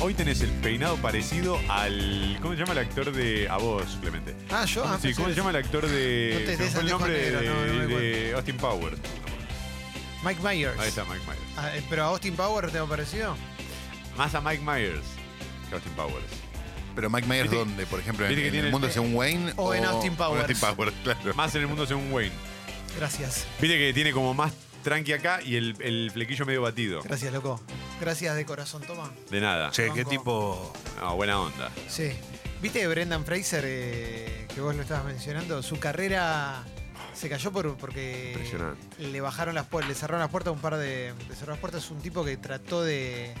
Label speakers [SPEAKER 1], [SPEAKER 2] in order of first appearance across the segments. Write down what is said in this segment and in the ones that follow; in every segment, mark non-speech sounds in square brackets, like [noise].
[SPEAKER 1] Hoy tenés el peinado parecido al. ¿Cómo se llama el actor de. A vos, Clemente?
[SPEAKER 2] Ah, yo. ah,
[SPEAKER 1] Sí,
[SPEAKER 2] pensé
[SPEAKER 1] ¿cómo se
[SPEAKER 2] que-
[SPEAKER 1] llama el actor de.
[SPEAKER 2] No te
[SPEAKER 1] se me
[SPEAKER 2] des
[SPEAKER 1] fue el
[SPEAKER 2] anteojos
[SPEAKER 1] nombre de,
[SPEAKER 2] negros, no, no me
[SPEAKER 1] de Austin Powers.
[SPEAKER 2] Mike Myers.
[SPEAKER 1] Ahí está, Mike Myers.
[SPEAKER 2] Ah, eh, pero a Austin Power te ha parecido.
[SPEAKER 1] Más a Mike Myers que Austin Powers.
[SPEAKER 3] Pero Mike Myers,
[SPEAKER 1] Viste-
[SPEAKER 3] ¿dónde? Por ejemplo, en,
[SPEAKER 1] viste que
[SPEAKER 3] en
[SPEAKER 1] tiene-
[SPEAKER 3] el mundo según Wayne.
[SPEAKER 2] o en Austin
[SPEAKER 3] o en
[SPEAKER 2] Powers.
[SPEAKER 3] Austin Powers, claro.
[SPEAKER 1] Más en el mundo según Wayne.
[SPEAKER 2] Gracias.
[SPEAKER 1] Viste que tiene como más tranqui acá y el, el flequillo medio batido.
[SPEAKER 2] Gracias, loco. Gracias de corazón, toma.
[SPEAKER 1] De nada.
[SPEAKER 4] Che, qué
[SPEAKER 2] Banco.
[SPEAKER 4] tipo.
[SPEAKER 1] No, buena onda.
[SPEAKER 2] Sí. ¿Viste Brendan Fraser eh, que vos lo estabas mencionando? Su carrera se cayó por, porque
[SPEAKER 1] Impresionante.
[SPEAKER 2] le bajaron las puertas, le cerraron las puertas a un par de. Le cerraron las puertas a un tipo que trató de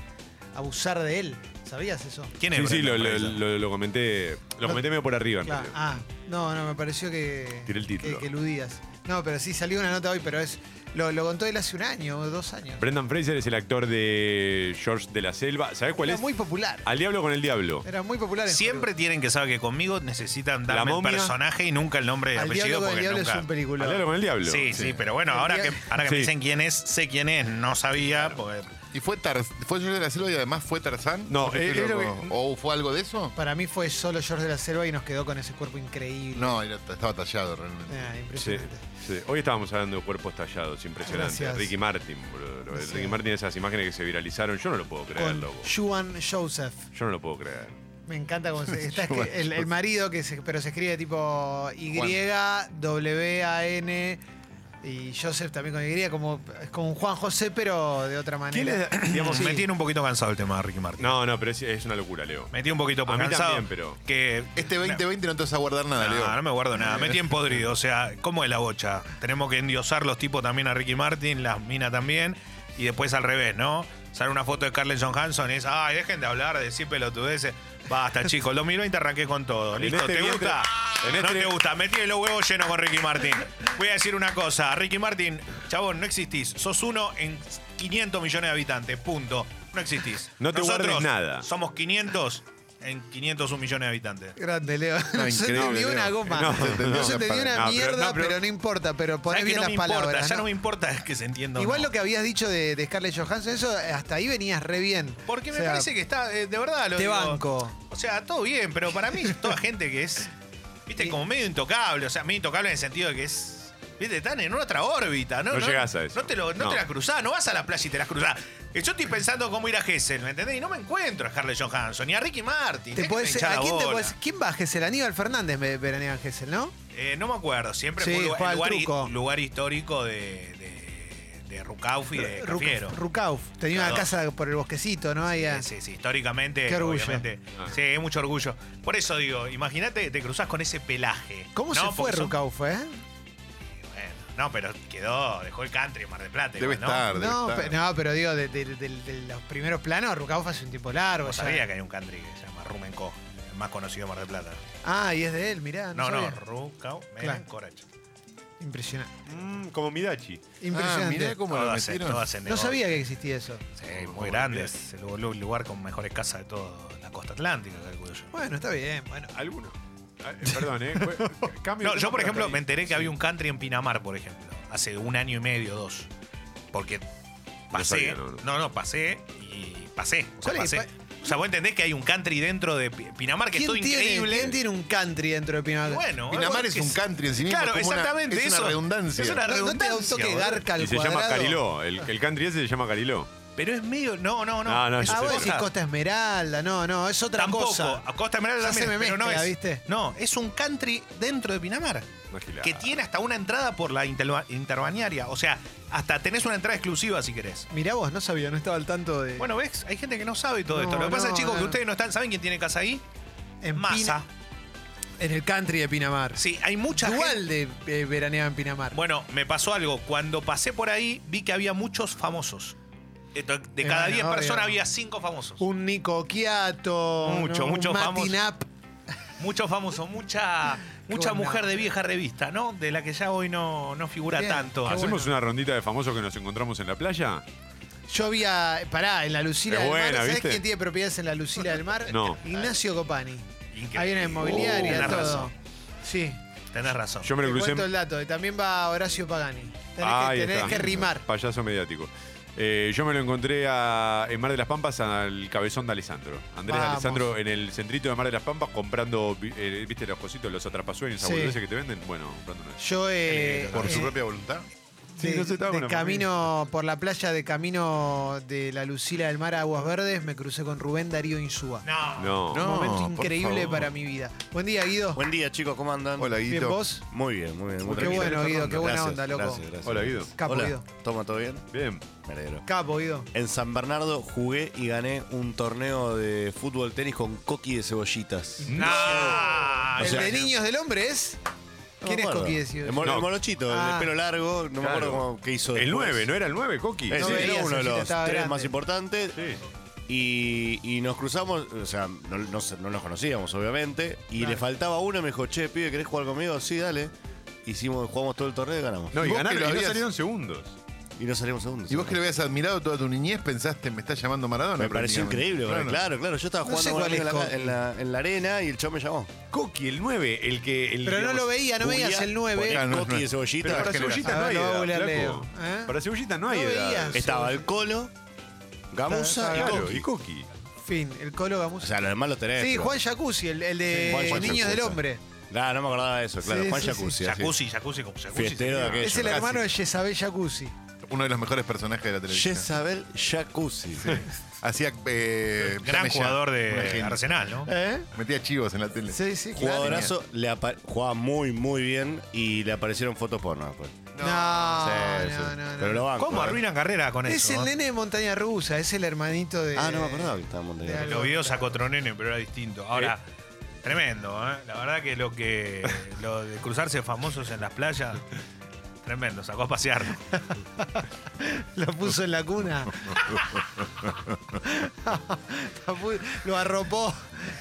[SPEAKER 2] abusar de él. ¿Sabías eso?
[SPEAKER 4] ¿Quién es
[SPEAKER 1] Sí, sí, lo,
[SPEAKER 4] Brendan
[SPEAKER 1] lo-
[SPEAKER 4] Fraser?
[SPEAKER 1] lo- lo comenté. Lo comenté medio por arriba en
[SPEAKER 2] Claro.
[SPEAKER 1] realidad.
[SPEAKER 2] Ah, no, no, me pareció que.
[SPEAKER 1] Tiré el título.
[SPEAKER 2] Que, que eludías. No, pero sí salió una nota hoy, pero es. Lo, lo contó él hace un año o dos años.
[SPEAKER 1] Brendan Fraser es el actor de George de la Selva. ¿Sabés cuál
[SPEAKER 2] Era
[SPEAKER 1] es?
[SPEAKER 2] muy popular.
[SPEAKER 1] Al diablo con el diablo.
[SPEAKER 2] Era muy popular en
[SPEAKER 4] Siempre tienen que saber que conmigo necesitan
[SPEAKER 1] La
[SPEAKER 4] darme el
[SPEAKER 1] momia.
[SPEAKER 4] personaje y nunca el nombre y
[SPEAKER 2] Al
[SPEAKER 4] apellido
[SPEAKER 2] diablo con el
[SPEAKER 4] porque
[SPEAKER 2] diablo
[SPEAKER 4] nunca.
[SPEAKER 2] es un película.
[SPEAKER 1] Al diablo con el diablo.
[SPEAKER 4] Sí, sí, pero bueno,
[SPEAKER 2] El
[SPEAKER 4] ahora que,
[SPEAKER 2] diablo-
[SPEAKER 4] ahora que me
[SPEAKER 1] Sí.
[SPEAKER 4] dicen quién es, sé quién es, no sabía. porque-
[SPEAKER 3] ¿Y fue, Tar fue George de la Selva y además fue Tarzán?
[SPEAKER 1] No,
[SPEAKER 3] ¿Fue
[SPEAKER 1] eh, era-
[SPEAKER 3] loco? ¿O fue algo de eso?
[SPEAKER 2] Para mí fue solo George de la Selva y nos quedó con ese cuerpo increíble.
[SPEAKER 3] No, era- estaba tallado realmente.
[SPEAKER 2] Ah,
[SPEAKER 1] Sí,
[SPEAKER 2] impresionante.
[SPEAKER 1] sí. Hoy estábamos hablando de cuerpos tallados, impresionante.
[SPEAKER 2] Gracias.
[SPEAKER 1] Ricky Martin, boludo. Lo de
[SPEAKER 2] Sí.
[SPEAKER 1] Ricky Martin, esas imágenes que se viralizaron, yo no lo puedo creer,
[SPEAKER 2] Con
[SPEAKER 1] loco.
[SPEAKER 2] Juan Joseph.
[SPEAKER 1] Yo no lo puedo creer.
[SPEAKER 2] Me encanta cómo se. Está
[SPEAKER 3] Juan
[SPEAKER 2] escri- el, el marido, que se, pero se escribe tipo Y, W-A-N. Y Joseph también con Y, como, es como un Juan José, pero de otra manera.
[SPEAKER 1] ¿Quién
[SPEAKER 2] [clears throat]
[SPEAKER 1] es, digamos, [clears throat]
[SPEAKER 2] Sí.
[SPEAKER 4] Me tiene un poquito cansado el tema de Ricky Martin.
[SPEAKER 1] No, no, pero es, es una locura, Leo.
[SPEAKER 4] Me tiene un poquito
[SPEAKER 1] A mí
[SPEAKER 4] cansado.
[SPEAKER 1] también, pero-
[SPEAKER 4] Que
[SPEAKER 3] Este 2020 no te vas a guardar nada, Leo. Ah,
[SPEAKER 4] No, no me guardo
[SPEAKER 1] [laughs]
[SPEAKER 4] nada. Me tienen podrido. O sea, ¿cómo es la bocha? Tenemos que endiosar los tipos también a Ricky Martin, las minas también. Y después al revés, ¿no? Sale una foto de Carlen Johansson y es, ay, dejen de hablar, de decir pelotudeces.
[SPEAKER 1] [laughs]
[SPEAKER 4] Basta, chicos. El 2020 arranqué con todo.
[SPEAKER 1] En
[SPEAKER 4] ¿Listo?
[SPEAKER 1] este
[SPEAKER 4] ¿Te
[SPEAKER 1] vientre-
[SPEAKER 4] gusta?
[SPEAKER 1] en
[SPEAKER 4] No
[SPEAKER 1] este-
[SPEAKER 4] te gusta. Metí los huevos llenos con Ricky Martin. Voy a decir una cosa. Ricky Martin, chabón, no existís. Sos uno en 500 millones de habitantes. Punto. No existís.
[SPEAKER 1] No te
[SPEAKER 4] Nosotros
[SPEAKER 1] guardes nada.
[SPEAKER 4] Somos 500 en 501 millones de habitantes.
[SPEAKER 2] Grande, Leo. [laughs] No, se
[SPEAKER 3] increíble,
[SPEAKER 2] entendió
[SPEAKER 3] Leo.
[SPEAKER 2] una goma.
[SPEAKER 1] No,
[SPEAKER 2] No,
[SPEAKER 3] no,
[SPEAKER 2] se entendió una
[SPEAKER 3] para-
[SPEAKER 1] no, pero-
[SPEAKER 2] mierda,
[SPEAKER 1] no,
[SPEAKER 2] pero,
[SPEAKER 1] pero-
[SPEAKER 2] no importa. Pero ponés
[SPEAKER 4] ¿Sabés que
[SPEAKER 2] bien
[SPEAKER 4] no
[SPEAKER 2] las
[SPEAKER 4] me
[SPEAKER 2] palabras.
[SPEAKER 4] importa, ya
[SPEAKER 2] ¿no?
[SPEAKER 4] no me importa que se entienda. o
[SPEAKER 2] Igual
[SPEAKER 4] no.
[SPEAKER 2] lo que habías dicho de, de Scarlett Johansson, eso eh, hasta ahí venías re bien.
[SPEAKER 4] Porque me
[SPEAKER 2] O sea,
[SPEAKER 4] parece que está, eh, de verdad, lo
[SPEAKER 2] Te
[SPEAKER 4] digo.
[SPEAKER 2] banco.
[SPEAKER 4] O sea, todo bien, pero para mí [laughs] es toda gente que es, viste, como medio intocable. O sea, medio intocable en el sentido de que es, viste, están en otra órbita. No,
[SPEAKER 1] No llegás a eso.
[SPEAKER 4] No te, lo- no
[SPEAKER 1] No.
[SPEAKER 4] te las cruzás, no vas a la playa y te las cruzás. Eh, Yo estoy pensando cómo ir a Gessel, ¿me entendés? Y no me encuentro a Harley Johansson ni a Ricky Martin.
[SPEAKER 2] Te
[SPEAKER 4] Déjenme
[SPEAKER 2] podés-
[SPEAKER 4] hinchar
[SPEAKER 2] ¿A
[SPEAKER 4] la
[SPEAKER 2] quién te
[SPEAKER 4] bola.
[SPEAKER 2] podés- ¿Quién va a Gesell? Aníbal Fernández me veranea en Gesell, ¿no?
[SPEAKER 4] Eh, no me acuerdo, siempre
[SPEAKER 2] Sí,
[SPEAKER 4] fue lugar,
[SPEAKER 2] juega al
[SPEAKER 4] lugar hi-
[SPEAKER 2] truco.
[SPEAKER 4] lugar histórico de, de, de Rucauf y de
[SPEAKER 2] Rucauf-
[SPEAKER 4] Cafiero.
[SPEAKER 2] Rucauf. Tenía una
[SPEAKER 4] Claro.
[SPEAKER 2] casa por el bosquecito, ¿no? Ahí,
[SPEAKER 4] Sí, sí, sí, históricamente.
[SPEAKER 2] Qué orgullo.
[SPEAKER 4] obviamente.
[SPEAKER 1] Ah.
[SPEAKER 4] Sí, hay mucho orgullo. Por eso digo, imagínate, te cruzás con ese pelaje.
[SPEAKER 2] ¿Cómo
[SPEAKER 4] No,
[SPEAKER 2] se fue
[SPEAKER 4] porque son-
[SPEAKER 2] Rucauf, eh?
[SPEAKER 4] Bueno, no, pero quedó, dejó el country en Mar del Plata.
[SPEAKER 3] Debe
[SPEAKER 4] igual, ¿no?
[SPEAKER 3] estar, debe
[SPEAKER 2] No,
[SPEAKER 3] estar.
[SPEAKER 2] pe- no, pero digo, de, de- de- de los primeros planos, Rucauf hace un tipo largo.
[SPEAKER 4] No
[SPEAKER 2] ya.
[SPEAKER 4] sabía que hay un country que se llama Rumenco, el más conocido de Mar del Plata.
[SPEAKER 2] Ah, y es de él, mirá.
[SPEAKER 4] No,
[SPEAKER 2] No,
[SPEAKER 4] no,
[SPEAKER 2] sabía.
[SPEAKER 4] Rucao,
[SPEAKER 2] Claro.
[SPEAKER 4] Menem, Corach.
[SPEAKER 2] Impresionante.
[SPEAKER 4] Ah,
[SPEAKER 1] Mm, como Midachi.
[SPEAKER 3] Ah,
[SPEAKER 2] Impresionante.
[SPEAKER 3] mirá cómo lo
[SPEAKER 4] Todas en-
[SPEAKER 3] metieron.
[SPEAKER 4] todas en
[SPEAKER 2] no
[SPEAKER 4] negocio.
[SPEAKER 2] sabía que existía eso.
[SPEAKER 4] Sí, muy grande. Es el lu- lugar con mejores casas de todo la costa atlántica, calculo yo.
[SPEAKER 2] Bueno, está bien, bueno.
[SPEAKER 1] ¿Alguno? Ah, eh, Perdón, ¿eh? Fue- cambio
[SPEAKER 4] No,
[SPEAKER 1] de
[SPEAKER 4] yo,
[SPEAKER 1] tema
[SPEAKER 4] por
[SPEAKER 1] para
[SPEAKER 4] ejemplo,
[SPEAKER 1] ahí.
[SPEAKER 4] me enteré que había un country en Pinamar, por ejemplo, hace un año y medio, dos. Porque pasé.
[SPEAKER 1] sabía,
[SPEAKER 4] No,
[SPEAKER 1] no,
[SPEAKER 4] no,
[SPEAKER 1] no.
[SPEAKER 4] pasé y pasé. O sea,
[SPEAKER 2] ¿Cuál es?
[SPEAKER 4] pasé. O sea, vos entendés que hay un country dentro de Pi- Pinamar que es todo
[SPEAKER 2] tiene,
[SPEAKER 4] increíble.
[SPEAKER 2] quién tiene un country dentro de Pinamar?
[SPEAKER 4] Bueno,
[SPEAKER 3] Pinamar
[SPEAKER 4] algo
[SPEAKER 3] es
[SPEAKER 4] que
[SPEAKER 3] un country en sí mismo,
[SPEAKER 4] Claro,
[SPEAKER 3] es como una-
[SPEAKER 4] exactamente.
[SPEAKER 3] es una
[SPEAKER 4] eso.
[SPEAKER 3] redundancia.
[SPEAKER 4] Es
[SPEAKER 2] ¿No, no
[SPEAKER 4] una
[SPEAKER 2] te da un
[SPEAKER 4] redundancia,
[SPEAKER 2] toque
[SPEAKER 4] boludo.
[SPEAKER 2] garca al
[SPEAKER 1] Y se
[SPEAKER 2] cuadrado?
[SPEAKER 1] llama Cariló. El, el country ese se llama Cariló.
[SPEAKER 4] Pero es medio. No, no, no.
[SPEAKER 1] No, no,
[SPEAKER 4] es
[SPEAKER 1] yo
[SPEAKER 2] Ah,
[SPEAKER 1] sé.
[SPEAKER 2] vos
[SPEAKER 4] otra
[SPEAKER 2] decís
[SPEAKER 4] cosa.
[SPEAKER 2] Costa Esmeralda, no, no, es otra
[SPEAKER 4] Tampoco.
[SPEAKER 2] cosa.
[SPEAKER 4] A Costa Esmeralda
[SPEAKER 2] Ya se
[SPEAKER 4] también.
[SPEAKER 2] me
[SPEAKER 4] pero no
[SPEAKER 2] mezcla,
[SPEAKER 4] es.
[SPEAKER 2] ¿viste?
[SPEAKER 4] No, es un country dentro de Pinamar.
[SPEAKER 1] No es gilada.
[SPEAKER 4] que tiene hasta una entrada por la interba- interbanearia. O sea, hasta tenés una entrada exclusiva si querés.
[SPEAKER 2] Mirá vos, no sabía, no estaba al tanto de.
[SPEAKER 4] Bueno, ves, hay gente que no sabe todo
[SPEAKER 2] No,
[SPEAKER 4] esto. Lo que pasa,
[SPEAKER 2] no,
[SPEAKER 4] chicos,
[SPEAKER 2] no.
[SPEAKER 4] que ustedes no están. ¿Saben quién tiene casa ahí?
[SPEAKER 2] en
[SPEAKER 4] Massa.
[SPEAKER 2] Pina- en el country de Pinamar.
[SPEAKER 4] Sí, hay mucha gente.
[SPEAKER 2] Igual de eh, veraneaba en Pinamar.
[SPEAKER 4] Bueno, me pasó algo. Cuando pasé por ahí, vi que había muchos famosos. Esto- De
[SPEAKER 2] Eh,
[SPEAKER 4] cada
[SPEAKER 2] bueno,
[SPEAKER 4] 10
[SPEAKER 2] obvio. Uh.
[SPEAKER 4] personas había 5 famosos.
[SPEAKER 2] Un Nico Quiato.
[SPEAKER 4] Mucho, mucho
[SPEAKER 2] un
[SPEAKER 4] famoso.
[SPEAKER 2] Matinap.
[SPEAKER 4] Muchos famosos, mucha, mucha
[SPEAKER 2] buena.
[SPEAKER 4] mujer de vieja revista, ¿no? De la que ya hoy no, no figura
[SPEAKER 2] Bien.
[SPEAKER 4] tanto.
[SPEAKER 2] Qué
[SPEAKER 1] ¿Hacemos
[SPEAKER 2] bueno.
[SPEAKER 1] una rondita de famosos que nos encontramos en la playa?
[SPEAKER 2] Yo vi a. Pará, en la Lucila
[SPEAKER 1] Es
[SPEAKER 2] del Mar.
[SPEAKER 1] buena,
[SPEAKER 2] ¿Sabés
[SPEAKER 1] ¿viste?
[SPEAKER 2] quién tiene propiedades en la Lucila del Mar?
[SPEAKER 1] No.
[SPEAKER 2] Ignacio Copani.
[SPEAKER 4] Increíble.
[SPEAKER 2] Hay una inmobiliaria,
[SPEAKER 4] uh, Tenés
[SPEAKER 2] todo.
[SPEAKER 4] razón,
[SPEAKER 2] Sí.
[SPEAKER 4] tenés razón.
[SPEAKER 1] Yo me
[SPEAKER 2] Te
[SPEAKER 1] lo crucé.
[SPEAKER 2] cuento el dato. También va Horacio Pagani. Tenés,
[SPEAKER 1] Ahí
[SPEAKER 2] que, tenés
[SPEAKER 1] está.
[SPEAKER 2] que rimar.
[SPEAKER 1] Payaso mediático. Eh, yo me lo encontré a- en Mar de las Pampas al cabezón de Alessandro. Andrés de
[SPEAKER 2] Vamos.
[SPEAKER 1] Alessandro en el centrito de Mar de las Pampas comprando, vi- eh, ¿viste los cositos, los atrapasueños,
[SPEAKER 2] Sí.
[SPEAKER 1] abuelos que te venden? Bueno, comprando uno de esos.
[SPEAKER 2] Yo eh,
[SPEAKER 3] Por su
[SPEAKER 2] eh,
[SPEAKER 3] propia voluntad.
[SPEAKER 1] Sí,
[SPEAKER 2] de,
[SPEAKER 1] no se estaba
[SPEAKER 2] de
[SPEAKER 1] con la
[SPEAKER 2] camino por la playa, de camino de la Lucila del Mar a Aguas Verdes, me crucé con Rubén Darío Insúa.
[SPEAKER 4] No.
[SPEAKER 1] No.
[SPEAKER 3] No.
[SPEAKER 2] Un momento
[SPEAKER 3] por
[SPEAKER 2] increíble
[SPEAKER 3] favor.
[SPEAKER 2] para mi vida. Buen día, Guido.
[SPEAKER 5] Buen día, chicos, ¿cómo andan?
[SPEAKER 3] Hola, Guido.
[SPEAKER 2] Bien, vos.
[SPEAKER 5] Muy bien, muy bien. muy
[SPEAKER 2] Qué
[SPEAKER 5] tranquilo.
[SPEAKER 2] bueno, Guido, qué buena
[SPEAKER 5] Gracias,
[SPEAKER 2] onda, loco.
[SPEAKER 5] Gracias, gracias.
[SPEAKER 1] Hola, Guido.
[SPEAKER 2] Capo,
[SPEAKER 5] Hola,
[SPEAKER 2] Guido.
[SPEAKER 5] ¿Toma todo bien?
[SPEAKER 1] Bien.
[SPEAKER 5] Me alegro.
[SPEAKER 2] Capo, Guido.
[SPEAKER 5] En San Bernardo jugué y gané un torneo de fútbol tenis con coqui de cebollitas.
[SPEAKER 4] No.
[SPEAKER 5] Ah, O
[SPEAKER 2] el
[SPEAKER 5] sea,
[SPEAKER 2] de niños del hombre es.
[SPEAKER 5] No
[SPEAKER 2] ¿Quién
[SPEAKER 5] me
[SPEAKER 2] es
[SPEAKER 5] acuerdo.
[SPEAKER 2] Coqui Decido?
[SPEAKER 5] El, mo-
[SPEAKER 1] No.
[SPEAKER 5] el morochito, el
[SPEAKER 2] Ah.
[SPEAKER 5] de pelo largo, no
[SPEAKER 1] Claro.
[SPEAKER 5] me acuerdo cómo, qué hizo.
[SPEAKER 1] El
[SPEAKER 5] después.
[SPEAKER 1] 9, ¿no era el 9, Coqui?
[SPEAKER 5] Ese
[SPEAKER 2] No
[SPEAKER 5] era
[SPEAKER 2] veía,
[SPEAKER 5] uno de
[SPEAKER 2] Cebollitas
[SPEAKER 5] los tres
[SPEAKER 2] estaba grande.
[SPEAKER 5] más importantes.
[SPEAKER 1] Sí.
[SPEAKER 5] Y, y nos cruzamos, o sea, no, no se- no nos conocíamos, obviamente. Y
[SPEAKER 2] Claro.
[SPEAKER 5] le faltaba uno y me dijo, che, pibe, ¿querés jugar conmigo? Sí, dale. Hicimos, jugamos todo el torneo y ganamos.
[SPEAKER 1] No, y
[SPEAKER 3] Vos que
[SPEAKER 1] ganaron,
[SPEAKER 3] lo
[SPEAKER 1] y no
[SPEAKER 3] habías-
[SPEAKER 1] salieron segundos.
[SPEAKER 5] Y no salimos segundos.
[SPEAKER 3] Y vos que lo habías admirado toda tu niñez, pensaste, me está llamando Maradona.
[SPEAKER 5] Me pareció
[SPEAKER 3] prácticamente.
[SPEAKER 5] increíble, porque, claro, claro, Yo
[SPEAKER 2] No
[SPEAKER 5] estaba jugando
[SPEAKER 2] sé
[SPEAKER 5] con
[SPEAKER 2] cuál
[SPEAKER 5] amigos
[SPEAKER 2] es
[SPEAKER 5] en la,
[SPEAKER 2] Coqui.
[SPEAKER 5] en, la, en la arena y el chavo me llamó.
[SPEAKER 1] Coqui, el 9, el que. El,
[SPEAKER 2] Pero no
[SPEAKER 1] digamos,
[SPEAKER 2] lo veía, no veías el 9.
[SPEAKER 3] Ponía-
[SPEAKER 5] Coqui
[SPEAKER 3] no, no.
[SPEAKER 5] de
[SPEAKER 1] Pero
[SPEAKER 5] cebollita.
[SPEAKER 1] para
[SPEAKER 3] que no
[SPEAKER 1] Cebollita no
[SPEAKER 2] era.
[SPEAKER 1] hay
[SPEAKER 2] Ah, no,
[SPEAKER 1] edad,
[SPEAKER 2] Leo.
[SPEAKER 1] flaco.
[SPEAKER 2] ¿Eh?
[SPEAKER 1] Para Cebollita no hay
[SPEAKER 2] No
[SPEAKER 1] edad.
[SPEAKER 2] veías. Ah,
[SPEAKER 5] Estaba el Colo, Gamusa y
[SPEAKER 1] Claro,
[SPEAKER 5] Coqui.
[SPEAKER 1] y Coqui.
[SPEAKER 2] Fin, el Colo
[SPEAKER 5] O
[SPEAKER 2] Gamusa.
[SPEAKER 5] sea, los demás los tenés.
[SPEAKER 2] Sí,
[SPEAKER 5] pero-
[SPEAKER 2] Juan Jacuzzi, el, el de
[SPEAKER 5] Sí, Juan
[SPEAKER 2] Niños
[SPEAKER 5] Jacuzzi.
[SPEAKER 2] del Hombre.
[SPEAKER 5] Nah, no me acordaba de eso, claro.
[SPEAKER 2] Sí,
[SPEAKER 5] Juan
[SPEAKER 2] sí, sí.
[SPEAKER 5] Jacuzzi. así.
[SPEAKER 4] Jacuzzi, jacuzzi, como jacuzzi.
[SPEAKER 5] Fiestero de
[SPEAKER 4] señor.
[SPEAKER 5] aquello.
[SPEAKER 2] Es el
[SPEAKER 3] casi.
[SPEAKER 2] hermano de Jezabel Jacuzzi.
[SPEAKER 3] Uno de los mejores personajes de la televisión.
[SPEAKER 5] Jezabel Jacuzzi.
[SPEAKER 3] Hacía. eh,
[SPEAKER 4] Gran
[SPEAKER 3] llame ya.
[SPEAKER 4] jugador
[SPEAKER 3] Una
[SPEAKER 4] de
[SPEAKER 3] genia.
[SPEAKER 4] Arsenal, ¿no?
[SPEAKER 2] ¿Eh?
[SPEAKER 3] Metía chivos en la tele.
[SPEAKER 2] Sí, sí, claro.
[SPEAKER 5] Jugadorazo, le apa- jugaba muy, muy bien y le aparecieron fotos porno después.
[SPEAKER 2] No,
[SPEAKER 5] Sí, sí.
[SPEAKER 2] no, no, no.
[SPEAKER 5] Pero lo banco.
[SPEAKER 4] ¿Cómo
[SPEAKER 5] eh.
[SPEAKER 4] arruinan carrera con
[SPEAKER 2] Es
[SPEAKER 4] eso?
[SPEAKER 2] el
[SPEAKER 4] eh?
[SPEAKER 2] nene de Montaña Rusa, es el hermanito de.
[SPEAKER 5] Ah, no me acordaba que estaba en
[SPEAKER 2] de
[SPEAKER 5] Montevideo.
[SPEAKER 2] algo.
[SPEAKER 4] Lo vio sacó otro nene, pero era distinto. Ahora, tremendo, ¿eh? La verdad que lo que. Lo de cruzarse famosos en las playas. Tremendo, sacó a pasear.
[SPEAKER 2] Lo puso en la cuna. Lo pu- lo arropó.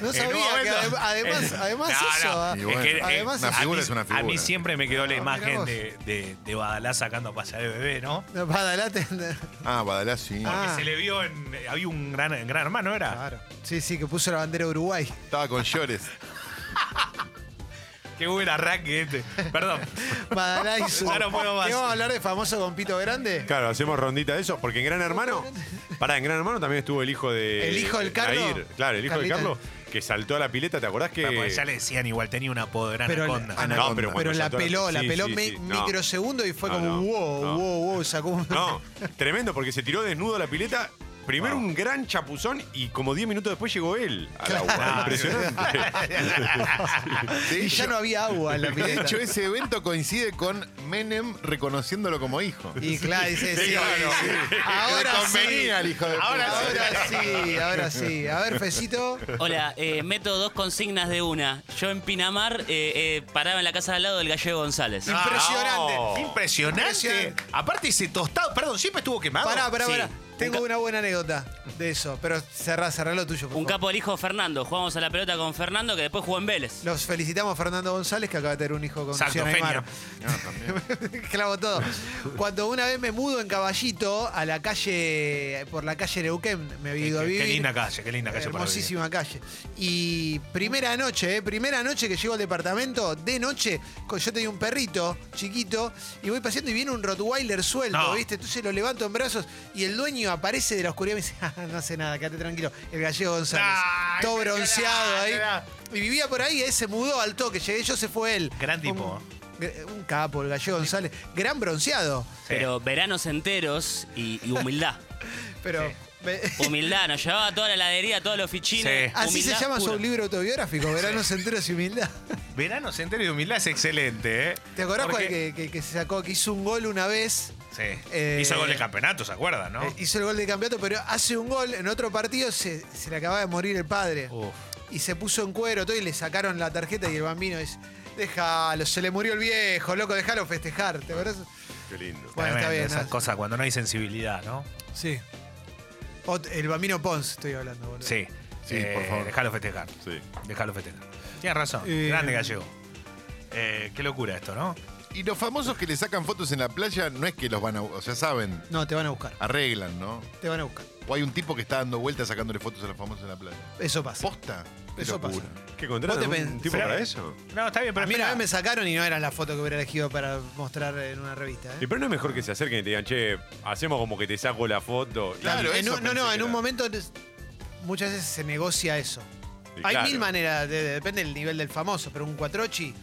[SPEAKER 2] No
[SPEAKER 4] [laughs] En
[SPEAKER 2] sabía
[SPEAKER 4] un momento-
[SPEAKER 2] que adem- además,
[SPEAKER 4] [laughs] en-
[SPEAKER 2] además
[SPEAKER 4] No,
[SPEAKER 2] eso.
[SPEAKER 4] no,
[SPEAKER 2] ¿ah?
[SPEAKER 3] Y bueno,
[SPEAKER 2] además
[SPEAKER 3] una
[SPEAKER 2] es-
[SPEAKER 3] figura
[SPEAKER 4] a mí,
[SPEAKER 3] es una figura.
[SPEAKER 4] a mí siempre me quedó la
[SPEAKER 2] Ah, mirá
[SPEAKER 4] imagen
[SPEAKER 2] vos.
[SPEAKER 4] de, de, de Badalá sacando a pasear al bebé, ¿no?
[SPEAKER 2] No, Badalate.
[SPEAKER 3] Ah, Badalá, sí.
[SPEAKER 2] Ah.
[SPEAKER 4] Que se le vio en. Había un gran, gran hermano, ¿era?
[SPEAKER 2] Claro. Sí, sí, que puso la bandera de Uruguay.
[SPEAKER 3] Estaba con
[SPEAKER 4] [laughs]
[SPEAKER 3] llores.
[SPEAKER 4] Qué buen arranque este.
[SPEAKER 2] [laughs]
[SPEAKER 4] Perdón.
[SPEAKER 2] Badalá hizo.
[SPEAKER 4] Ya no puedo más.
[SPEAKER 2] ¿Qué vamos a hablar de famoso con Pito Grande?
[SPEAKER 1] Claro, hacemos rondita de eso, porque en Gran Hermano, pará, en Gran Hermano también estuvo el hijo de.
[SPEAKER 2] ¿El hijo del Carlos?
[SPEAKER 1] Nair, claro, el hijo
[SPEAKER 2] Carlita.
[SPEAKER 1] de Carlos, que saltó a la pileta, ¿te acordás que.?
[SPEAKER 2] Ah,
[SPEAKER 4] Bueno, Ah,
[SPEAKER 2] pues
[SPEAKER 4] porque ya le decían igual, tenía un apodo, era
[SPEAKER 2] Pero el-
[SPEAKER 4] Anaconda.
[SPEAKER 3] Ah, no.
[SPEAKER 1] no, pero, cuando
[SPEAKER 2] Pero la
[SPEAKER 1] saltó a
[SPEAKER 2] peló, la
[SPEAKER 1] sí,
[SPEAKER 2] peló
[SPEAKER 1] sí,
[SPEAKER 2] mi-
[SPEAKER 1] sí, no.
[SPEAKER 2] microsegundo y fue
[SPEAKER 1] No,
[SPEAKER 2] como
[SPEAKER 1] no,
[SPEAKER 2] wow,
[SPEAKER 1] no.
[SPEAKER 2] wow, wow, sacó un.
[SPEAKER 1] No, tremendo, porque se tiró desnudo a la pileta. Primero un gran chapuzón y como 10 minutos después llegó él al agua.
[SPEAKER 4] Claro.
[SPEAKER 1] Impresionante.
[SPEAKER 3] De
[SPEAKER 2] [laughs] Y ya no había agua en la
[SPEAKER 3] De
[SPEAKER 2] pileta.
[SPEAKER 3] hecho, ese evento coincide con Menem reconociéndolo como hijo.
[SPEAKER 2] Y claro, dice, sí,
[SPEAKER 3] claro, sí.
[SPEAKER 2] ahora
[SPEAKER 3] Le
[SPEAKER 2] sí.
[SPEAKER 3] convenía al hijo de
[SPEAKER 2] Ahora,
[SPEAKER 3] puta.
[SPEAKER 2] ahora sí, ahora sí. A ver, Fecito.
[SPEAKER 6] Hola, eh, meto dos consignas de una. Yo en Pinamar eh, eh, paraba en la casa de al lado del gallego González.
[SPEAKER 4] No.
[SPEAKER 1] Impresionante.
[SPEAKER 4] Impresionante.
[SPEAKER 2] Impresionante.
[SPEAKER 4] Aparte ese tostado, perdón, siempre estuvo quemado.
[SPEAKER 2] Pará, pará,
[SPEAKER 6] Sí.
[SPEAKER 2] pará. Tengo
[SPEAKER 6] Un ca-
[SPEAKER 2] una buena anécdota de eso, pero cerrá, cerrá lo tuyo. por
[SPEAKER 6] Un
[SPEAKER 2] favor.
[SPEAKER 6] capo del hijo Fernando. Jugamos a la pelota con Fernando que después jugó en Vélez.
[SPEAKER 2] Los felicitamos a Fernando González, que acaba de tener un hijo con
[SPEAKER 4] Santo
[SPEAKER 2] Luciana Aymar.
[SPEAKER 3] No, también.
[SPEAKER 2] [laughs] Clavo todo. Cuando una vez me mudo en caballito a la calle, por la calle Neuquén, me había ido a
[SPEAKER 4] Qué- qué
[SPEAKER 2] vivir.
[SPEAKER 4] linda calle, qué linda calle para
[SPEAKER 2] Hermosísima calle. Y primera noche, eh, primera noche que llego al departamento, de noche, co- yo tenía un perrito chiquito y voy paseando y viene un Rottweiler suelto,
[SPEAKER 4] No.
[SPEAKER 2] ¿viste? Entonces lo levanto en brazos y el dueño aparece de la oscuridad y me dice, "Ah, no hace nada, quédate tranquilo. El gallego González.
[SPEAKER 4] Nah,
[SPEAKER 2] todo
[SPEAKER 4] impresionante,
[SPEAKER 2] bronceado ahí.
[SPEAKER 4] nah.
[SPEAKER 2] Y vivía por ahí, eh, se mudó al toque, llegué yo, se fue él.
[SPEAKER 4] Gran tipo.
[SPEAKER 2] Un, un capo, el gallego González. Gran bronceado.
[SPEAKER 6] Pero veranos enteros y, y humildad.
[SPEAKER 2] Pero. me- [laughs]
[SPEAKER 6] Humildad, nos llevaba a toda la heladería, todos los fichines.
[SPEAKER 4] Sí.
[SPEAKER 2] Así se
[SPEAKER 6] humildad
[SPEAKER 2] llama
[SPEAKER 6] pura.
[SPEAKER 2] su libro autobiográfico, Veranos enteros y humildad.
[SPEAKER 4] Verano entero y humildad es excelente, ¿eh?
[SPEAKER 2] ¿Te acordás cuál
[SPEAKER 4] Porque-
[SPEAKER 2] que, que- que se sacó, que hizo un gol una vez?
[SPEAKER 4] Sí.
[SPEAKER 2] Eh,
[SPEAKER 4] Hizo gol de campeonato, ¿se acuerdan, no?
[SPEAKER 2] Eh, hizo el gol de campeonato, pero hace un gol en otro partido, se, se le acababa de morir el padre.
[SPEAKER 4] Uf.
[SPEAKER 2] Y se puso en cuero todo y le sacaron la tarjeta y el bambino dice, déjalo, se le murió el viejo, loco, déjalo festejar. ¿Te acordás?
[SPEAKER 1] Qué lindo.
[SPEAKER 2] Bueno, está
[SPEAKER 4] Tremendo,
[SPEAKER 2] bien.
[SPEAKER 4] Esas
[SPEAKER 2] nada.
[SPEAKER 4] cosas cuando no hay sensibilidad, ¿no?
[SPEAKER 2] Sí. Ot- el bambino Pons, estoy hablando, boludo.
[SPEAKER 4] Sí.
[SPEAKER 3] Sí, por favor.
[SPEAKER 4] Déjalo festejar.
[SPEAKER 1] Sí.
[SPEAKER 4] Déjalo festejar. Tienes razón.
[SPEAKER 2] Eh,
[SPEAKER 4] Grande gallego. Eh, qué locura esto, ¿no?
[SPEAKER 3] Y los famosos que le sacan fotos en la playa no es que los van a. O sea, saben,
[SPEAKER 2] No, te van a buscar.
[SPEAKER 3] arreglan, ¿no?
[SPEAKER 2] Te van a buscar.
[SPEAKER 3] O hay un tipo que está dando vueltas sacándole fotos a los famosos en la playa.
[SPEAKER 2] Eso pasa.
[SPEAKER 3] ¿Posta? Qué
[SPEAKER 2] Eso pasa.
[SPEAKER 3] locura.
[SPEAKER 1] ¿Qué contratan
[SPEAKER 2] Vos te
[SPEAKER 1] un
[SPEAKER 2] pen- eh.
[SPEAKER 1] tipo
[SPEAKER 4] Esperá.
[SPEAKER 1] para eso?
[SPEAKER 4] No, está bien, pero
[SPEAKER 2] A mí una vez
[SPEAKER 4] espera.
[SPEAKER 2] me sacaron y no era la foto que hubiera elegido para mostrar en una revista. ¿eh?
[SPEAKER 1] Y pero no es mejor que se acerquen y te digan, che, hacemos como que te saco la foto. Y-
[SPEAKER 3] Claro,
[SPEAKER 2] en
[SPEAKER 3] eso
[SPEAKER 2] un- eh, no, no,
[SPEAKER 3] pensé que
[SPEAKER 2] en un
[SPEAKER 3] era.
[SPEAKER 2] momento es- muchas veces se negocia eso.
[SPEAKER 1] y
[SPEAKER 2] Hay
[SPEAKER 1] claro.
[SPEAKER 2] mil maneras, de- de- depende del nivel del famoso, pero un cuatrochi,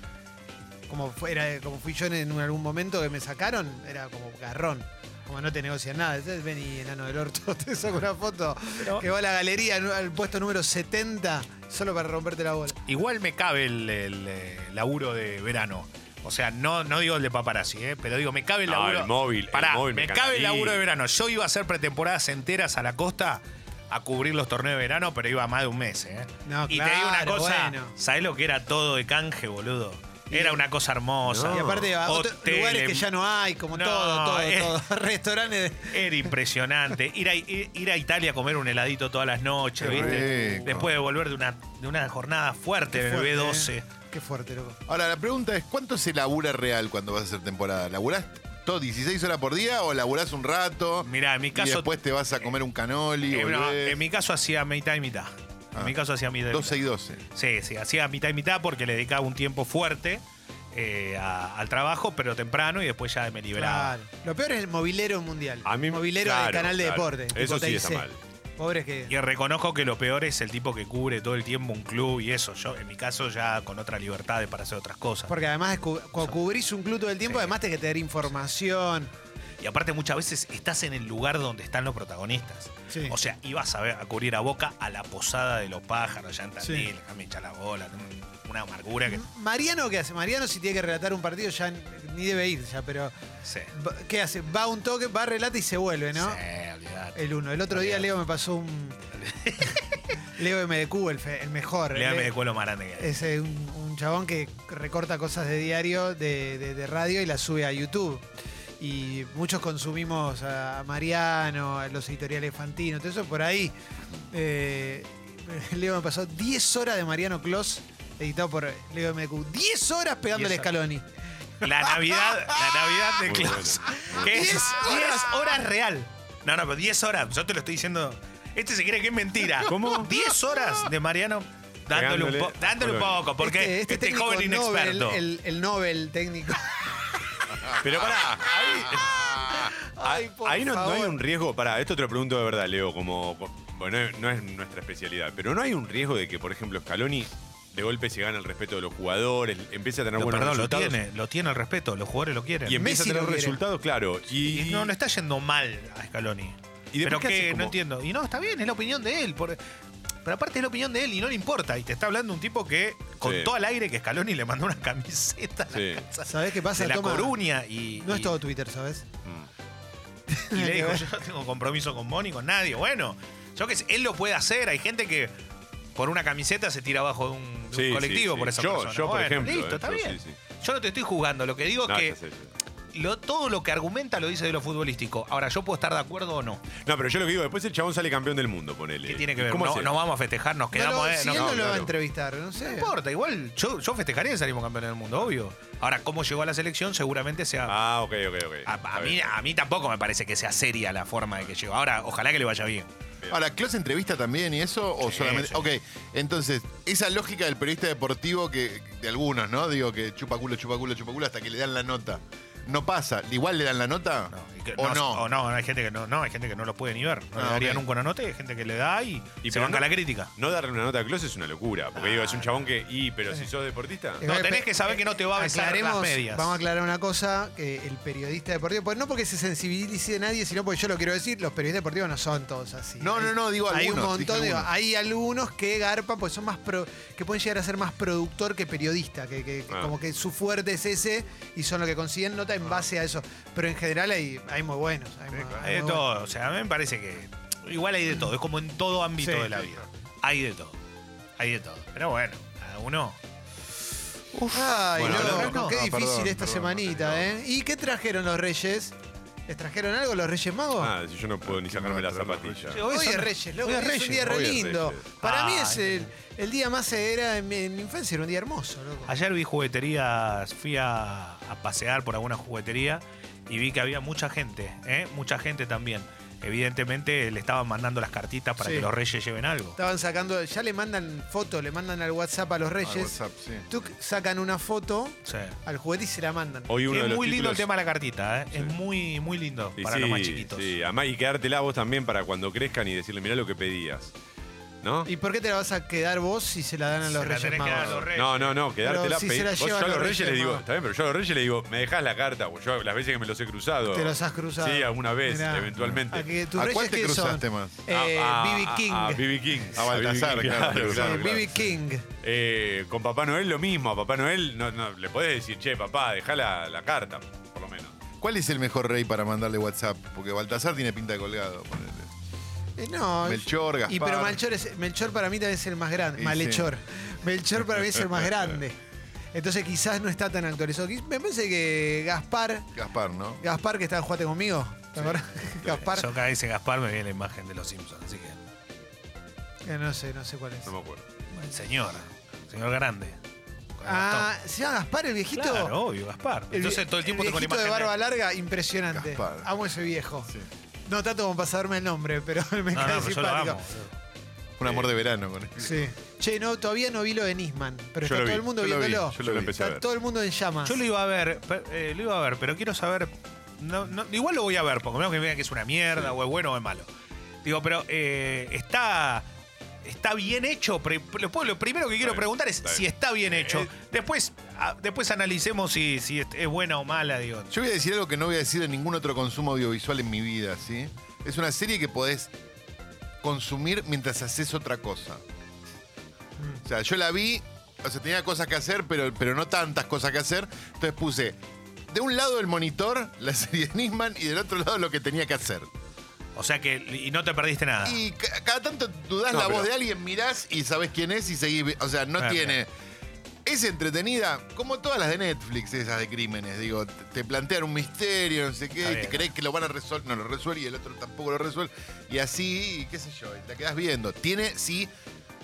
[SPEAKER 2] como, fuera, como fui yo en, en algún momento que me sacaron, era como garrón. Como no te negocian nada, entonces ven y enano del orto, [laughs] te saco una foto que va a la galería nu- al puesto número 70 solo para romperte la bola.
[SPEAKER 4] Igual me cabe el, el, eh, laburo de verano. O sea, no, no digo el de paparazzi, ¿eh? pero digo, me cabe el
[SPEAKER 1] No,
[SPEAKER 4] laburo.
[SPEAKER 1] el móvil, el
[SPEAKER 4] Pará,
[SPEAKER 1] móvil me
[SPEAKER 4] me, cabe el
[SPEAKER 1] encanta.
[SPEAKER 4] laburo de verano. Yo iba a hacer pretemporadas enteras a la costa a cubrir los torneos de verano, pero iba más de un mes, ¿eh?
[SPEAKER 2] No,
[SPEAKER 4] y te digo una
[SPEAKER 2] claro,
[SPEAKER 4] cosa,
[SPEAKER 2] bueno.
[SPEAKER 4] ¿sabés lo que era todo de canje, boludo? Era una cosa hermosa.
[SPEAKER 2] Y aparte, a otro-
[SPEAKER 4] Hoteles,
[SPEAKER 2] lugares que ya no hay, como
[SPEAKER 4] No,
[SPEAKER 2] todo, todo,
[SPEAKER 4] eh.
[SPEAKER 2] todo. [laughs] Restaurantes. de-
[SPEAKER 4] Era impresionante. Ir a, ir, ir a Italia a comer un heladito todas las noches,
[SPEAKER 3] Qué
[SPEAKER 4] ¿viste?
[SPEAKER 3] rico.
[SPEAKER 4] Después de volver de una, de una jornada fuerte
[SPEAKER 2] Qué
[SPEAKER 4] de
[SPEAKER 2] fuerte,
[SPEAKER 4] B12.
[SPEAKER 2] eh. Qué fuerte, loco.
[SPEAKER 3] Ahora, la pregunta es: ¿cuánto se labura real cuando vas a hacer temporada? ¿Laburás todo 16 horas por día o laburás un rato?
[SPEAKER 4] Mirá, en mi
[SPEAKER 3] Y
[SPEAKER 4] caso-
[SPEAKER 3] después te vas a comer un canoli.
[SPEAKER 4] Eh, no,
[SPEAKER 3] volvés?
[SPEAKER 4] en mi caso hacía mitad y mitad.
[SPEAKER 3] Ah.
[SPEAKER 4] En mi caso hacía mitad y
[SPEAKER 3] 12 y
[SPEAKER 4] mitad.
[SPEAKER 3] 12.
[SPEAKER 4] Sí, sí, hacía mitad y mitad porque le dedicaba un tiempo fuerte eh, a- al trabajo, pero temprano y después ya me liberaba.
[SPEAKER 2] Claro. Lo peor es el mobilero mundial.
[SPEAKER 1] A mí-
[SPEAKER 2] mobilero del
[SPEAKER 1] claro,
[SPEAKER 2] canal de
[SPEAKER 1] claro.
[SPEAKER 2] deporte. tipo
[SPEAKER 1] Eso sí
[SPEAKER 2] TIC.
[SPEAKER 1] está mal.
[SPEAKER 2] Pobres que.
[SPEAKER 4] Y reconozco que lo peor es el tipo que cubre todo el tiempo un club y eso. Yo, en mi caso, ya con otras libertades para hacer otras cosas.
[SPEAKER 2] Porque además descu- cuando cubrís un club todo el tiempo,
[SPEAKER 4] Sí.
[SPEAKER 2] además tenés que tener información.
[SPEAKER 4] Y aparte, muchas veces estás en el lugar donde están los protagonistas.
[SPEAKER 2] Sí.
[SPEAKER 4] O sea, ibas a, ver, a cubrir a boca a la posada de los pájaros, ya entendí,
[SPEAKER 2] Sí.
[SPEAKER 4] déjame echar la bola, un- una amargura que.
[SPEAKER 2] Mariano, ¿qué hace? Mariano, si tiene que relatar un partido, ya ni- ni debe ir, ya, pero.
[SPEAKER 4] Sí.
[SPEAKER 2] va- ¿Qué hace? Va un toque, va, relata y se vuelve, ¿no?
[SPEAKER 4] Sí, olvidate.
[SPEAKER 2] El uno. El otro día
[SPEAKER 4] Olvidate.
[SPEAKER 2] Leo me
[SPEAKER 1] [laughs]
[SPEAKER 2] pasó un. Leo MDQ, el, fe- el mejor.
[SPEAKER 4] Léame
[SPEAKER 2] Le-
[SPEAKER 4] de cuelo más grande que hay.
[SPEAKER 2] Es eh, un, un chabón que recorta cosas de diario, de, de- de radio y las sube a YouTube. Y muchos consumimos a Mariano, a los editoriales Fantino, todo eso por ahí. Eh, [laughs] Leo me pasó 10 horas de Mariano Clos, editado por Leo MQ. 10 horas pegándole a
[SPEAKER 4] Diez
[SPEAKER 2] Scaloni.
[SPEAKER 4] La Navidad, la Navidad de
[SPEAKER 1] Muy
[SPEAKER 4] Klaus. Que es 10
[SPEAKER 2] Diez horas.
[SPEAKER 4] horas real. No, no, pero 10 horas. Yo te lo estoy diciendo. Este se cree que es mentira.
[SPEAKER 1] ¿Cómo?
[SPEAKER 4] 10 horas de Mariano dándole un, po-
[SPEAKER 1] Pegándole a
[SPEAKER 4] dándole un
[SPEAKER 1] Polonia.
[SPEAKER 4] poco. Porque este,
[SPEAKER 2] técnico
[SPEAKER 4] joven
[SPEAKER 2] Nobel,
[SPEAKER 4] inexperto.
[SPEAKER 2] el, el Nobel técnico.
[SPEAKER 1] Pero pará, ahí,
[SPEAKER 2] Ay, por
[SPEAKER 1] ahí no, no hay
[SPEAKER 2] favor.
[SPEAKER 1] un riesgo. Pará, esto te lo pregunto de verdad, Leo, como. Bueno, no es nuestra especialidad, pero no hay un riesgo de que, por ejemplo, Scaloni de golpe se gana el respeto de los jugadores, empiece a tener
[SPEAKER 4] No,
[SPEAKER 1] buenos
[SPEAKER 4] perdón, lo
[SPEAKER 1] resultados.
[SPEAKER 4] tiene, lo tiene el respeto, los jugadores lo quieren.
[SPEAKER 1] Y empieza
[SPEAKER 2] Messi
[SPEAKER 1] a tener
[SPEAKER 2] lo quiere.
[SPEAKER 1] resultados, claro. Y,
[SPEAKER 4] Y no le está yendo mal a Scaloni.
[SPEAKER 1] ¿Y después
[SPEAKER 4] pero
[SPEAKER 1] qué haces?
[SPEAKER 4] que no
[SPEAKER 1] Como-
[SPEAKER 4] entiendo. Y no, está bien, es la opinión de él. por- Pero aparte es la opinión de él y no le importa. Y te está hablando un tipo que contó al aire que Scaloni le mandó una camiseta a la
[SPEAKER 1] Sí.
[SPEAKER 2] [laughs]
[SPEAKER 4] casa
[SPEAKER 2] ¿Sabés qué pasa?
[SPEAKER 4] de la
[SPEAKER 2] Toma,
[SPEAKER 4] Coruña y,
[SPEAKER 2] No es
[SPEAKER 4] y-
[SPEAKER 2] todo Twitter, ¿sabes?
[SPEAKER 4] y le dijo, yo no tengo compromiso con Moni, con nadie. Bueno, yo que sé, él lo puede hacer. Hay gente que por una camiseta se tira abajo de un, de un
[SPEAKER 1] Sí, sí,
[SPEAKER 4] colectivo
[SPEAKER 1] sí.
[SPEAKER 4] por esa
[SPEAKER 1] Yo-
[SPEAKER 4] persona.
[SPEAKER 1] yo, por
[SPEAKER 4] Bueno,
[SPEAKER 1] ejemplo,
[SPEAKER 4] Listo,
[SPEAKER 1] eh,
[SPEAKER 4] está
[SPEAKER 1] yo
[SPEAKER 4] bien.
[SPEAKER 1] sí, sí.
[SPEAKER 4] Yo no te estoy jugando. Lo que digo es
[SPEAKER 1] No,
[SPEAKER 4] que
[SPEAKER 1] ya sé, ya sé.
[SPEAKER 4] lo- todo lo que argumenta lo dice de lo futbolístico. Ahora, yo puedo estar de acuerdo o no.
[SPEAKER 1] No, pero yo lo que digo, después el chabón sale campeón del mundo, ponele.
[SPEAKER 4] ¿Qué tiene que ver?
[SPEAKER 1] ¿Cómo
[SPEAKER 4] No,
[SPEAKER 1] hace?
[SPEAKER 4] no vamos a festejar, nos
[SPEAKER 2] No,
[SPEAKER 4] quedamos.
[SPEAKER 2] lo-
[SPEAKER 4] eh,
[SPEAKER 2] si
[SPEAKER 4] no,
[SPEAKER 2] él no,
[SPEAKER 4] no,
[SPEAKER 2] lo
[SPEAKER 4] no.
[SPEAKER 2] va a entrevistar, no sé.
[SPEAKER 4] No importa, igual yo, yo festejaría de salimos campeones del mundo, obvio. Ahora, cómo llegó a la selección seguramente sea...
[SPEAKER 1] Ah, ok, ok, ok.
[SPEAKER 4] a, a
[SPEAKER 1] Está
[SPEAKER 4] mí,
[SPEAKER 1] bien.
[SPEAKER 4] a mí tampoco me parece que sea seria la forma de que llegó. Ahora, ojalá que le vaya bien.
[SPEAKER 3] Ahora, ¿Klaus entrevista también y eso? ¿O
[SPEAKER 4] Sí,
[SPEAKER 3] solamente.?
[SPEAKER 4] sí.
[SPEAKER 3] Ok, entonces, esa lógica del periodista deportivo que. de algunos, ¿no? Digo que chupa culo, chupa culo, chupa culo hasta que le dan la nota. No pasa. ¿Igual le dan la nota?
[SPEAKER 4] No, y que-
[SPEAKER 3] ¿O no?
[SPEAKER 4] o no, hay gente que no, no, hay gente que no lo puede ni ver. No
[SPEAKER 3] Ah,
[SPEAKER 4] le daría
[SPEAKER 3] ok.
[SPEAKER 4] nunca una nota y hay gente que le da y,
[SPEAKER 1] Y
[SPEAKER 4] se
[SPEAKER 1] pero
[SPEAKER 4] banca
[SPEAKER 1] no-
[SPEAKER 4] la crítica. Ah,
[SPEAKER 1] No darle una nota a Clos es una locura. Porque digo, es un chabón que. Y, pero si sos deportista.
[SPEAKER 2] Eh,
[SPEAKER 4] No,
[SPEAKER 2] vale,
[SPEAKER 4] tenés
[SPEAKER 2] pe-
[SPEAKER 4] que saber que no te va a besar las
[SPEAKER 2] aclaremos-
[SPEAKER 4] medias.
[SPEAKER 2] Vamos a aclarar una cosa, que el periodista deportivo, pues no porque se sensibilice de nadie, sino porque yo lo quiero decir, los periodistas deportivos no son todos así.
[SPEAKER 3] No,
[SPEAKER 2] Hay-
[SPEAKER 3] no, no, digo
[SPEAKER 2] Hay un
[SPEAKER 3] algunos, dije
[SPEAKER 2] montón, digo,
[SPEAKER 3] algunos.
[SPEAKER 2] hay algunos que garpan, pues son más pro- que pueden llegar a ser más productor que periodista, que, que- que
[SPEAKER 1] Ah.
[SPEAKER 2] como que su fuerte es ese y son los que consiguen nota
[SPEAKER 4] Ah.
[SPEAKER 2] en base a eso. Pero en general hay, hay muy buenos. Hay, muy-
[SPEAKER 4] Hay
[SPEAKER 2] hay
[SPEAKER 4] de
[SPEAKER 2] muy buenos.
[SPEAKER 4] todo, o sea, a mí me parece que igual hay de todo, es como en todo ámbito
[SPEAKER 2] Sí,
[SPEAKER 4] de la
[SPEAKER 2] sí,
[SPEAKER 4] vida. Hay de todo, hay de todo. Pero bueno, cada uno.
[SPEAKER 2] Ay,
[SPEAKER 1] Bueno,
[SPEAKER 2] loco,
[SPEAKER 1] hablando-
[SPEAKER 2] qué
[SPEAKER 3] no,
[SPEAKER 2] difícil
[SPEAKER 3] perdón,
[SPEAKER 2] esta
[SPEAKER 3] perdón,
[SPEAKER 2] semanita, ¿eh? ¿Y qué trajeron los reyes? ¿Les trajeron algo los Reyes Magos?
[SPEAKER 1] Ah, si yo no puedo ni sacarme la
[SPEAKER 3] mata, no,
[SPEAKER 1] zapatilla.
[SPEAKER 4] Yo-
[SPEAKER 2] Hoy,
[SPEAKER 4] Hoy
[SPEAKER 2] es
[SPEAKER 4] son-
[SPEAKER 2] Reyes, loco,
[SPEAKER 4] hoy es
[SPEAKER 2] es
[SPEAKER 4] Reyes,
[SPEAKER 2] un día re
[SPEAKER 1] hoy es
[SPEAKER 2] lindo.
[SPEAKER 1] Reyes.
[SPEAKER 2] Para mí
[SPEAKER 4] Ah,
[SPEAKER 2] es el, el día más era en mi, en mi infancia, era un día hermoso, loco.
[SPEAKER 4] Ayer vi jugueterías, fui a, a pasear por alguna juguetería y vi que había mucha gente, ¿eh? mucha gente también. Evidentemente le estaban mandando las cartitas para
[SPEAKER 2] Sí.
[SPEAKER 4] que los reyes lleven algo.
[SPEAKER 2] Estaban sacando, ya le mandan foto, le mandan al WhatsApp a los
[SPEAKER 3] Ah,
[SPEAKER 2] Reyes.
[SPEAKER 3] WhatsApp, sí.
[SPEAKER 2] Tú sacan una foto
[SPEAKER 4] Sí.
[SPEAKER 2] al juguete y se la mandan.
[SPEAKER 1] Hoy uno de
[SPEAKER 4] Es
[SPEAKER 1] los
[SPEAKER 4] muy lindo el
[SPEAKER 1] títulos-
[SPEAKER 4] tema de la cartita, ¿eh? es muy, muy lindo
[SPEAKER 1] Y
[SPEAKER 4] para
[SPEAKER 1] sí,
[SPEAKER 4] los más chiquitos.
[SPEAKER 1] Sí, además y quedártela vos también para cuando crezcan y decirle, mirá lo que pedías. ¿No?
[SPEAKER 2] ¿Y por qué te la vas a quedar vos si se la dan a
[SPEAKER 4] Se
[SPEAKER 2] los
[SPEAKER 4] la
[SPEAKER 2] Reyes
[SPEAKER 4] tenés que dar a
[SPEAKER 2] Magos?
[SPEAKER 4] los Reyes.
[SPEAKER 1] No, no, no, quedártela.
[SPEAKER 2] Pero si
[SPEAKER 1] pedí-
[SPEAKER 2] se la
[SPEAKER 1] vos,
[SPEAKER 2] llevan
[SPEAKER 1] yo a los
[SPEAKER 2] los
[SPEAKER 1] reyes,
[SPEAKER 2] Reyes,
[SPEAKER 1] le digo,
[SPEAKER 2] mamá.
[SPEAKER 1] está bien, pero yo a los reyes le digo, me dejás la carta, o yo las veces que me los he cruzado.
[SPEAKER 2] Te los has cruzado.
[SPEAKER 1] Sí, alguna vez,
[SPEAKER 2] Mirá.
[SPEAKER 1] eventualmente.
[SPEAKER 2] ¿A que tus
[SPEAKER 3] ¿A
[SPEAKER 2] Reyes
[SPEAKER 3] cuál te
[SPEAKER 2] qué
[SPEAKER 3] cruzaste
[SPEAKER 2] son?
[SPEAKER 3] más?
[SPEAKER 2] Eh,
[SPEAKER 1] A- a-
[SPEAKER 2] B.B. King.
[SPEAKER 1] A, a B.B. King.
[SPEAKER 3] A
[SPEAKER 1] B.B.
[SPEAKER 3] Baltasar,
[SPEAKER 1] ah, King,
[SPEAKER 3] claro, claro,
[SPEAKER 2] Sí, B.B. King.
[SPEAKER 1] Eh, con Papá Noel lo mismo. A Papá Noel no, no, le podés decir, che, papá, dejá la, la carta, por lo menos.
[SPEAKER 3] ¿Cuál es el mejor rey para mandarle WhatsApp? Porque Baltasar tiene pinta de colgado. ponele.
[SPEAKER 2] Eh, no.
[SPEAKER 3] Melchor, Gaspar.
[SPEAKER 2] Y pero Melchor, es, Melchor para mí también es el más grande.
[SPEAKER 3] Y
[SPEAKER 2] Malhechor. Melchor para mí es el más grande. Entonces quizás no está tan actualizado. Quiz- Me parece que Gaspar,
[SPEAKER 3] Gaspar, ¿no?
[SPEAKER 2] Gaspar que está en Juate conmigo, ¿te acordás? Gaspar,
[SPEAKER 4] Yo cada vez en Gaspar me viene la imagen de los Simpsons, así que,
[SPEAKER 2] Eh, no sé, no sé cuál es.
[SPEAKER 1] No me acuerdo.
[SPEAKER 4] bueno, señor, señor grande. con
[SPEAKER 2] Ah, ¿se llama Gaspar el viejito?
[SPEAKER 4] Gastón. claro, obvio, Gaspar.
[SPEAKER 2] El
[SPEAKER 4] Entonces
[SPEAKER 2] vie-
[SPEAKER 4] todo el tiempo
[SPEAKER 2] el
[SPEAKER 4] tengo la
[SPEAKER 2] viejito
[SPEAKER 4] imagen.
[SPEAKER 2] de barba
[SPEAKER 4] él.
[SPEAKER 2] larga, impresionante.
[SPEAKER 3] Gaspar.
[SPEAKER 2] Amo ese viejo.
[SPEAKER 3] Sí.
[SPEAKER 2] No tanto como para saberme el nombre, pero [laughs] me
[SPEAKER 4] No,
[SPEAKER 2] cae
[SPEAKER 4] no, pero yo lo
[SPEAKER 2] simpático.
[SPEAKER 4] amo.
[SPEAKER 3] Un amor de verano con él.
[SPEAKER 2] Sí. Che, no, todavía no vi lo de Nisman, pero
[SPEAKER 1] Yo
[SPEAKER 2] está
[SPEAKER 1] lo
[SPEAKER 2] todo
[SPEAKER 1] vi,
[SPEAKER 2] el mundo
[SPEAKER 3] yo lo vi,
[SPEAKER 2] viéndolo.
[SPEAKER 1] Yo lo,
[SPEAKER 3] vi.
[SPEAKER 1] empecé a
[SPEAKER 2] Está
[SPEAKER 1] ver.
[SPEAKER 2] todo el mundo en llamas.
[SPEAKER 4] Yo lo iba a ver, pe- eh, lo iba a ver, pero quiero saber. no- no, igual lo voy a ver, porque menos que me digan que es una mierda, o es bueno o es malo. Digo, pero eh, está. Está bien hecho. Pre- lo, puedo- lo primero que quiero
[SPEAKER 1] bien,
[SPEAKER 4] preguntar es
[SPEAKER 1] está
[SPEAKER 4] si
[SPEAKER 1] bien.
[SPEAKER 4] está bien hecho.
[SPEAKER 1] Eh,
[SPEAKER 4] después, ah, después analicemos si, si es, es buena o mala, digo.
[SPEAKER 3] Yo voy a decir algo que no voy a decir en ningún otro consumo audiovisual en mi vida, ¿sí? Es una serie que podés consumir mientras haces otra cosa. O sea, yo la vi, o sea, tenía cosas que hacer, pero, pero no tantas cosas que hacer. Entonces puse de un lado el monitor, la serie de Nisman, y del otro lado lo que tenía que hacer.
[SPEAKER 4] O sea que. Y no te perdiste nada.
[SPEAKER 3] Y ca- cada tanto dudás
[SPEAKER 1] No,
[SPEAKER 3] la voz
[SPEAKER 1] pero-
[SPEAKER 3] de alguien, mirás y sabés quién es y seguís. vi- O sea, no
[SPEAKER 4] Ah,
[SPEAKER 3] tiene. Es entretenida, como todas las de Netflix, esas de crímenes. Digo, te- te plantean un misterio, no sé qué,
[SPEAKER 4] Está
[SPEAKER 3] y te
[SPEAKER 4] bien.
[SPEAKER 3] crees que lo van a resolver, no lo resuelve y el otro tampoco lo resuelve. Y así, y qué sé yo, y te quedás viendo. Tiene, sí,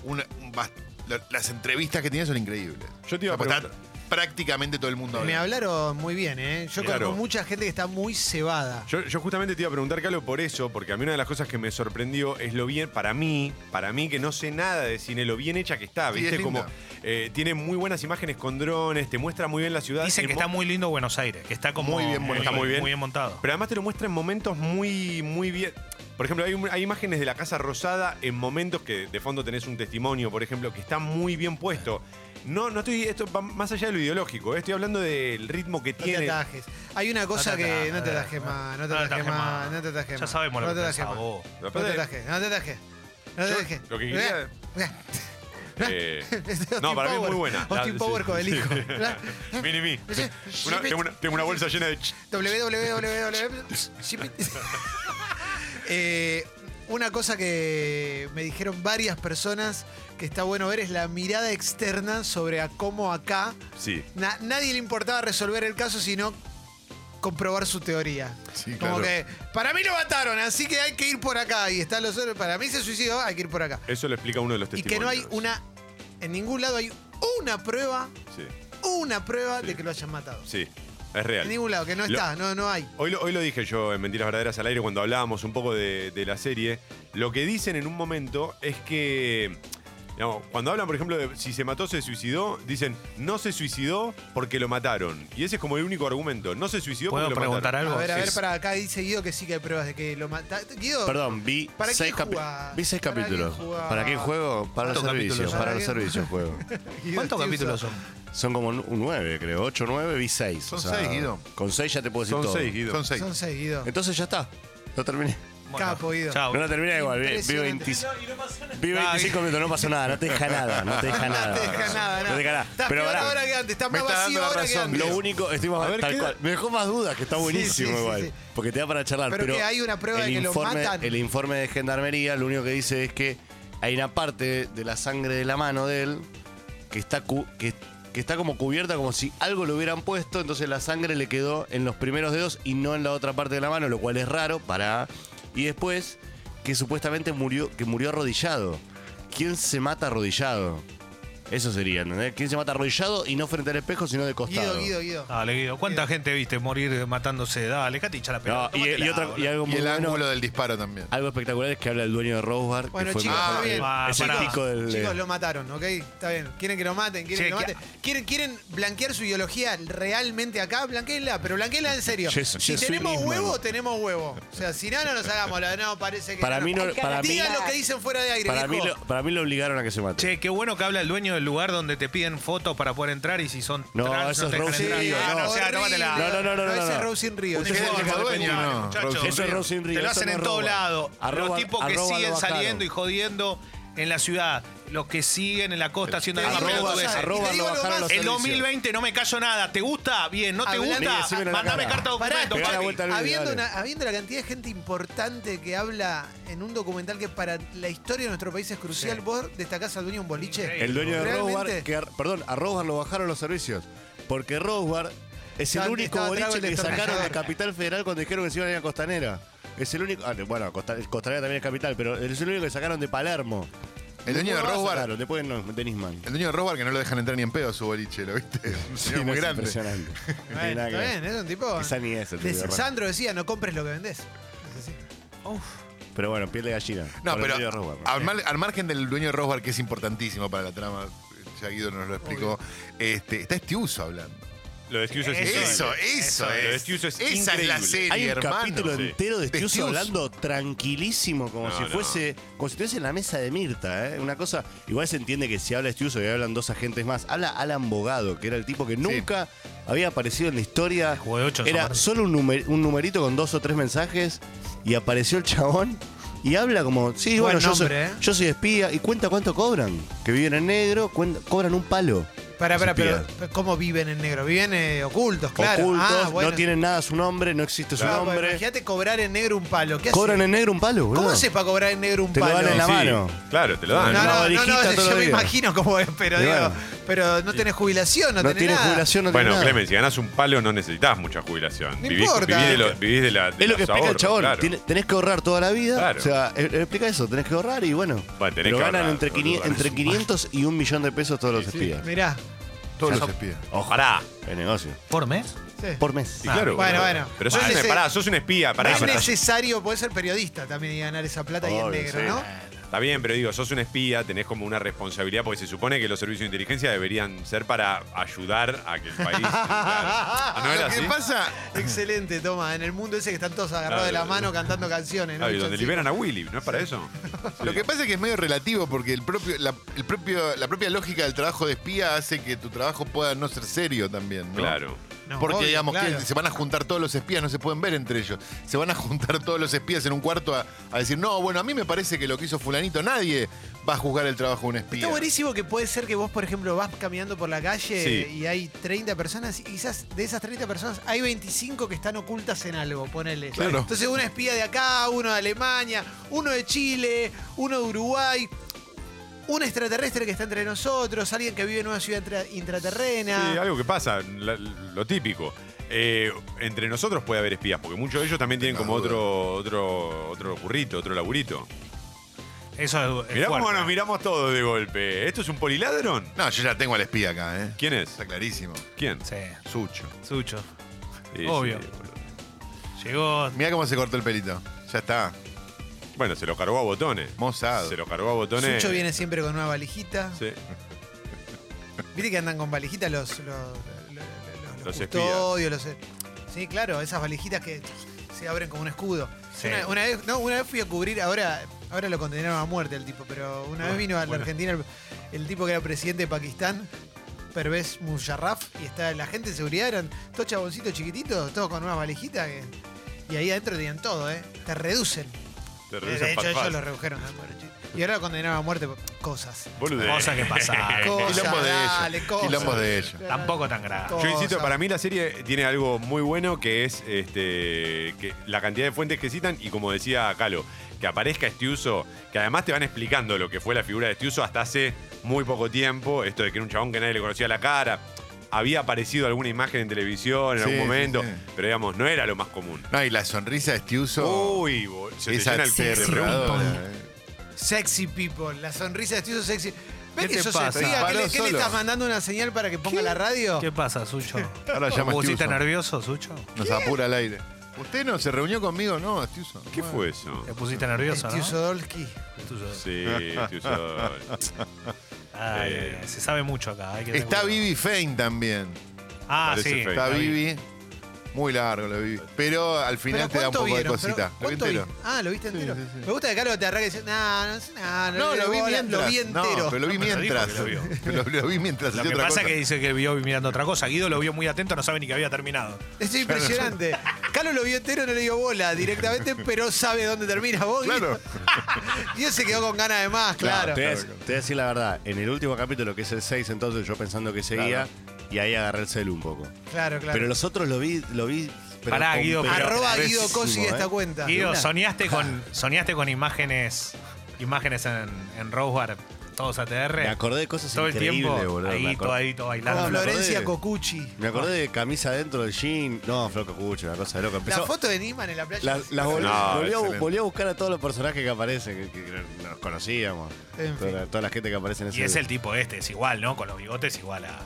[SPEAKER 3] una- un bast- la- las entrevistas que tiene son increíbles.
[SPEAKER 1] Yo te iba a
[SPEAKER 3] Porque está
[SPEAKER 1] preguntar.
[SPEAKER 3] Prácticamente todo el mundo
[SPEAKER 2] Me
[SPEAKER 3] habla.
[SPEAKER 2] hablaron muy bien, ¿eh? Yo
[SPEAKER 1] Claro.
[SPEAKER 2] conozco mucha gente que está muy cebada.
[SPEAKER 1] Yo, yo justamente te iba a preguntar, Calo, por eso, porque a mí una de las cosas que me sorprendió es lo bien, para mí, para mí que no sé nada de cine, lo bien hecha que está,
[SPEAKER 3] Sí,
[SPEAKER 1] ¿viste?
[SPEAKER 3] es linda.
[SPEAKER 1] Como eh, tiene muy buenas imágenes con drones, te muestra muy bien la ciudad.
[SPEAKER 4] Dicen
[SPEAKER 1] en
[SPEAKER 4] que
[SPEAKER 1] mo-
[SPEAKER 4] está muy lindo Buenos Aires, que está como. eh,
[SPEAKER 3] Muy bien,
[SPEAKER 1] Buenos Aires.
[SPEAKER 4] Muy bien montado.
[SPEAKER 1] Pero además te lo muestra en momentos muy, muy bien. Por ejemplo, hay, un- hay imágenes de la Casa Rosada en momentos que de fondo tenés un testimonio, por ejemplo, que está muy bien puesto. No, no estoy. Esto va más allá de lo ideológico, eh, estoy hablando del ritmo que
[SPEAKER 2] No
[SPEAKER 1] tiene.
[SPEAKER 2] te atajes. Hay una cosa
[SPEAKER 4] No te
[SPEAKER 2] que
[SPEAKER 4] atajes,
[SPEAKER 2] no te
[SPEAKER 4] no te
[SPEAKER 2] atajes
[SPEAKER 4] atajes,
[SPEAKER 2] más, no te
[SPEAKER 4] no te
[SPEAKER 2] atajes
[SPEAKER 4] atajes
[SPEAKER 2] más,
[SPEAKER 4] más.
[SPEAKER 2] no te atajes
[SPEAKER 4] Ya
[SPEAKER 2] más.
[SPEAKER 4] sabemos lo
[SPEAKER 2] no
[SPEAKER 4] que
[SPEAKER 2] te atajes
[SPEAKER 4] pensás
[SPEAKER 2] más.
[SPEAKER 4] vos.
[SPEAKER 2] No te atajes, no te atajes. No te
[SPEAKER 1] Yo-
[SPEAKER 2] atajes.
[SPEAKER 1] lo que quería-
[SPEAKER 2] [laughs]
[SPEAKER 1] Eh, no, para mí es muy buena. La-
[SPEAKER 2] Austin
[SPEAKER 1] sí,
[SPEAKER 2] Power con el
[SPEAKER 1] sí.
[SPEAKER 2] hijo.
[SPEAKER 1] [laughs] Mini mí. Una- tengo, una, tengo una bolsa llena de. ch-
[SPEAKER 2] www. [laughs] Eh, una cosa que me dijeron varias personas que está bueno ver es la mirada externa sobre a cómo acá
[SPEAKER 1] Sí.
[SPEAKER 2] na- nadie le importaba resolver el caso sino comprobar su teoría.
[SPEAKER 3] Sí,
[SPEAKER 2] Como
[SPEAKER 3] claro.
[SPEAKER 2] que para mí lo mataron, así que hay que ir por acá y están los otros, para mí se suicidó, hay que ir por acá.
[SPEAKER 1] Eso lo explica uno de los
[SPEAKER 2] Y que no
[SPEAKER 1] testimonios.
[SPEAKER 2] hay una en ningún lado hay una prueba,
[SPEAKER 1] Sí,
[SPEAKER 2] una prueba
[SPEAKER 1] Sí.
[SPEAKER 2] de que lo hayan matado.
[SPEAKER 1] sí. Es real.
[SPEAKER 2] En ningún lado, que no
[SPEAKER 1] Lo-
[SPEAKER 2] está, no, no hay.
[SPEAKER 1] Hoy lo, hoy lo dije yo en Mentiras Verdaderas al Aire cuando hablábamos un poco de, de la serie. Lo que dicen en un momento es que. digamos, cuando hablan, por ejemplo, de si se mató, se suicidó, dicen no se suicidó porque lo mataron. Y ese es como el único argumento. No se suicidó
[SPEAKER 4] ¿Puedo
[SPEAKER 1] porque lo
[SPEAKER 4] preguntar
[SPEAKER 1] mataron.
[SPEAKER 4] algo?
[SPEAKER 2] A ver, a ver,
[SPEAKER 4] Es-
[SPEAKER 2] para acá dice Guido que sí que hay pruebas de que lo mata. Guido,
[SPEAKER 5] Perdón, vi
[SPEAKER 2] ¿Para qué
[SPEAKER 5] seis, capi-
[SPEAKER 2] jugás?
[SPEAKER 5] vi seis
[SPEAKER 2] ¿Para qué
[SPEAKER 5] capítulos.
[SPEAKER 2] jugás?
[SPEAKER 5] ¿Para qué juego? Para los
[SPEAKER 4] ¿Cuántos
[SPEAKER 5] servicios.
[SPEAKER 4] capítulos son?
[SPEAKER 5] Para los
[SPEAKER 2] ¿Para qué?
[SPEAKER 5] servicios juego.
[SPEAKER 2] Guido Stiuso.
[SPEAKER 4] ¿Cuántos capítulos son?
[SPEAKER 5] Son como nu- nueve, creo. Ocho, nueve, vi seis.
[SPEAKER 3] Son seis, Guido.
[SPEAKER 5] Con seis ya te puedo decir
[SPEAKER 1] Son
[SPEAKER 5] todo.
[SPEAKER 1] seis, Guido.
[SPEAKER 3] Son seis.
[SPEAKER 2] Son seis, Guido.
[SPEAKER 5] Entonces ya está. Lo terminé.
[SPEAKER 2] Capo, Guido.
[SPEAKER 4] Chao.
[SPEAKER 5] No la terminé igual. Vi, vi, 20 vi 25 minutos, no pasó nada. No te deja nada. No te
[SPEAKER 2] [laughs]
[SPEAKER 5] deja
[SPEAKER 2] No
[SPEAKER 5] nada.
[SPEAKER 2] te deja nada,
[SPEAKER 5] No te deja nada.
[SPEAKER 2] Estás
[SPEAKER 5] Pero
[SPEAKER 2] peor
[SPEAKER 5] pará.
[SPEAKER 2] ahora que antes, estás
[SPEAKER 3] Me
[SPEAKER 2] más
[SPEAKER 3] está
[SPEAKER 2] vacío
[SPEAKER 3] dando la
[SPEAKER 2] ahora que
[SPEAKER 3] razón,
[SPEAKER 2] antes.
[SPEAKER 5] Lo único, estoy más,
[SPEAKER 1] A ver,
[SPEAKER 5] tal
[SPEAKER 1] ¿qué da-
[SPEAKER 5] cual. Me dejó más dudas, que está buenísimo
[SPEAKER 2] sí, sí,
[SPEAKER 5] igual.
[SPEAKER 2] sí.
[SPEAKER 5] Porque te da para charlar.
[SPEAKER 2] Pero
[SPEAKER 5] Pero,
[SPEAKER 2] que hay una prueba
[SPEAKER 5] el
[SPEAKER 2] de que lo
[SPEAKER 5] informe,
[SPEAKER 2] matan.
[SPEAKER 5] El informe de gendarmería lo único que dice es que hay una parte de la sangre de la mano de él que está, cu- que que está como cubierta como si algo le hubieran puesto, entonces la sangre le quedó en los primeros dedos y no en la otra parte de la mano, lo cual es raro para... Y después, que supuestamente murió, que murió arrodillado. ¿Quién se mata arrodillado? Eso sería, ¿entendés? ¿Quién se mata arrodillado y no frente al espejo, sino de costado?
[SPEAKER 2] Guido, Guido, Guido.
[SPEAKER 5] Ah,
[SPEAKER 4] Dale, Guido. ¿Cuánta gente viste morir matándose? Dale, caticha la pelota.
[SPEAKER 5] No, y,
[SPEAKER 4] tómatela,
[SPEAKER 5] y otra- y
[SPEAKER 4] boludo.
[SPEAKER 5] algo
[SPEAKER 3] Y
[SPEAKER 5] muy
[SPEAKER 3] el
[SPEAKER 5] bueno,
[SPEAKER 3] ángulo del disparo también.
[SPEAKER 5] algo espectacular es que habla el dueño de Rose Bar, que
[SPEAKER 2] Bueno,
[SPEAKER 5] fue
[SPEAKER 2] chicos,
[SPEAKER 5] mejor
[SPEAKER 2] está
[SPEAKER 5] que-
[SPEAKER 2] bien.
[SPEAKER 4] Ah,
[SPEAKER 5] es el eh.
[SPEAKER 4] pará.
[SPEAKER 5] pico del-
[SPEAKER 2] Chicos, lo mataron, ¿ok? Está bien. Quieren que lo maten, quieren
[SPEAKER 4] Che,
[SPEAKER 2] que lo
[SPEAKER 4] que-
[SPEAKER 2] maten. ¿Quieren, quieren blanquear su ideología realmente acá, blanqueenla, pero blanqueenla en serio.
[SPEAKER 5] Yo-
[SPEAKER 2] si
[SPEAKER 5] yo soy
[SPEAKER 2] tenemos
[SPEAKER 5] Nisman.
[SPEAKER 2] huevo, tenemos huevo. O sea, si no, no nos hagamos la. No, parece que.
[SPEAKER 5] Para mí no-
[SPEAKER 2] Digan
[SPEAKER 5] para mí-
[SPEAKER 2] lo que dicen fuera de aire.
[SPEAKER 5] para, mí
[SPEAKER 2] viejo.
[SPEAKER 5] lo, para mí lo obligaron a que se mate.
[SPEAKER 4] Che, qué bueno que habla el dueño del lugar donde te piden fotos para poder entrar y si son
[SPEAKER 5] No,
[SPEAKER 4] trans
[SPEAKER 5] eso es
[SPEAKER 4] te dejan
[SPEAKER 5] Rose
[SPEAKER 4] entrar.
[SPEAKER 5] Río,
[SPEAKER 4] Ah,
[SPEAKER 5] no.
[SPEAKER 4] o sea, tómatela.
[SPEAKER 5] No, no, no, no, no,
[SPEAKER 2] ese
[SPEAKER 5] no.
[SPEAKER 2] Rose in Río.
[SPEAKER 3] Ustedes
[SPEAKER 2] ese
[SPEAKER 3] ¿Es el
[SPEAKER 2] Rose in
[SPEAKER 3] mismo
[SPEAKER 2] Río.
[SPEAKER 3] dueño o no?
[SPEAKER 4] Muchachos,
[SPEAKER 3] Rose in
[SPEAKER 5] Eso es
[SPEAKER 3] Río.
[SPEAKER 5] Rose in Rio,
[SPEAKER 4] Te lo
[SPEAKER 5] eso
[SPEAKER 4] hacen
[SPEAKER 5] no
[SPEAKER 4] en
[SPEAKER 5] es
[SPEAKER 4] todos
[SPEAKER 5] robo.
[SPEAKER 4] lados. Los
[SPEAKER 5] Arroba-
[SPEAKER 4] tipos que
[SPEAKER 5] arroba lo
[SPEAKER 4] siguen
[SPEAKER 5] bajaron.
[SPEAKER 4] saliendo y jodiendo en la ciudad. Los que siguen en la costa haciendo
[SPEAKER 2] Te
[SPEAKER 4] la
[SPEAKER 2] digo
[SPEAKER 5] Arroba-
[SPEAKER 2] una cosa, y te
[SPEAKER 5] arroba
[SPEAKER 2] digo
[SPEAKER 5] lo
[SPEAKER 2] algo
[SPEAKER 5] bajaron
[SPEAKER 2] más.
[SPEAKER 5] los
[SPEAKER 4] El
[SPEAKER 5] servicios.
[SPEAKER 4] 2020 no me callo nada. ¿Te gusta? Bien. ¿No te
[SPEAKER 2] Hablando-
[SPEAKER 5] Sí,
[SPEAKER 4] gusta?
[SPEAKER 5] decímelo en la
[SPEAKER 4] Mandame
[SPEAKER 5] cara.
[SPEAKER 4] carta de
[SPEAKER 2] Pará,
[SPEAKER 4] documento,
[SPEAKER 5] Pegá la
[SPEAKER 4] papi.
[SPEAKER 5] vuelta al video,
[SPEAKER 2] Habiendo,
[SPEAKER 5] dale.
[SPEAKER 2] una- habiendo la cantidad de gente importante que habla en un documental que para la historia de nuestro país es crucial, vos destacás al dueño de un boliche.
[SPEAKER 4] Increíble.
[SPEAKER 5] El dueño de
[SPEAKER 2] Realmente.
[SPEAKER 5] Rosebar, que ar- perdón, a Rosebar lo bajaron los servicios. Porque Rosebar es el
[SPEAKER 2] Estaba-
[SPEAKER 5] único
[SPEAKER 2] estaba trago
[SPEAKER 5] boliche
[SPEAKER 2] el
[SPEAKER 5] que sacaron de
[SPEAKER 2] destornillador.
[SPEAKER 5] Capital Federal cuando dijeron que se iban a ir a Costanera. Es el único. ah, bueno, Costa- Costanera también es capital, pero es el único que sacaron de Palermo.
[SPEAKER 3] El dueño de
[SPEAKER 5] Rosebar
[SPEAKER 3] Rosebar-
[SPEAKER 5] sacaron, Después no, de Nisman.
[SPEAKER 3] El dueño de Robar que no lo dejan entrar ni en pedo a su boliche, ¿lo viste? [laughs] Es un señor
[SPEAKER 5] Sí, no,
[SPEAKER 3] muy
[SPEAKER 5] [laughs] es
[SPEAKER 3] grande.
[SPEAKER 5] Impresionante. No tiene
[SPEAKER 2] Bueno,
[SPEAKER 5] nada
[SPEAKER 2] está
[SPEAKER 5] que ver.
[SPEAKER 2] bien, ¿eh? es un tipo.
[SPEAKER 5] Esa ni es el
[SPEAKER 2] de-
[SPEAKER 5] tipo de Rosebar.
[SPEAKER 2] Sandro decía, no compres lo que vendés. Es así.
[SPEAKER 5] Pero bueno, piel de gallina.
[SPEAKER 3] No,
[SPEAKER 5] Por el
[SPEAKER 3] pero
[SPEAKER 5] dueño de Rosebar, ¿no?
[SPEAKER 3] al, mar- al margen del dueño de Rosbar, que es importantísimo para la trama, ya Guido nos lo explicó, este, está Estiuso hablando.
[SPEAKER 1] Lo de Stiuso es increíble.
[SPEAKER 3] Eso, eso,
[SPEAKER 1] Lo
[SPEAKER 3] es.
[SPEAKER 1] de Stiuso es
[SPEAKER 3] Esa es la
[SPEAKER 1] increíble.
[SPEAKER 3] serie,
[SPEAKER 5] Hay un
[SPEAKER 3] hermano.
[SPEAKER 5] capítulo
[SPEAKER 1] Sí.
[SPEAKER 5] entero de
[SPEAKER 3] De
[SPEAKER 5] Stiuso
[SPEAKER 3] Stiuso.
[SPEAKER 5] hablando tranquilísimo, como
[SPEAKER 1] No,
[SPEAKER 5] si
[SPEAKER 1] no.
[SPEAKER 5] fuese. Como si estuviese en la mesa de Mirta, ¿eh? Una cosa. Igual se entiende que si habla Stiuso y hablan dos agentes más. Habla Alan Bogado, que era el tipo que nunca había aparecido en la historia.
[SPEAKER 4] Jugó de ocho,
[SPEAKER 5] Era
[SPEAKER 4] Samar.
[SPEAKER 5] solo un, numer- un numerito con dos o tres mensajes. Y apareció el chabón. Y habla como, sí,
[SPEAKER 2] Buen
[SPEAKER 5] bueno, yo, soy,
[SPEAKER 2] nombre, ¿eh?
[SPEAKER 5] yo soy espía. Y cuenta cuánto cobran. Que viven en negro, cuen- cobran un palo.
[SPEAKER 2] Pará, pará, pero
[SPEAKER 5] Espía.
[SPEAKER 2] ¿cómo viven en negro? Viven eh, ocultos, claro.
[SPEAKER 5] Ocultos,
[SPEAKER 2] Ah, bueno.
[SPEAKER 5] no tienen nada a su nombre, no existe su
[SPEAKER 2] Ah, bueno,
[SPEAKER 5] nombre.
[SPEAKER 2] Imagínate cobrar en negro un palo. ¿Qué
[SPEAKER 5] Cobran
[SPEAKER 2] haces?
[SPEAKER 5] en negro un palo, boludo.
[SPEAKER 2] ¿Cómo haces para cobrar en negro un
[SPEAKER 5] Te lo
[SPEAKER 2] palo?
[SPEAKER 5] dan en la
[SPEAKER 1] Sí,
[SPEAKER 5] mano.
[SPEAKER 1] Claro, te lo
[SPEAKER 2] No,
[SPEAKER 1] dan.
[SPEAKER 5] Una
[SPEAKER 2] no, no, no,
[SPEAKER 5] varijita todo
[SPEAKER 2] yo
[SPEAKER 5] el
[SPEAKER 2] me
[SPEAKER 5] día.
[SPEAKER 2] imagino cómo es, pero
[SPEAKER 5] Y
[SPEAKER 2] digo,
[SPEAKER 5] bueno.
[SPEAKER 2] pero no tenés jubilación, no,
[SPEAKER 5] No
[SPEAKER 2] tenés
[SPEAKER 5] tiene
[SPEAKER 2] nada.
[SPEAKER 5] jubilación, no tiene
[SPEAKER 1] Bueno,
[SPEAKER 5] nada.
[SPEAKER 1] Clemen, si ganás un palo no necesitas mucha jubilación.
[SPEAKER 2] No
[SPEAKER 1] vivís,
[SPEAKER 2] importa.
[SPEAKER 1] vivís de lo- vivís de la. de
[SPEAKER 5] Es lo
[SPEAKER 1] los
[SPEAKER 5] que explica el
[SPEAKER 1] ahorros,
[SPEAKER 5] chabón.
[SPEAKER 1] claro.
[SPEAKER 5] Tiene- tenés que ahorrar toda la vida.
[SPEAKER 1] Claro.
[SPEAKER 5] O sea, él- él explica eso. Tenés que ahorrar y bueno.
[SPEAKER 1] Bueno, tenés
[SPEAKER 5] pero
[SPEAKER 1] que
[SPEAKER 5] ganan
[SPEAKER 1] ahorrar,
[SPEAKER 5] entre,
[SPEAKER 1] boludo,
[SPEAKER 5] 500,
[SPEAKER 1] ganas
[SPEAKER 5] entre
[SPEAKER 1] un
[SPEAKER 5] 500 y un millón de pesos todos los espías.
[SPEAKER 2] Mirá.
[SPEAKER 3] Todos los espías.
[SPEAKER 5] Ojo.
[SPEAKER 1] Pará.
[SPEAKER 5] El negocio.
[SPEAKER 4] ¿Por mes?
[SPEAKER 2] sí.
[SPEAKER 5] Por mes.
[SPEAKER 1] Sí, claro.
[SPEAKER 2] bueno,
[SPEAKER 1] boludo.
[SPEAKER 2] bueno.
[SPEAKER 1] Pero sos,
[SPEAKER 2] Bueno,
[SPEAKER 1] un-
[SPEAKER 2] ese-
[SPEAKER 1] pará, sos un espía. Pará,
[SPEAKER 2] no es
[SPEAKER 1] pará.
[SPEAKER 2] necesario, podés ser periodista también y ganar esa plata y en
[SPEAKER 5] Obvio,
[SPEAKER 2] negro,
[SPEAKER 5] sí.
[SPEAKER 2] ¿no?
[SPEAKER 1] Está bien, pero digo, sos un espía, tenés como una responsabilidad, porque se supone que los servicios de inteligencia deberían ser para ayudar a que el país. Ah, ¿No era
[SPEAKER 3] Lo que
[SPEAKER 1] así?
[SPEAKER 3] pasa,
[SPEAKER 2] Excelente, toma. En el mundo ese que están todos
[SPEAKER 1] Claro.
[SPEAKER 2] agarrados de la mano cantando canciones. ¿no?
[SPEAKER 1] Ah, y donde
[SPEAKER 2] Yo-
[SPEAKER 1] liberan a Willy, ¿no es para eso?
[SPEAKER 3] lo que pasa es que es medio relativo porque el propio, la, el propio, la propia lógica del trabajo de espía hace que tu trabajo pueda no ser serio también, ¿no?
[SPEAKER 1] Claro.
[SPEAKER 2] No,
[SPEAKER 3] Porque
[SPEAKER 2] obvio,
[SPEAKER 3] digamos
[SPEAKER 2] claro.
[SPEAKER 3] que se van a juntar todos los espías, no se pueden ver entre ellos. Se van a juntar todos los espías en un cuarto a, a decir, no, bueno, a mí me parece que lo que hizo fulanito, nadie va a juzgar el trabajo de un espía.
[SPEAKER 2] Está buenísimo que puede ser que vos, por ejemplo, vas caminando por la calle
[SPEAKER 1] Sí.
[SPEAKER 2] y hay 30 personas y quizás de esas 30 personas hay 25 que están ocultas en algo, ponele.
[SPEAKER 3] Claro.
[SPEAKER 2] Entonces una espía de acá, uno de Alemania, uno de Chile, uno de Uruguay, un extraterrestre que está entre nosotros, alguien que vive en una ciudad intra- intraterrena.
[SPEAKER 1] Sí, algo que pasa, la- lo típico. Eh, entre nosotros puede haber espías, porque muchos de ellos también tienen como otro, otro, otro currito, otro laburito.
[SPEAKER 4] Eso es, es
[SPEAKER 1] Mirá cómo
[SPEAKER 4] fuerte.
[SPEAKER 1] nos miramos todos de golpe. ¿Esto es un poliladron?
[SPEAKER 3] No, yo ya tengo al espía acá, ¿eh?
[SPEAKER 1] ¿Quién es?
[SPEAKER 3] Está clarísimo.
[SPEAKER 1] ¿Quién?
[SPEAKER 4] Sí,
[SPEAKER 3] Sucho.
[SPEAKER 4] Sucho.
[SPEAKER 1] Sí,
[SPEAKER 4] Obvio.
[SPEAKER 1] sí, boludo.
[SPEAKER 4] Llegó.
[SPEAKER 3] Mira cómo se cortó el pelito. Ya está.
[SPEAKER 1] bueno, se lo cargó a botones.
[SPEAKER 3] Mozado.
[SPEAKER 1] Se lo cargó a botones.
[SPEAKER 2] Sucho viene siempre con una valijita.
[SPEAKER 1] Sí.
[SPEAKER 2] ¿Viste que andan con valijitas los, los, los, los
[SPEAKER 1] Los
[SPEAKER 2] custodios? Los, e- sí, claro, esas valijitas que se abren como un escudo.
[SPEAKER 4] Sí.
[SPEAKER 2] Una, una vez, no, una vez fui a cubrir, ahora, ahora lo condenaron a muerte el tipo, pero una vez vino a la Argentina el, el tipo que era presidente de Pakistán, Pervez Musharraf, y está la gente de seguridad, eran todos chaboncitos chiquititos, todos con unas valijitas que- y ahí adentro tenían todo, ¿eh? Te reducen.
[SPEAKER 1] Te
[SPEAKER 2] De
[SPEAKER 1] reducen
[SPEAKER 2] hecho,
[SPEAKER 1] fat
[SPEAKER 2] ellos
[SPEAKER 1] fat.
[SPEAKER 2] lo redujeron. ¿no? Pobre chico. Y ahora lo condenaron a muerte. cosas.
[SPEAKER 1] Boludez.
[SPEAKER 4] Cosa que pasa.
[SPEAKER 2] Cosa,
[SPEAKER 3] Quilombo de
[SPEAKER 2] dale,
[SPEAKER 3] ella.
[SPEAKER 2] cosa.
[SPEAKER 3] Quilombo de ella.
[SPEAKER 4] Tampoco tan grave.
[SPEAKER 1] Yo
[SPEAKER 2] Cosa.
[SPEAKER 1] insisto, para mí la serie tiene algo muy bueno que es este, que la cantidad de fuentes que citan y como decía Calo, que aparezca Estiuso, que además te van explicando lo que fue la figura de Estiuso hasta hace muy poco tiempo, esto de que era un chabón que nadie le conocía la cara, había aparecido alguna imagen en televisión en
[SPEAKER 3] Sí,
[SPEAKER 1] algún
[SPEAKER 3] sí,
[SPEAKER 1] momento,
[SPEAKER 3] sí.
[SPEAKER 1] pero digamos, no era lo más común.
[SPEAKER 3] No, y la sonrisa de Stiuso
[SPEAKER 1] Uy, bol- Uh, se te
[SPEAKER 3] es
[SPEAKER 1] llena el cerebro.
[SPEAKER 3] aterradora. eh.
[SPEAKER 2] Sexy people, la sonrisa de Estiuso sexy. ¿Ves
[SPEAKER 4] ¿Qué
[SPEAKER 2] que
[SPEAKER 4] te
[SPEAKER 2] yo
[SPEAKER 4] pasa?
[SPEAKER 2] se ría? ¿Qué,
[SPEAKER 3] Paró
[SPEAKER 2] le, qué le
[SPEAKER 3] solo.
[SPEAKER 2] estás mandando una señal para que ponga la radio?
[SPEAKER 4] ¿Qué
[SPEAKER 1] [laughs]
[SPEAKER 4] pasa, Sucho?
[SPEAKER 3] Ahora llama
[SPEAKER 4] ¿Vos
[SPEAKER 3] Stiuso.
[SPEAKER 4] estás nervioso, Sucho?
[SPEAKER 3] Nos apura el aire. ¿Usted no se reunió conmigo? No, Stiuso.
[SPEAKER 1] ¿Qué
[SPEAKER 3] Bueno.
[SPEAKER 1] fue eso?
[SPEAKER 4] Te pusiste nervioso, ¿no?
[SPEAKER 2] Estiuso Dolski.
[SPEAKER 4] Tuyo.
[SPEAKER 1] Sí, este Estiuso.
[SPEAKER 4] Ay,
[SPEAKER 1] Eh.
[SPEAKER 4] ay, se sabe mucho acá. hay que tener
[SPEAKER 3] Está
[SPEAKER 4] cuidado.
[SPEAKER 3] Vivi Fein también.
[SPEAKER 4] Ah,
[SPEAKER 1] Parece
[SPEAKER 4] sí.
[SPEAKER 1] fake.
[SPEAKER 3] Está
[SPEAKER 1] está
[SPEAKER 3] Vivi. Muy largo lo de Vivi. Pero al final
[SPEAKER 2] ¿Pero
[SPEAKER 3] te da un
[SPEAKER 2] cuánto
[SPEAKER 3] poco de
[SPEAKER 2] vieron?
[SPEAKER 3] cosita.
[SPEAKER 2] ¿Pero
[SPEAKER 3] Lo vi
[SPEAKER 2] cuánto
[SPEAKER 3] entero.
[SPEAKER 2] vi? Ah, lo viste
[SPEAKER 3] Sí,
[SPEAKER 2] entero.
[SPEAKER 3] sí, sí.
[SPEAKER 2] Me gusta que Carlos te arranque y dice, no, no, sé, no, no,
[SPEAKER 3] No,
[SPEAKER 2] le
[SPEAKER 3] lo vi
[SPEAKER 2] doy bola".
[SPEAKER 3] mientras.
[SPEAKER 2] Lo vi entero.
[SPEAKER 3] No, pero lo vi
[SPEAKER 4] No, pero dijo
[SPEAKER 3] mientras.
[SPEAKER 4] que lo vio.
[SPEAKER 3] Pero [laughs] Lo lo vi mientras.
[SPEAKER 4] Lo
[SPEAKER 3] hacía
[SPEAKER 4] que
[SPEAKER 3] otra
[SPEAKER 4] pasa es
[SPEAKER 3] cosa.
[SPEAKER 4] que dice que vio mirando otra cosa. Guido lo vio muy atento, no sabe ni que había terminado.
[SPEAKER 2] Es
[SPEAKER 3] [laughs]
[SPEAKER 2] impresionante. Carlos lo vio entero, no le dio bola directamente, pero sabe dónde termina vos.
[SPEAKER 3] Claro.
[SPEAKER 2] [laughs] Y él se quedó con ganas de más, claro.
[SPEAKER 5] Te voy, a, te voy a decir la verdad. En el último capítulo, que es el 6, entonces yo pensando que seguía, y ahí agarré el celu un poco.
[SPEAKER 2] Claro, claro.
[SPEAKER 5] Pero los otros lo vi, lo vi. pero
[SPEAKER 4] Pará,
[SPEAKER 5] con
[SPEAKER 4] Guido, pero-
[SPEAKER 2] Arroba
[SPEAKER 5] clarísimo,
[SPEAKER 2] Guido Cosi de
[SPEAKER 5] ¿eh?
[SPEAKER 2] esta cuenta.
[SPEAKER 4] Guido, soñaste con, soñaste con imágenes, imágenes en, en Rosebar, todos ATR.
[SPEAKER 5] Me acordé de cosas
[SPEAKER 4] todo el
[SPEAKER 5] increíbles,
[SPEAKER 4] tiempo,
[SPEAKER 5] boludo. me
[SPEAKER 4] ahí
[SPEAKER 5] acordé-
[SPEAKER 4] todavito
[SPEAKER 2] Con
[SPEAKER 4] bailando.
[SPEAKER 5] Hablo-
[SPEAKER 2] Florencia
[SPEAKER 5] de-
[SPEAKER 2] Cocucci.
[SPEAKER 5] Me acordé de camisa dentro del jean. No, Floco Cucho, una cosa de loco.
[SPEAKER 2] La
[SPEAKER 5] Empezó-
[SPEAKER 2] foto de Nisman en la playa.
[SPEAKER 5] La, la vol-
[SPEAKER 1] No,
[SPEAKER 5] volví, a,
[SPEAKER 3] excelente.
[SPEAKER 5] volví a buscar a todos los personajes que aparecen, que, que nos conocíamos.
[SPEAKER 2] En
[SPEAKER 5] toda, la- toda la gente que aparece en ese
[SPEAKER 4] Y es el tipo este, es igual, ¿no? Con los bigotes igual a,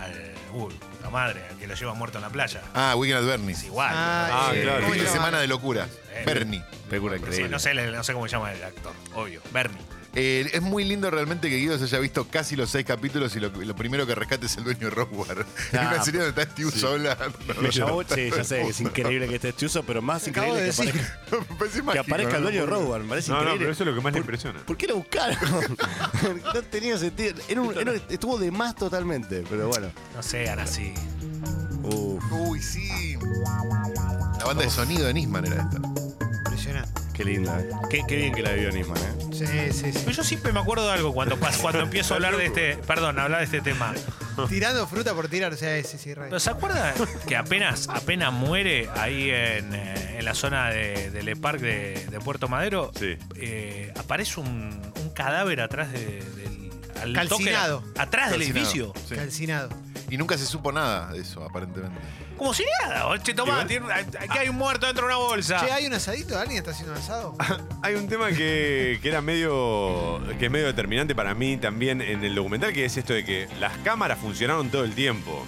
[SPEAKER 4] al... Uy, puta madre, al que lo lleva muerto en la playa.
[SPEAKER 3] Ah, Weekend at Bernie's. Eh,
[SPEAKER 4] Es igual.
[SPEAKER 2] Ah,
[SPEAKER 4] ¿no?
[SPEAKER 1] sí. claro.
[SPEAKER 3] Fin de
[SPEAKER 1] Sí.
[SPEAKER 3] semana de locura.
[SPEAKER 4] Eh,
[SPEAKER 3] Bernie.
[SPEAKER 5] Película
[SPEAKER 4] Sí,
[SPEAKER 5] increíble.
[SPEAKER 4] no,
[SPEAKER 5] [laughs]
[SPEAKER 4] sé, no sé cómo se llama el actor, obvio. Bernie.
[SPEAKER 3] Eh, es muy lindo realmente que Guido se haya visto casi los seis capítulos y lo, lo primero que rescate es el dueño de Rockwar. [laughs]
[SPEAKER 5] Ah,
[SPEAKER 3] en una serie donde está Steve Sola.
[SPEAKER 5] Me llamó, sí, ya sé,
[SPEAKER 3] [laughs]
[SPEAKER 5] es increíble que esté Chuso, pero más
[SPEAKER 2] Acabo
[SPEAKER 5] increíble que
[SPEAKER 2] de decir. [laughs]
[SPEAKER 5] aparezca, que aparezca el dueño de Rowan. Me parece
[SPEAKER 1] No, no,
[SPEAKER 5] increíble.
[SPEAKER 1] pero eso es lo que más le
[SPEAKER 5] ¿Por-
[SPEAKER 1] impresiona.
[SPEAKER 5] ¿Por qué lo buscaron? [laughs] no tenía sentido. Era un- era- estuvo de más totalmente, pero bueno.
[SPEAKER 4] No sean así.
[SPEAKER 5] Uh,
[SPEAKER 3] Uy, sí. La banda de sonido de Nisman era esta.
[SPEAKER 2] Impresionante.
[SPEAKER 5] qué linda. eh. Qué, qué bien que la vivió Nisman, ¿eh?
[SPEAKER 2] Sí, sí, sí.
[SPEAKER 4] Pero [laughs] yo siempre me acuerdo de algo cuando, pas- cuando empiezo a hablar de este. Perdón, a hablar de este tema.
[SPEAKER 2] Tirando fruta por tirar, o sea, sí, sí, rey.
[SPEAKER 4] ¿Pero se acuerda que apenas, apenas muere ahí en, eh, en la zona de, del Le Parc de, de Puerto Madero?
[SPEAKER 1] Sí.
[SPEAKER 4] eh, aparece un, un cadáver atrás de- del. al toque-
[SPEAKER 2] Calcinado.
[SPEAKER 4] atrás del
[SPEAKER 3] Calcinado,
[SPEAKER 4] edificio.
[SPEAKER 3] sí.
[SPEAKER 2] Calcinado.
[SPEAKER 3] Y nunca se supo nada de eso, aparentemente.
[SPEAKER 4] Como si nada. Che, tomá, tiene- aquí hay un muerto dentro de una bolsa.
[SPEAKER 2] Che, ¿hay un asadito? ¿Alguien está haciendo un asado?
[SPEAKER 1] Hay un tema que, que era medio. que es medio determinante para mí también en el documental, que es esto de que las cámaras funcionaron todo el tiempo.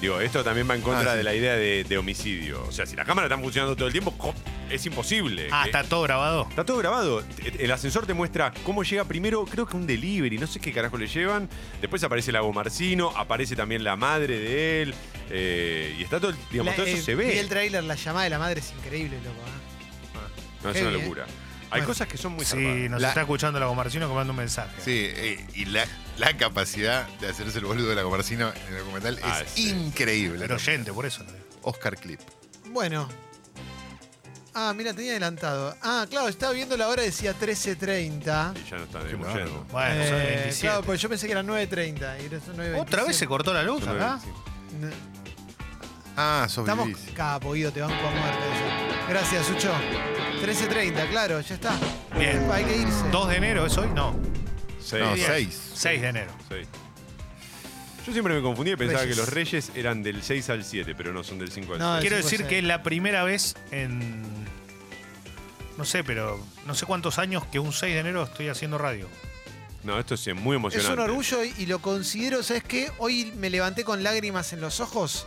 [SPEAKER 1] Digo, esto también va en contra
[SPEAKER 3] Ah, sí.
[SPEAKER 1] de la idea de, de homicidio. O sea, si las cámaras están funcionando todo el tiempo, co- es imposible.
[SPEAKER 4] ah,
[SPEAKER 1] que-
[SPEAKER 4] está todo grabado.
[SPEAKER 1] Está todo grabado. El ascensor te muestra cómo llega primero, creo que un delivery, no sé qué carajo le llevan. Después aparece el Lago Marcino, aparece también la madre de él. eh, y está todo, digamos,
[SPEAKER 2] La-
[SPEAKER 1] todo eso
[SPEAKER 2] eh,
[SPEAKER 1] se
[SPEAKER 2] Vi
[SPEAKER 1] ve.
[SPEAKER 2] el tráiler, la llamada de la madre es increíble, loco. ¿ah?
[SPEAKER 1] No, es
[SPEAKER 2] Qué
[SPEAKER 1] una
[SPEAKER 2] bien.
[SPEAKER 1] locura. Hay
[SPEAKER 2] Bueno.
[SPEAKER 1] cosas que son muy zarpadas.
[SPEAKER 4] Sí, nos
[SPEAKER 3] La-
[SPEAKER 4] está escuchando la comarcino que manda un mensaje.
[SPEAKER 3] Sí, eh, y la, la capacidad de hacerse el boludo de la comercina en el documental
[SPEAKER 1] Ah,
[SPEAKER 3] es
[SPEAKER 1] sí.
[SPEAKER 3] increíble.
[SPEAKER 4] Pero oyente, por eso.
[SPEAKER 3] Oscar Clip.
[SPEAKER 2] Bueno. Ah, mira, tenía adelantado. Ah, claro, estaba viendo la hora, decía 13.30.
[SPEAKER 1] Y ya no está
[SPEAKER 3] bárbaro.
[SPEAKER 1] yendo.
[SPEAKER 4] Bueno, son
[SPEAKER 2] Eh,
[SPEAKER 4] 27.
[SPEAKER 2] Claro, pues yo pensé que era 9.30. y era son 9:27.
[SPEAKER 4] ¿Otra vez se cortó la luz
[SPEAKER 1] Son
[SPEAKER 4] acá?
[SPEAKER 1] 9:25.
[SPEAKER 2] No,
[SPEAKER 3] Ah, sos
[SPEAKER 2] Estamos
[SPEAKER 3] Vivis.
[SPEAKER 2] capo, Guido, te banco a muerte. eso. Gracias, Sucho. 13.30, claro, ya está.
[SPEAKER 4] Bien.
[SPEAKER 2] Hay que irse.
[SPEAKER 4] 2 de enero, ¿es hoy? No,
[SPEAKER 1] Seis.
[SPEAKER 3] No,
[SPEAKER 1] Diez.
[SPEAKER 3] seis.
[SPEAKER 4] 6 de enero.
[SPEAKER 1] Seis. Yo siempre me confundí y pensaba
[SPEAKER 2] Reyes.
[SPEAKER 1] que los reyes eran del 6 al 7, pero no son del 5 al
[SPEAKER 2] No,
[SPEAKER 1] 7.
[SPEAKER 4] Quiero
[SPEAKER 2] sí,
[SPEAKER 4] decir
[SPEAKER 2] pues,
[SPEAKER 4] que
[SPEAKER 2] eh.
[SPEAKER 4] es la primera vez en. No sé, pero no sé cuántos años que un 6 de enero estoy haciendo radio.
[SPEAKER 1] No, esto sí es muy
[SPEAKER 2] Es
[SPEAKER 1] emocionante.
[SPEAKER 2] un orgullo y, y lo considero, ¿sabes qué? Hoy me levanté con lágrimas en los ojos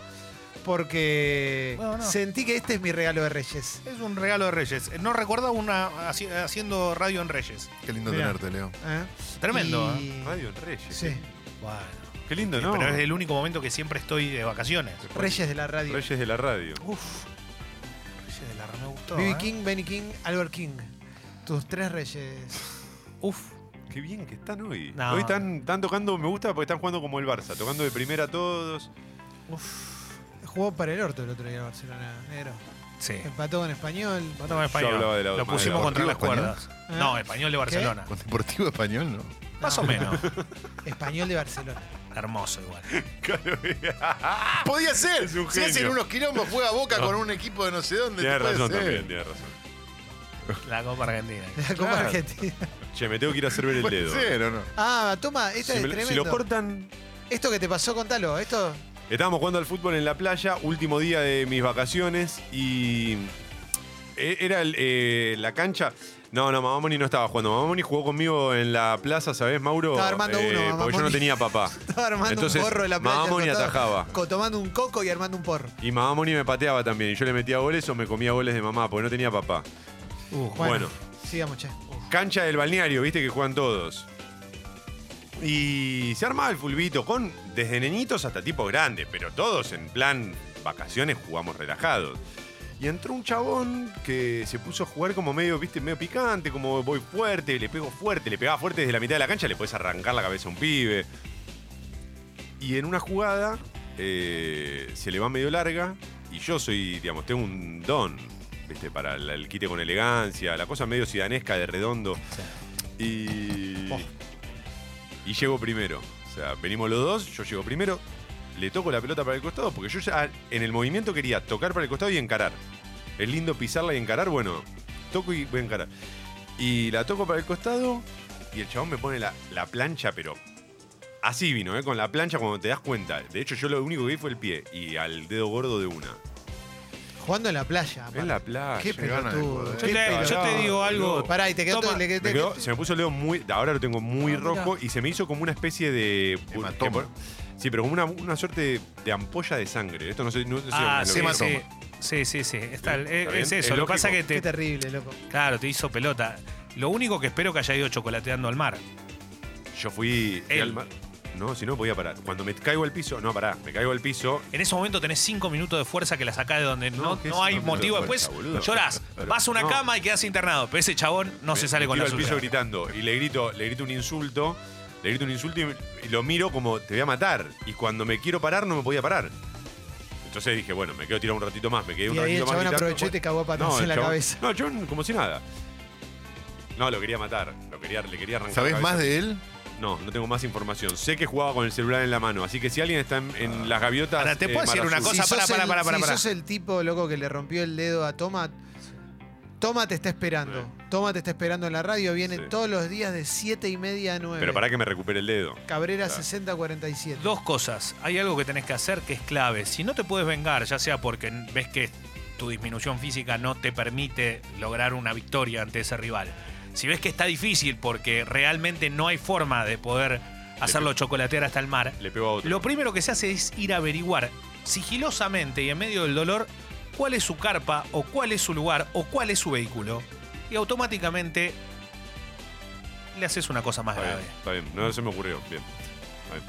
[SPEAKER 2] porque
[SPEAKER 4] Bueno, no.
[SPEAKER 2] sentí que este es mi regalo de Reyes.
[SPEAKER 4] Es un regalo de Reyes. No recuerdo una haci- haciendo radio en Reyes.
[SPEAKER 3] Qué lindo
[SPEAKER 2] Mirá.
[SPEAKER 3] tenerte, Leo.
[SPEAKER 2] ¿eh?
[SPEAKER 4] Tremendo,
[SPEAKER 2] Y-
[SPEAKER 1] ¿eh? Radio en Reyes.
[SPEAKER 2] Sí,
[SPEAKER 4] Bueno.
[SPEAKER 1] Qué lindo, ¿no?
[SPEAKER 4] Pero es el único momento que siempre estoy de vacaciones.
[SPEAKER 2] Reyes de la radio.
[SPEAKER 1] Reyes de la radio.
[SPEAKER 4] Uf. Reyes de la me gustó.
[SPEAKER 2] B.B.
[SPEAKER 4] ¿eh?
[SPEAKER 2] King, Benny King, Albert King. Tus tres reyes.
[SPEAKER 4] Uf.
[SPEAKER 1] Qué bien que están hoy.
[SPEAKER 4] No.
[SPEAKER 1] Hoy están, están tocando, me gusta porque están jugando como el Barça, tocando de primera a todos.
[SPEAKER 2] Jugó para el orto el otro día el Barcelona, negro.
[SPEAKER 4] Sí.
[SPEAKER 2] Empató con español.
[SPEAKER 4] Matamos a español.
[SPEAKER 1] hablaba de la-
[SPEAKER 4] Lo pusimos
[SPEAKER 1] ¿Deportivo
[SPEAKER 4] contra las
[SPEAKER 3] español?
[SPEAKER 4] cuerdas. No, español de Barcelona.
[SPEAKER 3] Con Deportivo Español, ¿no?
[SPEAKER 4] Más o
[SPEAKER 2] No.
[SPEAKER 4] menos.
[SPEAKER 2] Español de Barcelona.
[SPEAKER 1] [laughs]
[SPEAKER 4] Hermoso igual.
[SPEAKER 3] Podía ser.
[SPEAKER 1] Ah, Es un
[SPEAKER 3] Si hacen
[SPEAKER 1] genio.
[SPEAKER 3] unos quilombos, juega Boca con un equipo de no sé dónde.
[SPEAKER 1] Tienes
[SPEAKER 3] puede
[SPEAKER 1] razón
[SPEAKER 3] ser.
[SPEAKER 1] también, tienes razón.
[SPEAKER 4] La Copa Argentina.
[SPEAKER 2] De la Copa
[SPEAKER 3] Claro.
[SPEAKER 2] Argentina.
[SPEAKER 1] Che, me tengo que ir a hacer ver el
[SPEAKER 3] Puede
[SPEAKER 1] dedo.
[SPEAKER 3] ser, ¿o no?
[SPEAKER 2] Ah, toma, esto
[SPEAKER 1] Si,
[SPEAKER 2] es
[SPEAKER 1] me lo- si
[SPEAKER 2] tremendo.
[SPEAKER 1] lo cortan,
[SPEAKER 2] Esto que te pasó, contalo. Esto. [laughs]
[SPEAKER 1] Estábamos jugando al fútbol en la playa, último día de mis vacaciones y e- era el, eh, la cancha. No, no, Mamamoni no estaba jugando. Mamamoni jugó conmigo en la plaza, ¿sabés, Mauro? Eh,
[SPEAKER 2] Estaba armando uno, Mamá
[SPEAKER 1] Porque yo no
[SPEAKER 2] Moni.
[SPEAKER 1] tenía papá.
[SPEAKER 2] Estaba armando
[SPEAKER 1] Entonces,
[SPEAKER 2] un porro en la playa.
[SPEAKER 1] Mamá Moni
[SPEAKER 2] acostado,
[SPEAKER 1] atajaba.
[SPEAKER 2] co- tomando un coco y armando un porro.
[SPEAKER 1] Y Mamamoni me pateaba también. Y yo le metía goles o me comía goles de mamá, porque no tenía papá.
[SPEAKER 4] Uh,
[SPEAKER 1] bueno.
[SPEAKER 2] Sigamos, che.
[SPEAKER 1] Cancha del balneario, viste que juegan todos. Y se armaba el fulbito con desde nenitos hasta tipos grandes, pero todos en plan vacaciones jugamos relajados. Y entró un chabón que se puso a jugar como medio, viste, medio picante, como voy fuerte, le pego fuerte, le pegaba fuerte desde la mitad de la cancha, le puedes arrancar la cabeza a un pibe. Y en una jugada eh, se le va medio larga y yo soy, digamos, tengo un don, viste, para la- el quite con elegancia, la cosa medio cidanesca de redondo. Y, y llego primero. O sea, venimos los dos, yo llego primero, le toco la pelota para el costado, porque yo ya en el movimiento quería tocar para el costado y encarar. Es lindo pisarla y encarar, bueno, toco y voy a encarar. Y la toco para el costado y el chabón me pone la, la plancha, pero así vino, ¿eh? con la plancha cuando te das cuenta. De hecho, yo lo único que vi fue el pie y al dedo gordo de una.
[SPEAKER 2] Jugando en la playa. aparte.
[SPEAKER 1] En la playa.
[SPEAKER 2] Qué
[SPEAKER 3] Qué ganas de
[SPEAKER 2] pelotudo.
[SPEAKER 3] joder.
[SPEAKER 4] Yo
[SPEAKER 2] qué
[SPEAKER 4] te, yo te
[SPEAKER 2] pelotudo.
[SPEAKER 4] digo algo.
[SPEAKER 1] no.
[SPEAKER 2] Pará, y te quedó
[SPEAKER 4] Toma.
[SPEAKER 2] todo- le quedó-
[SPEAKER 1] Me quedó- se me puso el dedo muy. Ahora lo tengo muy
[SPEAKER 2] Ah, mirá.
[SPEAKER 1] rojo y se me hizo como una especie de.
[SPEAKER 3] Hematoma.
[SPEAKER 1] que por- Sí, pero como una, una suerte de, de ampolla de sangre. Esto no sé. No, sé
[SPEAKER 4] Ah,
[SPEAKER 1] lo
[SPEAKER 4] sí,
[SPEAKER 1] que es.
[SPEAKER 4] sí. Sí, sí, sí. Está-
[SPEAKER 1] ¿Está
[SPEAKER 4] es,
[SPEAKER 1] bien?
[SPEAKER 4] es
[SPEAKER 1] Es
[SPEAKER 4] eso. Lo que pasa es que
[SPEAKER 1] lógico.
[SPEAKER 2] Qué
[SPEAKER 4] te,
[SPEAKER 2] terrible, loco.
[SPEAKER 4] claro, te hizo pelota. Lo único que espero que haya ido chocolateando al mar.
[SPEAKER 1] Yo fui. fui
[SPEAKER 4] Él.
[SPEAKER 1] al mar- No, si no podía parar. Cuando me caigo al piso. No, pará. Me caigo al piso.
[SPEAKER 4] En ese momento tenés cinco minutos de fuerza que la sacás de donde no,
[SPEAKER 1] No, ¿qué
[SPEAKER 4] no
[SPEAKER 1] es
[SPEAKER 4] hay
[SPEAKER 1] cinco
[SPEAKER 4] motivo.
[SPEAKER 1] minutos de
[SPEAKER 4] Después
[SPEAKER 1] fuerza, boludo?
[SPEAKER 4] llorás,
[SPEAKER 1] Claro.
[SPEAKER 4] vas a una
[SPEAKER 1] No.
[SPEAKER 4] cama y quedás internado. Pero ese chabón no se
[SPEAKER 1] me-
[SPEAKER 4] sale
[SPEAKER 1] me
[SPEAKER 4] con
[SPEAKER 1] tiro
[SPEAKER 4] la
[SPEAKER 1] al piso
[SPEAKER 4] suya.
[SPEAKER 1] gritando. Y le grito, le grito un insulto. Le grito un insulto y, y lo miro como te voy a matar. Y cuando me quiero parar, no me podía parar. Entonces dije, bueno, me quedo tirado un ratito más, me quedé un
[SPEAKER 2] Y ahí el
[SPEAKER 1] ratito más.
[SPEAKER 2] chabón
[SPEAKER 1] gritando.
[SPEAKER 2] aprovechó y te cagó a patadas
[SPEAKER 1] No, el
[SPEAKER 2] en la
[SPEAKER 1] chabón-
[SPEAKER 2] cabeza.
[SPEAKER 1] No, el chabón como si nada. No, lo quería matar. Lo quería, le quería arrancar.
[SPEAKER 3] ¿Sabés
[SPEAKER 1] la
[SPEAKER 3] más
[SPEAKER 1] cabeza.
[SPEAKER 3] de él?
[SPEAKER 1] No, no tengo más información. Sé que jugaba con el celular en la mano. Así que si alguien está en,
[SPEAKER 3] Ah.
[SPEAKER 1] en las gaviotas. eh,
[SPEAKER 4] Ahora, ¿te puedo decir
[SPEAKER 1] Mar
[SPEAKER 4] una
[SPEAKER 1] Azul.
[SPEAKER 4] cosa?
[SPEAKER 2] si sos
[SPEAKER 4] pará,
[SPEAKER 2] el-
[SPEAKER 4] pará, pará,
[SPEAKER 2] si
[SPEAKER 4] pará.
[SPEAKER 2] sos el tipo, loco, que le rompió el dedo a Toma, Toma te está esperando. Toma te está esperando en la radio. Viene
[SPEAKER 1] Sí.
[SPEAKER 2] todos los días de 7 y media a 9.
[SPEAKER 1] Pero para que me recupere el dedo.
[SPEAKER 2] Cabrera 6047.
[SPEAKER 4] Dos cosas. Hay algo que tenés que hacer que es clave. Si no te puedes vengar, ya sea porque ves que tu disminución física no te permite lograr una victoria ante ese rival. Si ves que está difícil porque realmente no hay forma de poder hacerlo chocolatear hasta el mar,
[SPEAKER 1] Le pego a otro.
[SPEAKER 4] lo primero que se hace es ir a averiguar sigilosamente y en medio del dolor cuál es su carpa o cuál es su lugar o cuál es su vehículo. Y automáticamente le haces una cosa más
[SPEAKER 1] Está bien,
[SPEAKER 4] grave.
[SPEAKER 1] está bien. No se me ocurrió. Bien.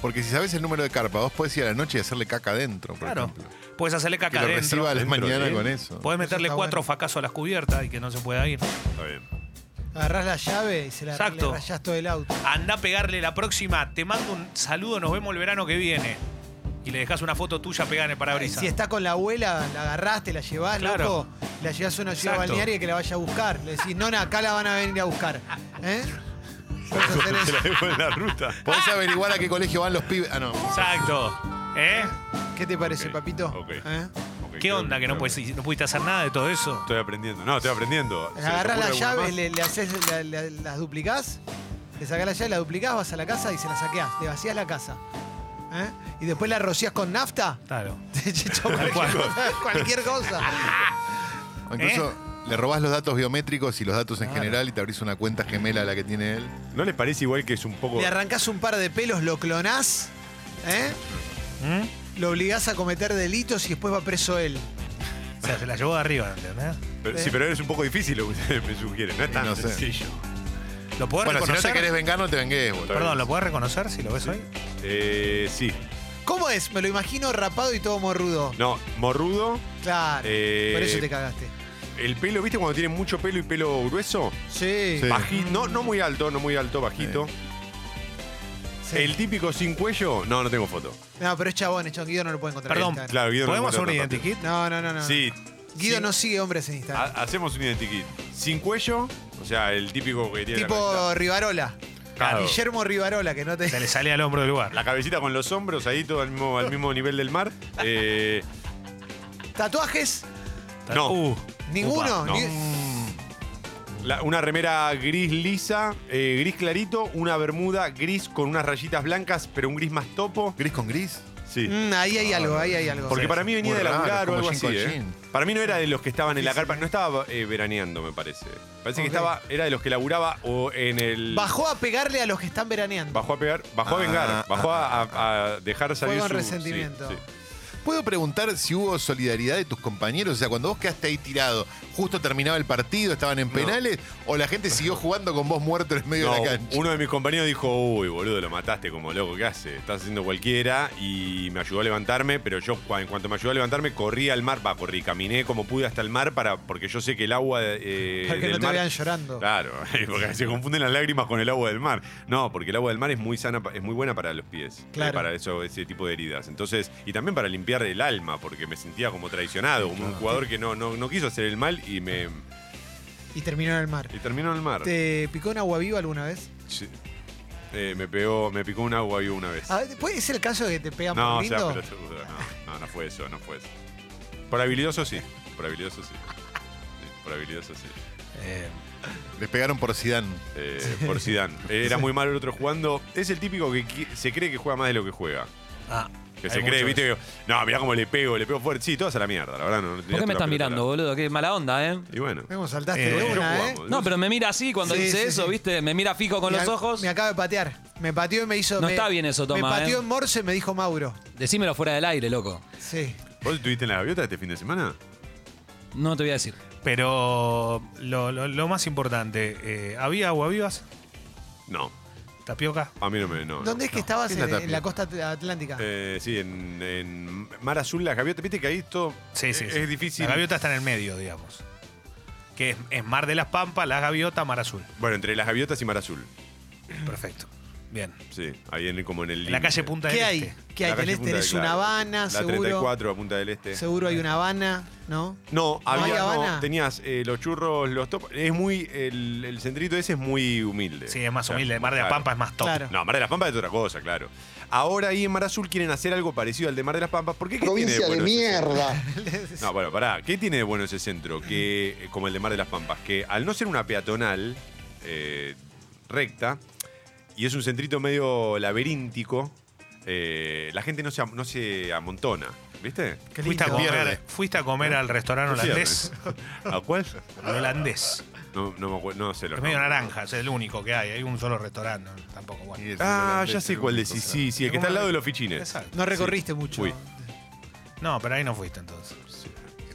[SPEAKER 3] Porque si sabés el número de carpa, vos podés ir a la noche y hacerle caca adentro, por
[SPEAKER 4] Claro.
[SPEAKER 3] ejemplo.
[SPEAKER 4] Puedes hacerle
[SPEAKER 3] Que
[SPEAKER 4] caca
[SPEAKER 3] lo
[SPEAKER 4] adentro.
[SPEAKER 3] reciba a la
[SPEAKER 1] dentro
[SPEAKER 3] mañana
[SPEAKER 1] de él.
[SPEAKER 3] con eso.
[SPEAKER 4] Podés meterle
[SPEAKER 2] está
[SPEAKER 4] cuatro
[SPEAKER 2] bueno.
[SPEAKER 4] facazos a las cubiertas y que no se pueda ir.
[SPEAKER 1] Está
[SPEAKER 4] [laughs]
[SPEAKER 1] bien.
[SPEAKER 2] Agarrás la llave y se la
[SPEAKER 4] Exacto.
[SPEAKER 2] le rayás todo el auto.
[SPEAKER 4] Anda a pegarle la próxima. Te mando un saludo, nos vemos el verano que viene. Y le dejas una foto tuya pegada en el parabrisas.
[SPEAKER 2] Si estás con la abuela, la agarraste, la llevás,
[SPEAKER 4] Claro.
[SPEAKER 2] loco, la llevás a una ciudad
[SPEAKER 4] Exacto.
[SPEAKER 2] balnearia que la vaya a buscar. Le decís, nona, acá la van a venir a buscar.
[SPEAKER 1] [laughs]
[SPEAKER 2] ¿Eh? Puedes hacer
[SPEAKER 1] Se
[SPEAKER 2] eso.
[SPEAKER 1] la dejo en la ruta.
[SPEAKER 3] Podés averiguar a qué colegio van los pibes. Ah, no.
[SPEAKER 4] Exacto. ¿Eh?
[SPEAKER 2] ¿Qué te parece,
[SPEAKER 1] Ok,
[SPEAKER 2] papito?
[SPEAKER 1] ok.
[SPEAKER 2] ¿Eh?
[SPEAKER 1] Ok,
[SPEAKER 4] ¿Qué
[SPEAKER 1] creo
[SPEAKER 4] onda que
[SPEAKER 1] creo
[SPEAKER 4] no, puedes- no pudiste hacer nada de todo eso?
[SPEAKER 1] Estoy aprendiendo. No, estoy aprendiendo. ¿Se les ocurre
[SPEAKER 2] Agarrás las
[SPEAKER 1] alguna
[SPEAKER 2] llaves,
[SPEAKER 1] más?
[SPEAKER 2] le, le haces, la- la- las duplicás, le sacás la llave, la duplicás, vas a la casa y se la saqueás, le vacías la casa. ¿Eh? Y después la rociás con nafta. [laughs]
[SPEAKER 4] Claro.
[SPEAKER 1] [laughs]
[SPEAKER 2] Te chocas
[SPEAKER 4] cual.
[SPEAKER 2] cualquier cosa.
[SPEAKER 3] O incluso le robás los datos biométricos y los datos en general y te abrís una cuenta gemela a la que tiene él.
[SPEAKER 1] ¿No les parece igual que es un poco.
[SPEAKER 2] Le arrancás un par de pelos, lo clonás, ¿eh?
[SPEAKER 4] ¿Mm?
[SPEAKER 2] lo obligás a cometer delitos y después va preso él.
[SPEAKER 4] O sea, se la llevó de arriba, ¿entendés?
[SPEAKER 1] Pero- sí, pero es un poco difícil lo que [laughs] ustedes me sugieren. No es
[SPEAKER 3] Y
[SPEAKER 1] tan
[SPEAKER 3] no sé.
[SPEAKER 1] sencillo.
[SPEAKER 4] ¿Lo podés
[SPEAKER 3] Bueno, si no
[SPEAKER 4] reconocer?
[SPEAKER 3] te querés vengar, no te vengues, boludo.
[SPEAKER 4] Perdón, ¿lo podés reconocer si lo ves hoy?
[SPEAKER 1] Eh, sí.
[SPEAKER 2] ¿Cómo es? Me lo imagino rapado y todo morrudo.
[SPEAKER 1] No, morrudo.
[SPEAKER 2] Claro.
[SPEAKER 1] Eh,
[SPEAKER 2] Por eso te cagaste.
[SPEAKER 1] El pelo, ¿viste cuando tiene mucho pelo y pelo grueso?
[SPEAKER 2] Sí.
[SPEAKER 3] Sí.
[SPEAKER 1] Baji- no, no muy alto, no muy alto, bajito.
[SPEAKER 2] sí.
[SPEAKER 1] Ah, El típico sin cuello, no, no tengo foto.
[SPEAKER 2] No, pero es chabón, es chabón, Guido no lo puede encontrar. en
[SPEAKER 4] Perdón,
[SPEAKER 2] Instagram.
[SPEAKER 1] claro, Guido no
[SPEAKER 4] ¿podemos hacer un
[SPEAKER 1] encuentra rápido.
[SPEAKER 4] identikit?
[SPEAKER 2] No, no, no, no.
[SPEAKER 1] Sí, Ah,
[SPEAKER 2] Guido no sigue hombres en Instagram.
[SPEAKER 1] Ha- hacemos un identikit. Sin cuello, o sea, el típico que tiene la
[SPEAKER 2] tipo
[SPEAKER 1] cabecita-
[SPEAKER 2] Rivarola.
[SPEAKER 1] Claro.
[SPEAKER 2] Guillermo Rivarola, que no te.
[SPEAKER 4] Se le sale al hombro del lugar.
[SPEAKER 1] la cabecita con los hombros ahí, todo al mismo, al mismo nivel del mar. Eh,
[SPEAKER 2] ¿Tatuajes?
[SPEAKER 1] no.
[SPEAKER 4] Uh,
[SPEAKER 2] Ninguno.
[SPEAKER 1] Upa, no.
[SPEAKER 2] ni-
[SPEAKER 1] La- una remera gris lisa, eh, gris clarito, una bermuda gris con unas rayitas blancas, pero un gris más topo.
[SPEAKER 3] ¿Gris con gris?
[SPEAKER 1] Sí.
[SPEAKER 2] Mm, ahí hay algo, ahí hay algo.
[SPEAKER 1] Porque para mí venía
[SPEAKER 3] Muy
[SPEAKER 1] de
[SPEAKER 3] raro,
[SPEAKER 1] laburar o
[SPEAKER 3] como
[SPEAKER 1] algo
[SPEAKER 3] jean
[SPEAKER 1] así,
[SPEAKER 3] con
[SPEAKER 1] ¿eh?
[SPEAKER 3] jean.
[SPEAKER 1] Para mí no era de los que estaban en la carpa, no estaba eh, veraneando, me parece. Parece que
[SPEAKER 2] Ok.
[SPEAKER 1] estaba, era de los que laburaba o en el.
[SPEAKER 2] Bajó a pegarle a los que están veraneando.
[SPEAKER 1] Bajó a pegar, bajó a
[SPEAKER 3] Ah,
[SPEAKER 1] vengar, bajó a, a- a dejar salir
[SPEAKER 2] Fue con
[SPEAKER 1] su-
[SPEAKER 2] resentimiento.
[SPEAKER 1] sí,
[SPEAKER 3] ¿Puedo preguntar si hubo solidaridad de tus compañeros? O sea, cuando vos quedaste ahí tirado, justo terminaba el partido, estaban en penales, o la
[SPEAKER 1] [laughs]
[SPEAKER 3] gente siguió jugando con vos muerto en el
[SPEAKER 1] sí.
[SPEAKER 3] medio
[SPEAKER 1] No,
[SPEAKER 3] de la cancha.
[SPEAKER 1] uno de mis compañeros dijo, uy, boludo, lo mataste como loco, ¿qué hace? Estás haciendo cualquiera y me ayudó a levantarme, pero yo cua- en cuanto me ayudó a levantarme, corrí al mar, va, corrí, caminé como pude hasta el mar para, porque yo sé que el agua eh,
[SPEAKER 2] Para que
[SPEAKER 1] del
[SPEAKER 2] no te
[SPEAKER 1] mar-
[SPEAKER 2] vean llorando.
[SPEAKER 1] Claro, [laughs] porque se confunden las lágrimas con el agua del mar. No, porque el agua del mar es muy sana, pa- es muy buena para los pies, eh,
[SPEAKER 2] Claro.
[SPEAKER 1] para eso, ese tipo de heridas. Entonces, y también para limpiar el alma, porque me sentía como traicionado, como un jugador que no, no, no quiso hacer el mal y me
[SPEAKER 2] Y terminó en el mar.
[SPEAKER 1] y terminó en el mar.
[SPEAKER 2] ¿Te picó en agua viva alguna vez?
[SPEAKER 1] Sí. Eh, me pegó, me picó un agua viva una vez.
[SPEAKER 2] A ver, Ah, ¿Puede ser el caso de que te pegan
[SPEAKER 1] No,
[SPEAKER 2] por
[SPEAKER 1] o sea,
[SPEAKER 2] lindo?
[SPEAKER 1] pelotudo, no, no, no fue eso, no fue eso. Por habilidoso sí, por habilidoso sí. Sí, Por habilidoso sí.
[SPEAKER 3] Les pegaron por Sidán.
[SPEAKER 1] Eh, por Zidane. Era muy malo el otro jugando. Es el típico que qui- se cree que juega más de lo que juega.
[SPEAKER 4] ah,
[SPEAKER 1] Que
[SPEAKER 4] hay
[SPEAKER 1] se cree,
[SPEAKER 4] muchos.
[SPEAKER 1] viste, que, no, mirá cómo le pego, le pego fuerte. Sí, todas a la mierda, la verdad. No, no
[SPEAKER 7] ¿Por qué me estás mirando, boludo? Qué mala onda, ¿eh?
[SPEAKER 1] Y bueno.
[SPEAKER 2] Vemos, saltaste
[SPEAKER 4] Eh,
[SPEAKER 2] de
[SPEAKER 1] Yo
[SPEAKER 2] una, ¿eh?
[SPEAKER 1] jugamos,
[SPEAKER 7] No, pero me mira así cuando
[SPEAKER 2] Sí,
[SPEAKER 7] dice
[SPEAKER 2] sí,
[SPEAKER 7] eso,
[SPEAKER 2] sí.
[SPEAKER 7] ¿viste? Me mira fijo con
[SPEAKER 2] Me
[SPEAKER 7] los
[SPEAKER 2] ac-
[SPEAKER 7] ojos.
[SPEAKER 2] Me acaba de patear. Me pateó y me hizo.
[SPEAKER 7] No
[SPEAKER 2] me-
[SPEAKER 7] está bien eso,
[SPEAKER 2] Me
[SPEAKER 7] Toma,
[SPEAKER 2] pateó
[SPEAKER 7] ¿eh?
[SPEAKER 2] en Morse y me dijo Mauro.
[SPEAKER 7] Decímelo fuera del aire, loco.
[SPEAKER 2] Sí.
[SPEAKER 1] ¿Vos estuviste en la gaviota este fin de semana?
[SPEAKER 7] No te voy a decir.
[SPEAKER 4] Pero lo, lo- lo más importante, eh, ¿había aguavivas?
[SPEAKER 1] No,
[SPEAKER 4] ¿Tapioca?
[SPEAKER 1] a mí no me. No,
[SPEAKER 2] ¿Dónde es que estabas?
[SPEAKER 3] ¿Quién la
[SPEAKER 2] En, en
[SPEAKER 3] tapia?
[SPEAKER 2] la costa atl- atlántica.
[SPEAKER 1] no. Eh, sí, en, en Mar Azul, la gaviota. Viste que ahí todo
[SPEAKER 4] Sí, sí.
[SPEAKER 1] es,
[SPEAKER 4] sí.
[SPEAKER 1] es difícil.
[SPEAKER 4] La gaviota está en el medio, digamos. Que es, es Mar de las Pampas, la gaviota, Mar Azul.
[SPEAKER 1] Bueno, entre las gaviotas y Mar Azul.
[SPEAKER 4] Perfecto. Bien.
[SPEAKER 1] Sí, ahí en, el- como en el.
[SPEAKER 4] En la
[SPEAKER 1] límite.
[SPEAKER 4] calle Punta del
[SPEAKER 2] ¿Qué hay?
[SPEAKER 4] Este.
[SPEAKER 2] ¿Qué hay?
[SPEAKER 1] La calle
[SPEAKER 2] Tenés,
[SPEAKER 1] Punta del-
[SPEAKER 2] tenés una
[SPEAKER 1] claro.
[SPEAKER 2] Habana,
[SPEAKER 1] La
[SPEAKER 2] seguro.
[SPEAKER 1] 34 a Punta del Este.
[SPEAKER 2] Seguro hay una Habana, ¿no?
[SPEAKER 1] No,
[SPEAKER 2] ¿No hay
[SPEAKER 1] había, no,
[SPEAKER 2] Habana?
[SPEAKER 1] tenías eh, los churros, los top. Es muy. El, el centrito ese es muy humilde.
[SPEAKER 4] Sí, es
[SPEAKER 1] O
[SPEAKER 4] más
[SPEAKER 1] sea,
[SPEAKER 4] humilde. Mar de las
[SPEAKER 1] Eh, claro.
[SPEAKER 4] Pampas es más top.
[SPEAKER 2] Claro.
[SPEAKER 1] No, Mar de las Pampas es otra cosa, claro. Ahora ahí en Mar Azul quieren hacer algo parecido al de Mar de las Pampas. ¿Por qué? ¿Qué tiene
[SPEAKER 8] Provincia de
[SPEAKER 1] bueno ese centro?
[SPEAKER 8] mierda.
[SPEAKER 1] No, bueno, pará. ¿Qué tiene de bueno ese centro? Que, eh, como el de Mar de las Pampas, que al no ser una peatonal eh, recta, y es un centrito medio laberíntico, eh, la gente no se, am- no se amontona. ¿Viste?
[SPEAKER 2] Qué
[SPEAKER 4] Fuiste, a
[SPEAKER 2] lindo.
[SPEAKER 4] comer, fuiste a comer al restaurante holandés.
[SPEAKER 1] [laughs] ¿A cuál?
[SPEAKER 4] Al holandés.
[SPEAKER 1] No, no me acuerdo, no sé los
[SPEAKER 4] Es medio
[SPEAKER 1] nombres.
[SPEAKER 4] naranja, es el único que hay. Hay un solo restaurante, no, tampoco. Bueno.
[SPEAKER 1] Ah, ya
[SPEAKER 3] este
[SPEAKER 1] sé cuál decís. Sí, sí, el que está al lado de los fichines.
[SPEAKER 4] Exacto.
[SPEAKER 2] No recorriste mucho.
[SPEAKER 1] Uy.
[SPEAKER 4] No, pero ahí no fuiste entonces.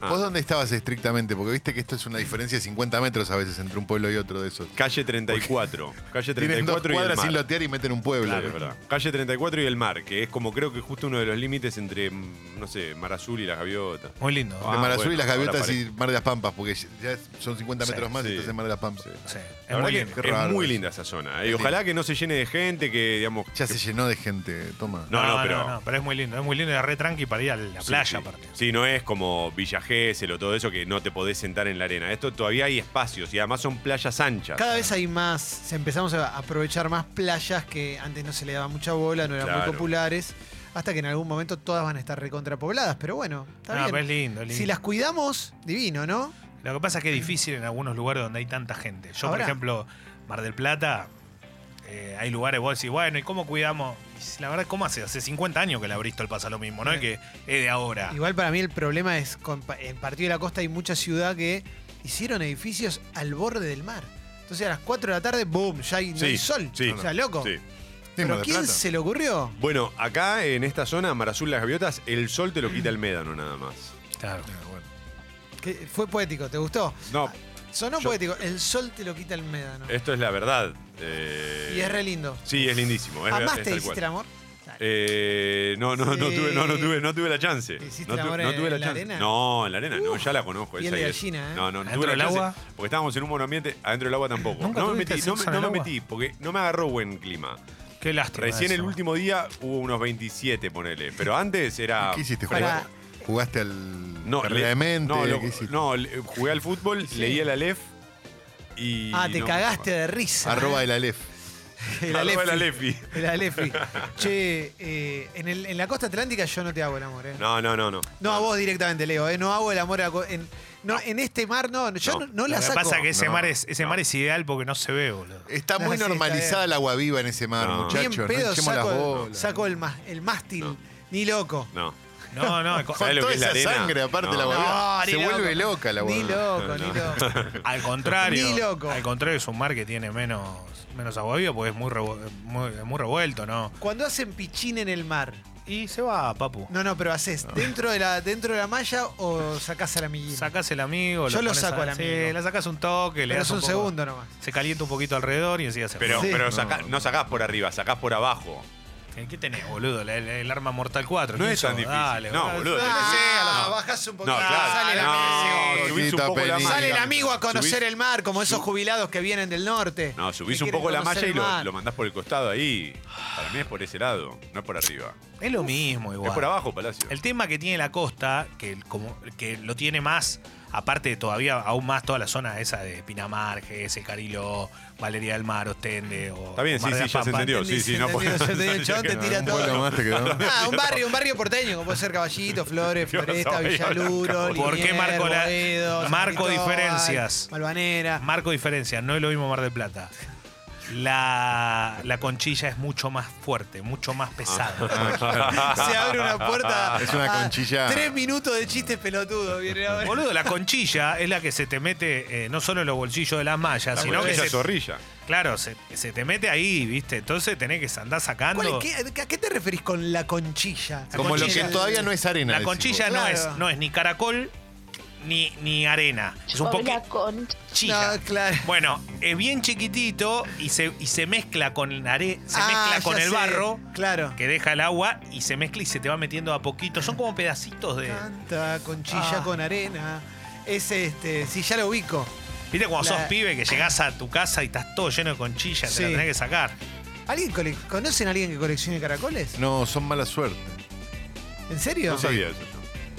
[SPEAKER 1] Ah.
[SPEAKER 3] ¿Vos dónde estabas estrictamente? Porque viste que esto es una diferencia de 50 metros a veces entre un pueblo y otro de esos.
[SPEAKER 1] Calle 34. Calle
[SPEAKER 3] Tienen dos
[SPEAKER 1] 34 y el
[SPEAKER 3] cuadras sin
[SPEAKER 1] mar.
[SPEAKER 3] lotear y meten un pueblo.
[SPEAKER 1] Claro, es verdad. Calle 34 y el mar, que es como creo que justo uno de los límites entre, mm, no sé, Mar Azul y las gaviotas.
[SPEAKER 4] Muy lindo.
[SPEAKER 1] Ah,
[SPEAKER 3] de Mar Azul
[SPEAKER 1] bueno,
[SPEAKER 3] y las
[SPEAKER 1] ahora
[SPEAKER 3] gaviotas
[SPEAKER 1] parece.
[SPEAKER 3] y Mar de las Pampas, porque ya son 50
[SPEAKER 4] Sí,
[SPEAKER 3] metros más
[SPEAKER 1] sí.
[SPEAKER 3] y estás en Mar de las Pampas.
[SPEAKER 4] Sí,
[SPEAKER 1] La
[SPEAKER 4] es
[SPEAKER 1] verdad
[SPEAKER 4] muy
[SPEAKER 1] que
[SPEAKER 4] lindo.
[SPEAKER 3] Qué
[SPEAKER 1] es
[SPEAKER 3] raro
[SPEAKER 1] muy
[SPEAKER 3] eso.
[SPEAKER 1] linda esa zona. eh, Y
[SPEAKER 3] Es
[SPEAKER 1] ojalá que no se llene de gente, que digamos...
[SPEAKER 3] Ya
[SPEAKER 1] que-
[SPEAKER 3] se llenó de gente, toma.
[SPEAKER 1] No, no, pero...
[SPEAKER 4] pero es muy lindo. Es muy lindo y es re tranqui para ir a la
[SPEAKER 1] sí,
[SPEAKER 4] playa,
[SPEAKER 1] sí.
[SPEAKER 4] aparte.
[SPEAKER 1] Sí, no es como Villa Gesell o todo eso que no te podés sentar en la arena. Esto todavía hay espacios y además son playas anchas.
[SPEAKER 2] Cada vez hay más, se empezamos a aprovechar más playas que antes no se le daba mucha bola, no eran
[SPEAKER 1] Claro.
[SPEAKER 2] muy populares, hasta que en algún momento todas van a estar recontrapobladas, pero bueno, está
[SPEAKER 4] No,
[SPEAKER 2] bien.
[SPEAKER 4] pero es lindo, es lindo.
[SPEAKER 2] Si las cuidamos, divino, ¿no?
[SPEAKER 4] Lo que pasa es que es difícil en algunos lugares donde hay tanta gente. Yo,
[SPEAKER 2] Ahora-
[SPEAKER 4] por ejemplo, Mar del Plata, eh, hay lugares vos decís, bueno, ¿y cómo cuidamos? Y si la verdad, ¿cómo hace? Hace 50 años que la Bristol pasa lo mismo, ¿no? Es que es de
[SPEAKER 1] Ah.
[SPEAKER 4] ahora.
[SPEAKER 2] Igual para mí el problema es, con, pa- en Partido de la Costa hay mucha ciudad que hicieron edificios al borde del mar. Entonces a las 4 de la tarde, boom, ya hay, no
[SPEAKER 1] Sí,
[SPEAKER 2] hay sol.
[SPEAKER 1] sí.
[SPEAKER 2] o sea, loco.
[SPEAKER 1] Sí.
[SPEAKER 3] Mar
[SPEAKER 2] Pero
[SPEAKER 3] del
[SPEAKER 2] ¿quién
[SPEAKER 3] Plata.
[SPEAKER 2] se le ocurrió?
[SPEAKER 1] Bueno, acá en esta zona, Mar Azul, las gaviotas, el sol te lo quita el médano nada más.
[SPEAKER 4] Claro.
[SPEAKER 2] Que fue poético, ¿te gustó?
[SPEAKER 1] No,
[SPEAKER 2] Sonó
[SPEAKER 1] Yo-
[SPEAKER 2] poético, el sol te lo quita el médano.
[SPEAKER 1] esto es la verdad. eh,
[SPEAKER 2] y es re lindo.
[SPEAKER 1] Sí, es lindísimo. Es, es
[SPEAKER 2] ¿Amás te
[SPEAKER 1] tal
[SPEAKER 2] hiciste
[SPEAKER 1] cual.
[SPEAKER 2] el amor? Dale.
[SPEAKER 1] Eh, no, no, no
[SPEAKER 2] Sí.
[SPEAKER 1] tuve, no, no tuve, no tuve la chance.
[SPEAKER 2] ¿Te hiciste
[SPEAKER 1] No
[SPEAKER 2] el
[SPEAKER 1] tuve,
[SPEAKER 2] amor
[SPEAKER 1] no
[SPEAKER 2] en
[SPEAKER 1] tuve la,
[SPEAKER 2] la
[SPEAKER 1] chance.
[SPEAKER 2] arena?
[SPEAKER 1] No, en la arena, no, ya la conozco.
[SPEAKER 2] Piel
[SPEAKER 1] esa
[SPEAKER 2] de
[SPEAKER 1] y es-
[SPEAKER 2] gallina, ¿eh?
[SPEAKER 1] No, no, no
[SPEAKER 4] ¿Adentro
[SPEAKER 1] tuve la
[SPEAKER 4] del
[SPEAKER 1] chance
[SPEAKER 4] agua?
[SPEAKER 1] Porque estábamos en un monoambiente, adentro del agua tampoco.
[SPEAKER 4] ¿Nunca
[SPEAKER 1] No me
[SPEAKER 4] tuviste
[SPEAKER 1] metí, no, me-
[SPEAKER 4] sexo en
[SPEAKER 1] no
[SPEAKER 4] el
[SPEAKER 1] me
[SPEAKER 4] agua?
[SPEAKER 1] metí, porque no me agarró buen clima.
[SPEAKER 4] Qué lástima.
[SPEAKER 1] Recién
[SPEAKER 4] eso.
[SPEAKER 1] el último día hubo unos 27, ponele. Pero antes era.
[SPEAKER 3] ¿Qué hiciste,
[SPEAKER 2] Para,
[SPEAKER 3] Juan? ¿Jugaste al
[SPEAKER 1] No,
[SPEAKER 3] carrera
[SPEAKER 1] le-
[SPEAKER 3] de mente?
[SPEAKER 1] no, lo-
[SPEAKER 3] ¿Qué hiciste?
[SPEAKER 1] no, le- jugué al fútbol, leía la LEF y.
[SPEAKER 2] Ah, te
[SPEAKER 1] no,
[SPEAKER 2] cagaste de risa. ¿eh?
[SPEAKER 3] Arroba el Aleph.
[SPEAKER 2] [laughs] El
[SPEAKER 1] Arroba el
[SPEAKER 2] Alefi.
[SPEAKER 1] Alefi.
[SPEAKER 2] El
[SPEAKER 3] [laughs]
[SPEAKER 2] Alefi. Che, eh, en, el- en la costa atlántica yo no te hago el amor, ¿eh?
[SPEAKER 1] No, no, no, no.
[SPEAKER 2] No, a vos directamente, Leo, ¿eh? No hago el amor a la co- en, no, en este mar, no, yo
[SPEAKER 1] No.
[SPEAKER 2] no, no
[SPEAKER 4] Lo
[SPEAKER 2] la
[SPEAKER 4] que
[SPEAKER 2] saco.
[SPEAKER 4] pasa es que ese,
[SPEAKER 1] No,
[SPEAKER 4] mar, es, ese
[SPEAKER 1] no.
[SPEAKER 4] mar es ideal porque no se ve, boludo.
[SPEAKER 3] Está
[SPEAKER 2] Ah, sí,
[SPEAKER 3] muy
[SPEAKER 2] está
[SPEAKER 3] normalizada
[SPEAKER 2] bien.
[SPEAKER 3] el agua viva en ese mar,
[SPEAKER 1] No.
[SPEAKER 2] Ni en
[SPEAKER 3] muchachos. No
[SPEAKER 2] pedo
[SPEAKER 3] hinchemos las
[SPEAKER 2] saco, el,
[SPEAKER 3] bolas.
[SPEAKER 2] saco el, ma- el mástil, ni loco.
[SPEAKER 1] No.
[SPEAKER 4] No,
[SPEAKER 1] [laughs]
[SPEAKER 4] no, co-
[SPEAKER 1] ¿Sabés
[SPEAKER 3] Con
[SPEAKER 1] lo
[SPEAKER 3] toda
[SPEAKER 1] que es la
[SPEAKER 3] esa
[SPEAKER 1] arena?
[SPEAKER 3] sangre, aparte,
[SPEAKER 1] No.
[SPEAKER 3] la agua viva.
[SPEAKER 2] No, ni
[SPEAKER 3] Se
[SPEAKER 2] loco.
[SPEAKER 3] vuelve loca la agua
[SPEAKER 2] Ni
[SPEAKER 3] viva.
[SPEAKER 2] loco, ni
[SPEAKER 3] [laughs]
[SPEAKER 2] loco.
[SPEAKER 4] al contrario.
[SPEAKER 2] Ni loco.
[SPEAKER 4] Al contrario, es un mar que tiene menos, menos agua viva porque es muy, revo- muy, muy revuelto, ¿no?
[SPEAKER 2] Cuando hacen pichín en el mar,
[SPEAKER 4] Y se va, papu.
[SPEAKER 2] no, no, pero haces dentro de la dentro de la malla o sacás a la amiguita.
[SPEAKER 4] Sacás el amigo.
[SPEAKER 2] Yo lo
[SPEAKER 4] pones
[SPEAKER 2] saco
[SPEAKER 4] a-
[SPEAKER 2] al amigo.
[SPEAKER 4] Sí, la sacás un toque, le
[SPEAKER 2] Pero
[SPEAKER 4] das
[SPEAKER 2] es un
[SPEAKER 4] poco-
[SPEAKER 2] segundo nomás.
[SPEAKER 4] Se calienta un poquito alrededor y enseguida se
[SPEAKER 1] Pero,
[SPEAKER 4] va.
[SPEAKER 2] Sí.
[SPEAKER 1] pero saca- no sacás por arriba, sacás por abajo.
[SPEAKER 4] ¿Qué- ¿Qué tenés, boludo? La- la- el arma Mortal 4.
[SPEAKER 1] No
[SPEAKER 4] ¿qué
[SPEAKER 1] es
[SPEAKER 4] hizo?
[SPEAKER 1] tan difícil.
[SPEAKER 4] Dale,
[SPEAKER 1] No,
[SPEAKER 4] boludo.
[SPEAKER 1] boludo.
[SPEAKER 2] Ah,
[SPEAKER 1] No.
[SPEAKER 2] bajás un
[SPEAKER 1] No,
[SPEAKER 2] poquito.
[SPEAKER 1] claro.
[SPEAKER 2] sale, la-
[SPEAKER 1] no, subís un
[SPEAKER 3] Cosita
[SPEAKER 1] poco la
[SPEAKER 3] penita.
[SPEAKER 1] malla.
[SPEAKER 2] sale el amigo a conocer
[SPEAKER 1] Subís-
[SPEAKER 2] el mar, como esos jubilados que vienen del norte.
[SPEAKER 1] No, subís
[SPEAKER 2] Que
[SPEAKER 1] un poco la
[SPEAKER 2] quieren
[SPEAKER 1] malla
[SPEAKER 2] conocer
[SPEAKER 1] y
[SPEAKER 2] el
[SPEAKER 1] lo,
[SPEAKER 2] mar.
[SPEAKER 1] lo mandás por el costado ahí. Para mí es por ese lado, no es por arriba.
[SPEAKER 4] Es lo mismo igual.
[SPEAKER 1] Es por abajo, Palacio.
[SPEAKER 4] El tema que tiene la costa, que, el- como, que lo tiene más, aparte de todavía aún más toda la zona esa de Pinamar, ese Cariló, Valeria del Mar, Ostende. O,
[SPEAKER 1] Está bien,
[SPEAKER 4] o Mar
[SPEAKER 1] sí,
[SPEAKER 4] de
[SPEAKER 1] sí,
[SPEAKER 4] la
[SPEAKER 1] ya se
[SPEAKER 4] Pampa.
[SPEAKER 1] entendió. Sí, sí, no
[SPEAKER 2] Entendí,
[SPEAKER 1] puedo-
[SPEAKER 2] entendí, el chabón te
[SPEAKER 1] [laughs]
[SPEAKER 2] tira
[SPEAKER 3] Un
[SPEAKER 2] todo.
[SPEAKER 3] pueblo más te quedó.
[SPEAKER 2] Ah, un barrio, un barrio porteño, como puede ser Caballito,
[SPEAKER 1] [laughs]
[SPEAKER 2] Flores,
[SPEAKER 1] Yo no
[SPEAKER 2] Floresta,
[SPEAKER 1] sabía
[SPEAKER 2] Villaluro,
[SPEAKER 1] hablar,
[SPEAKER 4] ¿Por qué
[SPEAKER 2] Liniers,
[SPEAKER 4] marco la-
[SPEAKER 2] Boedo, San
[SPEAKER 4] marco
[SPEAKER 2] Cristóbal,
[SPEAKER 4] diferencias? [laughs]
[SPEAKER 2] Malvanera.
[SPEAKER 4] Marco diferencia, no es lo mismo Mar del Plata. La, la conchilla es mucho más fuerte, mucho más
[SPEAKER 1] Ah,
[SPEAKER 4] pesada. Ah,
[SPEAKER 2] Se abre una
[SPEAKER 1] [laughs]
[SPEAKER 2] puerta.
[SPEAKER 3] Es una
[SPEAKER 2] a
[SPEAKER 3] conchilla.
[SPEAKER 2] Tres minutos de chistes pelotudos, viene ahora.
[SPEAKER 4] Boludo, la conchilla es la que se te mete eh, no solo en los bolsillos de las mallas,
[SPEAKER 1] La
[SPEAKER 4] sino que
[SPEAKER 1] conchilla
[SPEAKER 4] se,
[SPEAKER 1] zorrilla.
[SPEAKER 4] claro, se, se te mete ahí, ¿viste? Entonces tenés que andar sacando.
[SPEAKER 2] ¿Cuál es? ¿Qué- ¿A qué te referís con la conchilla?
[SPEAKER 4] La
[SPEAKER 3] Como lo que
[SPEAKER 4] conchilla-
[SPEAKER 3] todavía no es arena.
[SPEAKER 4] La
[SPEAKER 3] decís
[SPEAKER 4] conchilla
[SPEAKER 2] vos.
[SPEAKER 4] no,
[SPEAKER 2] Claro.
[SPEAKER 4] es, no es ni caracol ni, ni arena. Es un poco
[SPEAKER 8] Hola, concha.
[SPEAKER 4] chilla.
[SPEAKER 2] No, claro.
[SPEAKER 4] Bueno, es bien chiquitito y se, y se mezcla con, la are- se
[SPEAKER 2] Ah,
[SPEAKER 4] mezcla
[SPEAKER 2] ya
[SPEAKER 4] con el
[SPEAKER 2] sé.
[SPEAKER 4] barro
[SPEAKER 2] Claro.
[SPEAKER 4] que deja el agua y se mezcla y se te va metiendo a poquito. Son como pedacitos de.
[SPEAKER 2] Canta conchilla
[SPEAKER 4] Ah.
[SPEAKER 2] con arena. Es este, si ya lo ubico.
[SPEAKER 4] ¿Viste cuando
[SPEAKER 2] La-
[SPEAKER 4] sos pibe que llegás a tu casa y estás todo lleno de conchilla?
[SPEAKER 2] Sí.
[SPEAKER 4] Te la tenés que sacar.
[SPEAKER 2] ¿Alguien cole- ¿Conocen a alguien que coleccione caracoles?
[SPEAKER 3] vos. No, son mala suerte.
[SPEAKER 2] ¿En serio?
[SPEAKER 1] No sabía eso.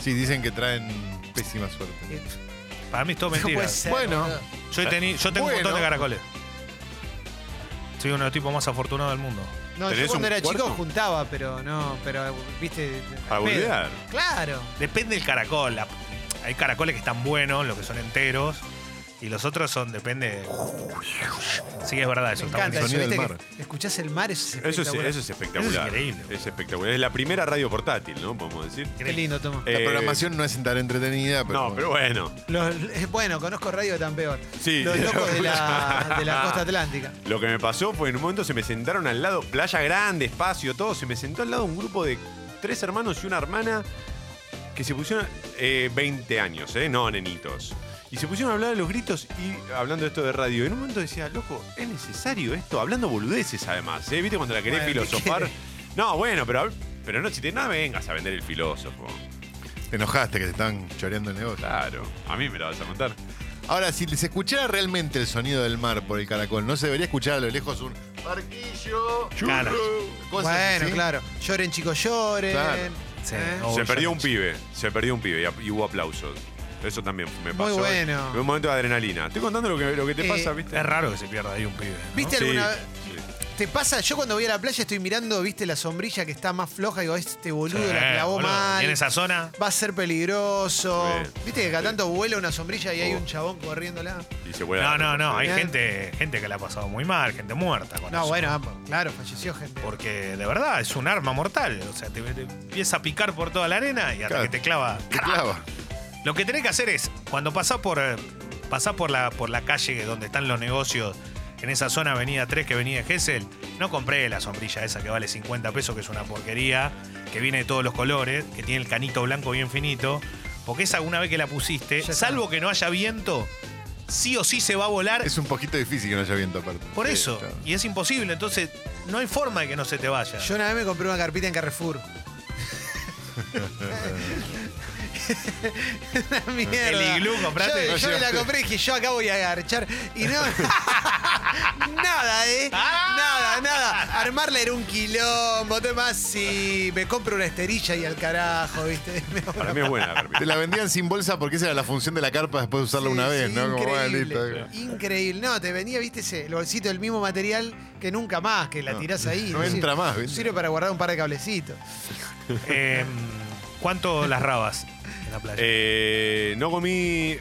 [SPEAKER 3] Sí, dicen que traen pésima suerte.
[SPEAKER 2] Eh,
[SPEAKER 4] Para mí es todo
[SPEAKER 2] no
[SPEAKER 4] mentira.
[SPEAKER 2] puede ser,
[SPEAKER 3] Bueno.
[SPEAKER 2] boludo.
[SPEAKER 4] Yo, he teni- yo tengo un
[SPEAKER 3] Bueno.
[SPEAKER 4] montón de caracoles. Soy uno de los tipos más afortunados del mundo.
[SPEAKER 2] No, yo
[SPEAKER 1] ¿Tenés
[SPEAKER 2] cuando
[SPEAKER 1] un
[SPEAKER 2] era chico
[SPEAKER 1] cuarto?
[SPEAKER 2] juntaba, pero no, pero viste.
[SPEAKER 1] Para
[SPEAKER 2] al pedo.
[SPEAKER 1] boludear.
[SPEAKER 2] Claro.
[SPEAKER 4] Depende del caracol. la- hay caracoles que están buenos, los que son enteros. Y los otros son, depende. Sí, es verdad, eso
[SPEAKER 2] Me
[SPEAKER 4] está
[SPEAKER 2] encanta
[SPEAKER 3] el
[SPEAKER 2] eso,
[SPEAKER 4] buenísimo.
[SPEAKER 3] sonido
[SPEAKER 2] viste
[SPEAKER 3] del
[SPEAKER 2] que escuchás el mar, eso es
[SPEAKER 1] Eso es,
[SPEAKER 2] espectacular.
[SPEAKER 1] eso es espectacular.
[SPEAKER 4] Eso es increíble.
[SPEAKER 1] Es espectacular. Es la primera radio portátil, ¿no? Podemos decir.
[SPEAKER 2] Qué lindo, Tomás.
[SPEAKER 3] La
[SPEAKER 1] Eh,
[SPEAKER 3] programación no es tan entretenida, pero.
[SPEAKER 1] No, pero bueno.
[SPEAKER 2] Los- eh, bueno, conozco radio tan peor.
[SPEAKER 1] Sí.
[SPEAKER 2] Los locos de la, de la costa atlántica.
[SPEAKER 1] Lo que me pasó fue en un momento se me sentaron al lado, playa grande, espacio, todo. Se me sentó al lado un grupo de tres hermanos y una hermana que se pusieron eh, 20 años, ¿eh? No, nenitos. Y se pusieron a hablar de los gritos y hablando de esto de radio. En un momento decía, loco, ¿es necesario esto? Hablando boludeces además, ¿eh? ¿Viste cuando la querés
[SPEAKER 2] Bueno, ¿qué
[SPEAKER 1] filosofar?
[SPEAKER 2] querés?
[SPEAKER 1] No, bueno, pero, pero no, si te no vengas a vender el filósofo.
[SPEAKER 3] Te enojaste que te están choreando el negocio.
[SPEAKER 1] Claro, a mí me lo vas a contar.
[SPEAKER 3] Ahora, si se escuchara realmente el sonido del mar por el caracol, no se debería escuchar a lo lejos un barquillo,
[SPEAKER 4] Claro.
[SPEAKER 3] churro, cosas
[SPEAKER 2] Bueno,
[SPEAKER 3] así.
[SPEAKER 2] claro. Lloren, chicos, lloren.
[SPEAKER 3] Claro.
[SPEAKER 4] Sí,
[SPEAKER 2] ¿Eh?
[SPEAKER 4] no,
[SPEAKER 1] se
[SPEAKER 4] yo-
[SPEAKER 1] perdió un pibe, se perdió un pibe y ap- y hubo aplausos. Eso también me
[SPEAKER 2] Muy
[SPEAKER 1] pasó.
[SPEAKER 2] bueno.
[SPEAKER 1] Fue un momento de adrenalina. Estoy contando lo que, lo que te
[SPEAKER 2] Eh,
[SPEAKER 1] pasa, ¿viste?
[SPEAKER 4] Es raro que se pierda ahí un pibe. ¿no?
[SPEAKER 2] ¿Viste
[SPEAKER 1] Sí,
[SPEAKER 2] alguna
[SPEAKER 1] sí.
[SPEAKER 2] ¿Te pasa? Yo cuando voy a la playa estoy mirando, viste, la sombrilla que está más floja y digo, este boludo
[SPEAKER 4] Sí,
[SPEAKER 2] la clavó
[SPEAKER 4] boludo.
[SPEAKER 2] mal.
[SPEAKER 4] Y En esa zona.
[SPEAKER 2] Va a ser peligroso.
[SPEAKER 1] Sí.
[SPEAKER 2] Viste que cada tanto vuela una sombrilla y hay
[SPEAKER 1] Oh.
[SPEAKER 2] un chabón corriéndola.
[SPEAKER 1] Y se vuelve
[SPEAKER 4] No,
[SPEAKER 1] a-
[SPEAKER 4] no, no. Hay
[SPEAKER 2] Bien.
[SPEAKER 4] gente, gente que la ha pasado muy mal, gente muerta. Con
[SPEAKER 2] No,
[SPEAKER 4] eso.
[SPEAKER 2] bueno, ah, claro, falleció gente.
[SPEAKER 4] Porque de verdad es un arma mortal. O sea, te, te empieza a picar por toda la arena y hasta
[SPEAKER 3] Claro.
[SPEAKER 4] que te clava.
[SPEAKER 2] [laughs]
[SPEAKER 3] Te clava.
[SPEAKER 4] Lo que tenés que hacer es, cuando pasás por, eh, pasás por, la, por la calle donde están los negocios, en esa zona Avenida 3 que venía Gesell, no compré la sombrilla esa que vale 50 pesos, que es una porquería, que viene de todos los colores, que tiene el canito blanco bien finito, porque esa una vez que la pusiste,
[SPEAKER 2] Ya está.
[SPEAKER 4] salvo que no haya viento, sí o sí se va a volar.
[SPEAKER 3] Es un poquito difícil que no haya viento aparte.
[SPEAKER 4] por
[SPEAKER 3] Sí,
[SPEAKER 4] eso,
[SPEAKER 3] claro.
[SPEAKER 4] y es imposible, entonces no hay forma de que no se te vaya.
[SPEAKER 2] Yo una vez me compré una carpita en Carrefour. [laughs] Una mierda.
[SPEAKER 4] El iglú, compraste.
[SPEAKER 2] Yo, yo la compré y dije, yo acá voy a garchar. Y no. [laughs] nada, ¿eh?
[SPEAKER 4] Ah.
[SPEAKER 2] Nada, nada. Armarla era un quilombo. Además, si me compro una esterilla y al carajo, ¿viste? [laughs] Me hago
[SPEAKER 1] Para mí es buena la carpita.
[SPEAKER 3] Te la vendían sin bolsa porque esa era la función de la carpa después de usarla
[SPEAKER 2] Sí,
[SPEAKER 3] una
[SPEAKER 2] sí,
[SPEAKER 3] vez, ¿no? Como, ¿eh? bueno,
[SPEAKER 2] Increíble,
[SPEAKER 3] listo.
[SPEAKER 2] increíble. No, te venía, viste, ese, el bolsito del mismo material que nunca más, que la
[SPEAKER 3] No,
[SPEAKER 2] tirás ahí.
[SPEAKER 3] no
[SPEAKER 2] Es decir,
[SPEAKER 3] entra más, ¿viste?
[SPEAKER 2] Sirve para guardar un par de cablecitos.
[SPEAKER 4] Eh, ¿Cuánto las rabas en la playa?
[SPEAKER 1] Eh, no comí.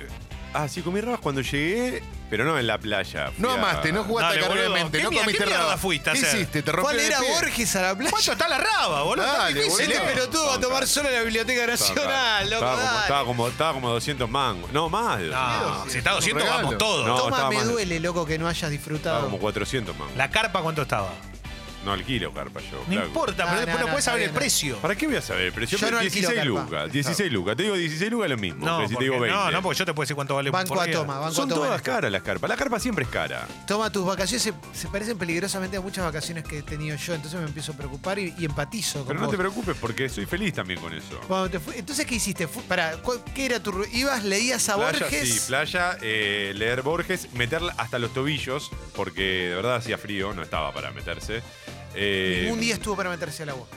[SPEAKER 1] Ah, sí, comí rabas cuando llegué, pero no en la playa. Fui
[SPEAKER 3] No
[SPEAKER 1] a-
[SPEAKER 3] amaste, no jugaste
[SPEAKER 4] Dale,
[SPEAKER 3] a carrera de
[SPEAKER 4] boludo.
[SPEAKER 3] mente,
[SPEAKER 4] ¿Qué
[SPEAKER 3] no
[SPEAKER 4] mierda-
[SPEAKER 3] comiste
[SPEAKER 4] qué mierda
[SPEAKER 3] nada.
[SPEAKER 4] fuiste a
[SPEAKER 3] ¿Qué
[SPEAKER 4] hacer?
[SPEAKER 3] hiciste? ¿Te
[SPEAKER 2] ¿Cuál
[SPEAKER 3] rompiste
[SPEAKER 2] era
[SPEAKER 3] el pie?
[SPEAKER 2] Borges a la playa?
[SPEAKER 4] ¿Cuánto está la raba, boludo? Está
[SPEAKER 3] Dale,
[SPEAKER 4] difícil,
[SPEAKER 2] Este
[SPEAKER 3] boludo.
[SPEAKER 4] eh.
[SPEAKER 2] pelotudo va a tomar solo en la Biblioteca
[SPEAKER 1] Estaba-
[SPEAKER 2] Nacional, loco.
[SPEAKER 1] Estaba como,
[SPEAKER 2] dale.
[SPEAKER 1] estaba, como, estaba como 200 mangos. No, más. de 200.
[SPEAKER 4] No, si está 200
[SPEAKER 3] regalo.
[SPEAKER 4] vamos todos.
[SPEAKER 1] No,
[SPEAKER 2] Toma,
[SPEAKER 1] estaba
[SPEAKER 2] me
[SPEAKER 1] más-
[SPEAKER 2] duele, loco, que no hayas
[SPEAKER 1] Estaba
[SPEAKER 2] disfrutado.
[SPEAKER 1] como 400 mangos.
[SPEAKER 4] ¿La carpa cuánto estaba?
[SPEAKER 1] No alquilo carpa yo.
[SPEAKER 4] No
[SPEAKER 1] flaco.
[SPEAKER 4] importa,
[SPEAKER 2] No,
[SPEAKER 4] pero después
[SPEAKER 2] no,
[SPEAKER 4] no,
[SPEAKER 2] no,
[SPEAKER 4] puedes
[SPEAKER 2] está
[SPEAKER 4] saber el
[SPEAKER 2] bien, no.
[SPEAKER 4] precio.
[SPEAKER 1] ¿Para qué voy a saber el precio?
[SPEAKER 2] Yo no alquilo
[SPEAKER 1] 16
[SPEAKER 2] carpa.
[SPEAKER 1] lucas. 16 lucas. Te digo 16 lucas lo mismo.
[SPEAKER 4] No,
[SPEAKER 1] que si te
[SPEAKER 4] porque,
[SPEAKER 1] digo 20.
[SPEAKER 4] no, no, porque yo te puedo decir cuánto vale un
[SPEAKER 2] Banco a
[SPEAKER 4] porquero.
[SPEAKER 2] toma, banco a
[SPEAKER 1] Son
[SPEAKER 2] toma.
[SPEAKER 1] todas caras las carpas. La carpa siempre es cara.
[SPEAKER 2] Toma, tus vacaciones se, se parecen peligrosamente a muchas vacaciones que he tenido yo, entonces me empiezo a preocupar y, y empatizo con
[SPEAKER 1] Pero no
[SPEAKER 2] vos.
[SPEAKER 1] te preocupes porque soy feliz también con eso.
[SPEAKER 2] Cuando te fu- Entonces, ¿qué hiciste? Fu- pará, ¿cu- ¿qué era tu... ru- ¿Ibas, leías a
[SPEAKER 1] Playa,
[SPEAKER 2] Borges?
[SPEAKER 1] Sí, playa, eh, leer Borges, meterla hasta los tobillos, porque de verdad hacía frío, no estaba para meterse. Eh,
[SPEAKER 2] Ningún día estuvo para meterse al agua.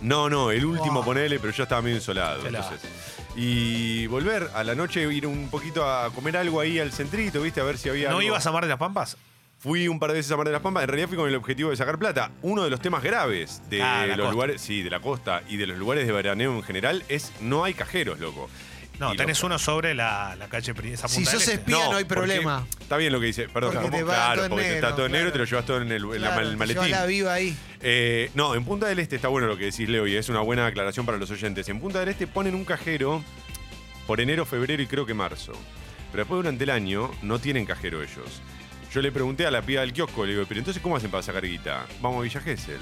[SPEAKER 1] No, no, el último
[SPEAKER 2] Wow.
[SPEAKER 1] ponele, pero yo estaba medio insolado.
[SPEAKER 4] Insolado.
[SPEAKER 1] entonces. Y volver a la noche, ir un poquito a comer algo ahí al centrito, ¿viste? A ver si había.
[SPEAKER 4] ¿No
[SPEAKER 1] algo.
[SPEAKER 4] ibas a Mar de las Pampas?
[SPEAKER 1] Fui un par de veces a Mar de las Pampas, en realidad fui con el objetivo de sacar plata. Uno de los temas graves de
[SPEAKER 4] Ah, la
[SPEAKER 1] los
[SPEAKER 4] costa.
[SPEAKER 1] lugares, sí, de la costa y de los lugares de veraneo en general es no hay cajeros, loco.
[SPEAKER 4] No,
[SPEAKER 1] Y
[SPEAKER 4] tenés
[SPEAKER 1] lo-
[SPEAKER 4] uno sobre la, la calle Pri- esa punta
[SPEAKER 2] Si
[SPEAKER 4] del
[SPEAKER 2] sos
[SPEAKER 4] Este.
[SPEAKER 2] espía, no hay
[SPEAKER 1] porque-
[SPEAKER 2] problema.
[SPEAKER 1] Está bien lo que dice, perdón.
[SPEAKER 2] Porque
[SPEAKER 1] ¿cómo?
[SPEAKER 2] te va
[SPEAKER 1] claro,
[SPEAKER 2] todo en
[SPEAKER 1] porque te
[SPEAKER 2] negro,
[SPEAKER 1] está todo en negro y te lo
[SPEAKER 2] claro.
[SPEAKER 1] llevas todo en el, en la-
[SPEAKER 2] Claro,
[SPEAKER 1] el
[SPEAKER 2] te llevas
[SPEAKER 1] maletín.
[SPEAKER 2] la viva ahí.
[SPEAKER 1] Eh, no, en Punta del Este está bueno lo que decís, Leo, y es una buena aclaración para los oyentes. En Punta del Este ponen un cajero por enero, febrero y creo que marzo. Pero después durante el año no tienen cajero ellos. Yo le pregunté a la piba del kiosco, le digo, pero entonces ¿cómo hacen para sacar guita? Vamos a Villa Gesell.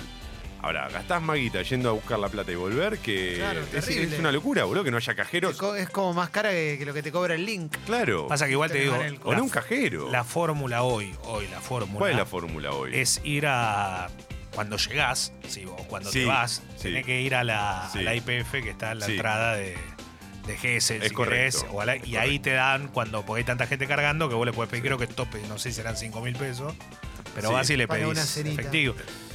[SPEAKER 1] Ahora, gastás más guita yendo a buscar la plata y volver que
[SPEAKER 2] Claro,
[SPEAKER 1] es,
[SPEAKER 2] terrible.
[SPEAKER 1] es una locura, boludo, que no haya
[SPEAKER 2] Te
[SPEAKER 1] cajeros.
[SPEAKER 2] co- Es como más cara que, que lo que te cobra el link.
[SPEAKER 1] Claro.
[SPEAKER 4] Pasa que igual te
[SPEAKER 2] Tenés
[SPEAKER 4] digo.
[SPEAKER 2] Manel.
[SPEAKER 1] Con
[SPEAKER 4] la-
[SPEAKER 1] un cajero.
[SPEAKER 4] La fórmula hoy, hoy, la fórmula.
[SPEAKER 1] ¿Cuál es la fórmula hoy?
[SPEAKER 4] es ir a. Cuando llegás, sí, o cuando
[SPEAKER 1] Sí,
[SPEAKER 4] te vas,
[SPEAKER 1] sí.
[SPEAKER 4] tenés que ir a la
[SPEAKER 1] Sí.
[SPEAKER 4] IPF que está en la
[SPEAKER 1] Sí.
[SPEAKER 4] entrada de, de Gesell,
[SPEAKER 1] Es
[SPEAKER 4] si
[SPEAKER 1] correcto,
[SPEAKER 4] querés, o a la-
[SPEAKER 1] es
[SPEAKER 4] y ahí te dan, cuando porque hay tanta gente cargando, que vos le podés pedir, creo que tope, no sé si serán 5 mil pesos, pero
[SPEAKER 1] Sí.
[SPEAKER 4] vas y le
[SPEAKER 2] Paga
[SPEAKER 4] pedís
[SPEAKER 2] una cenita.
[SPEAKER 4] efectivo.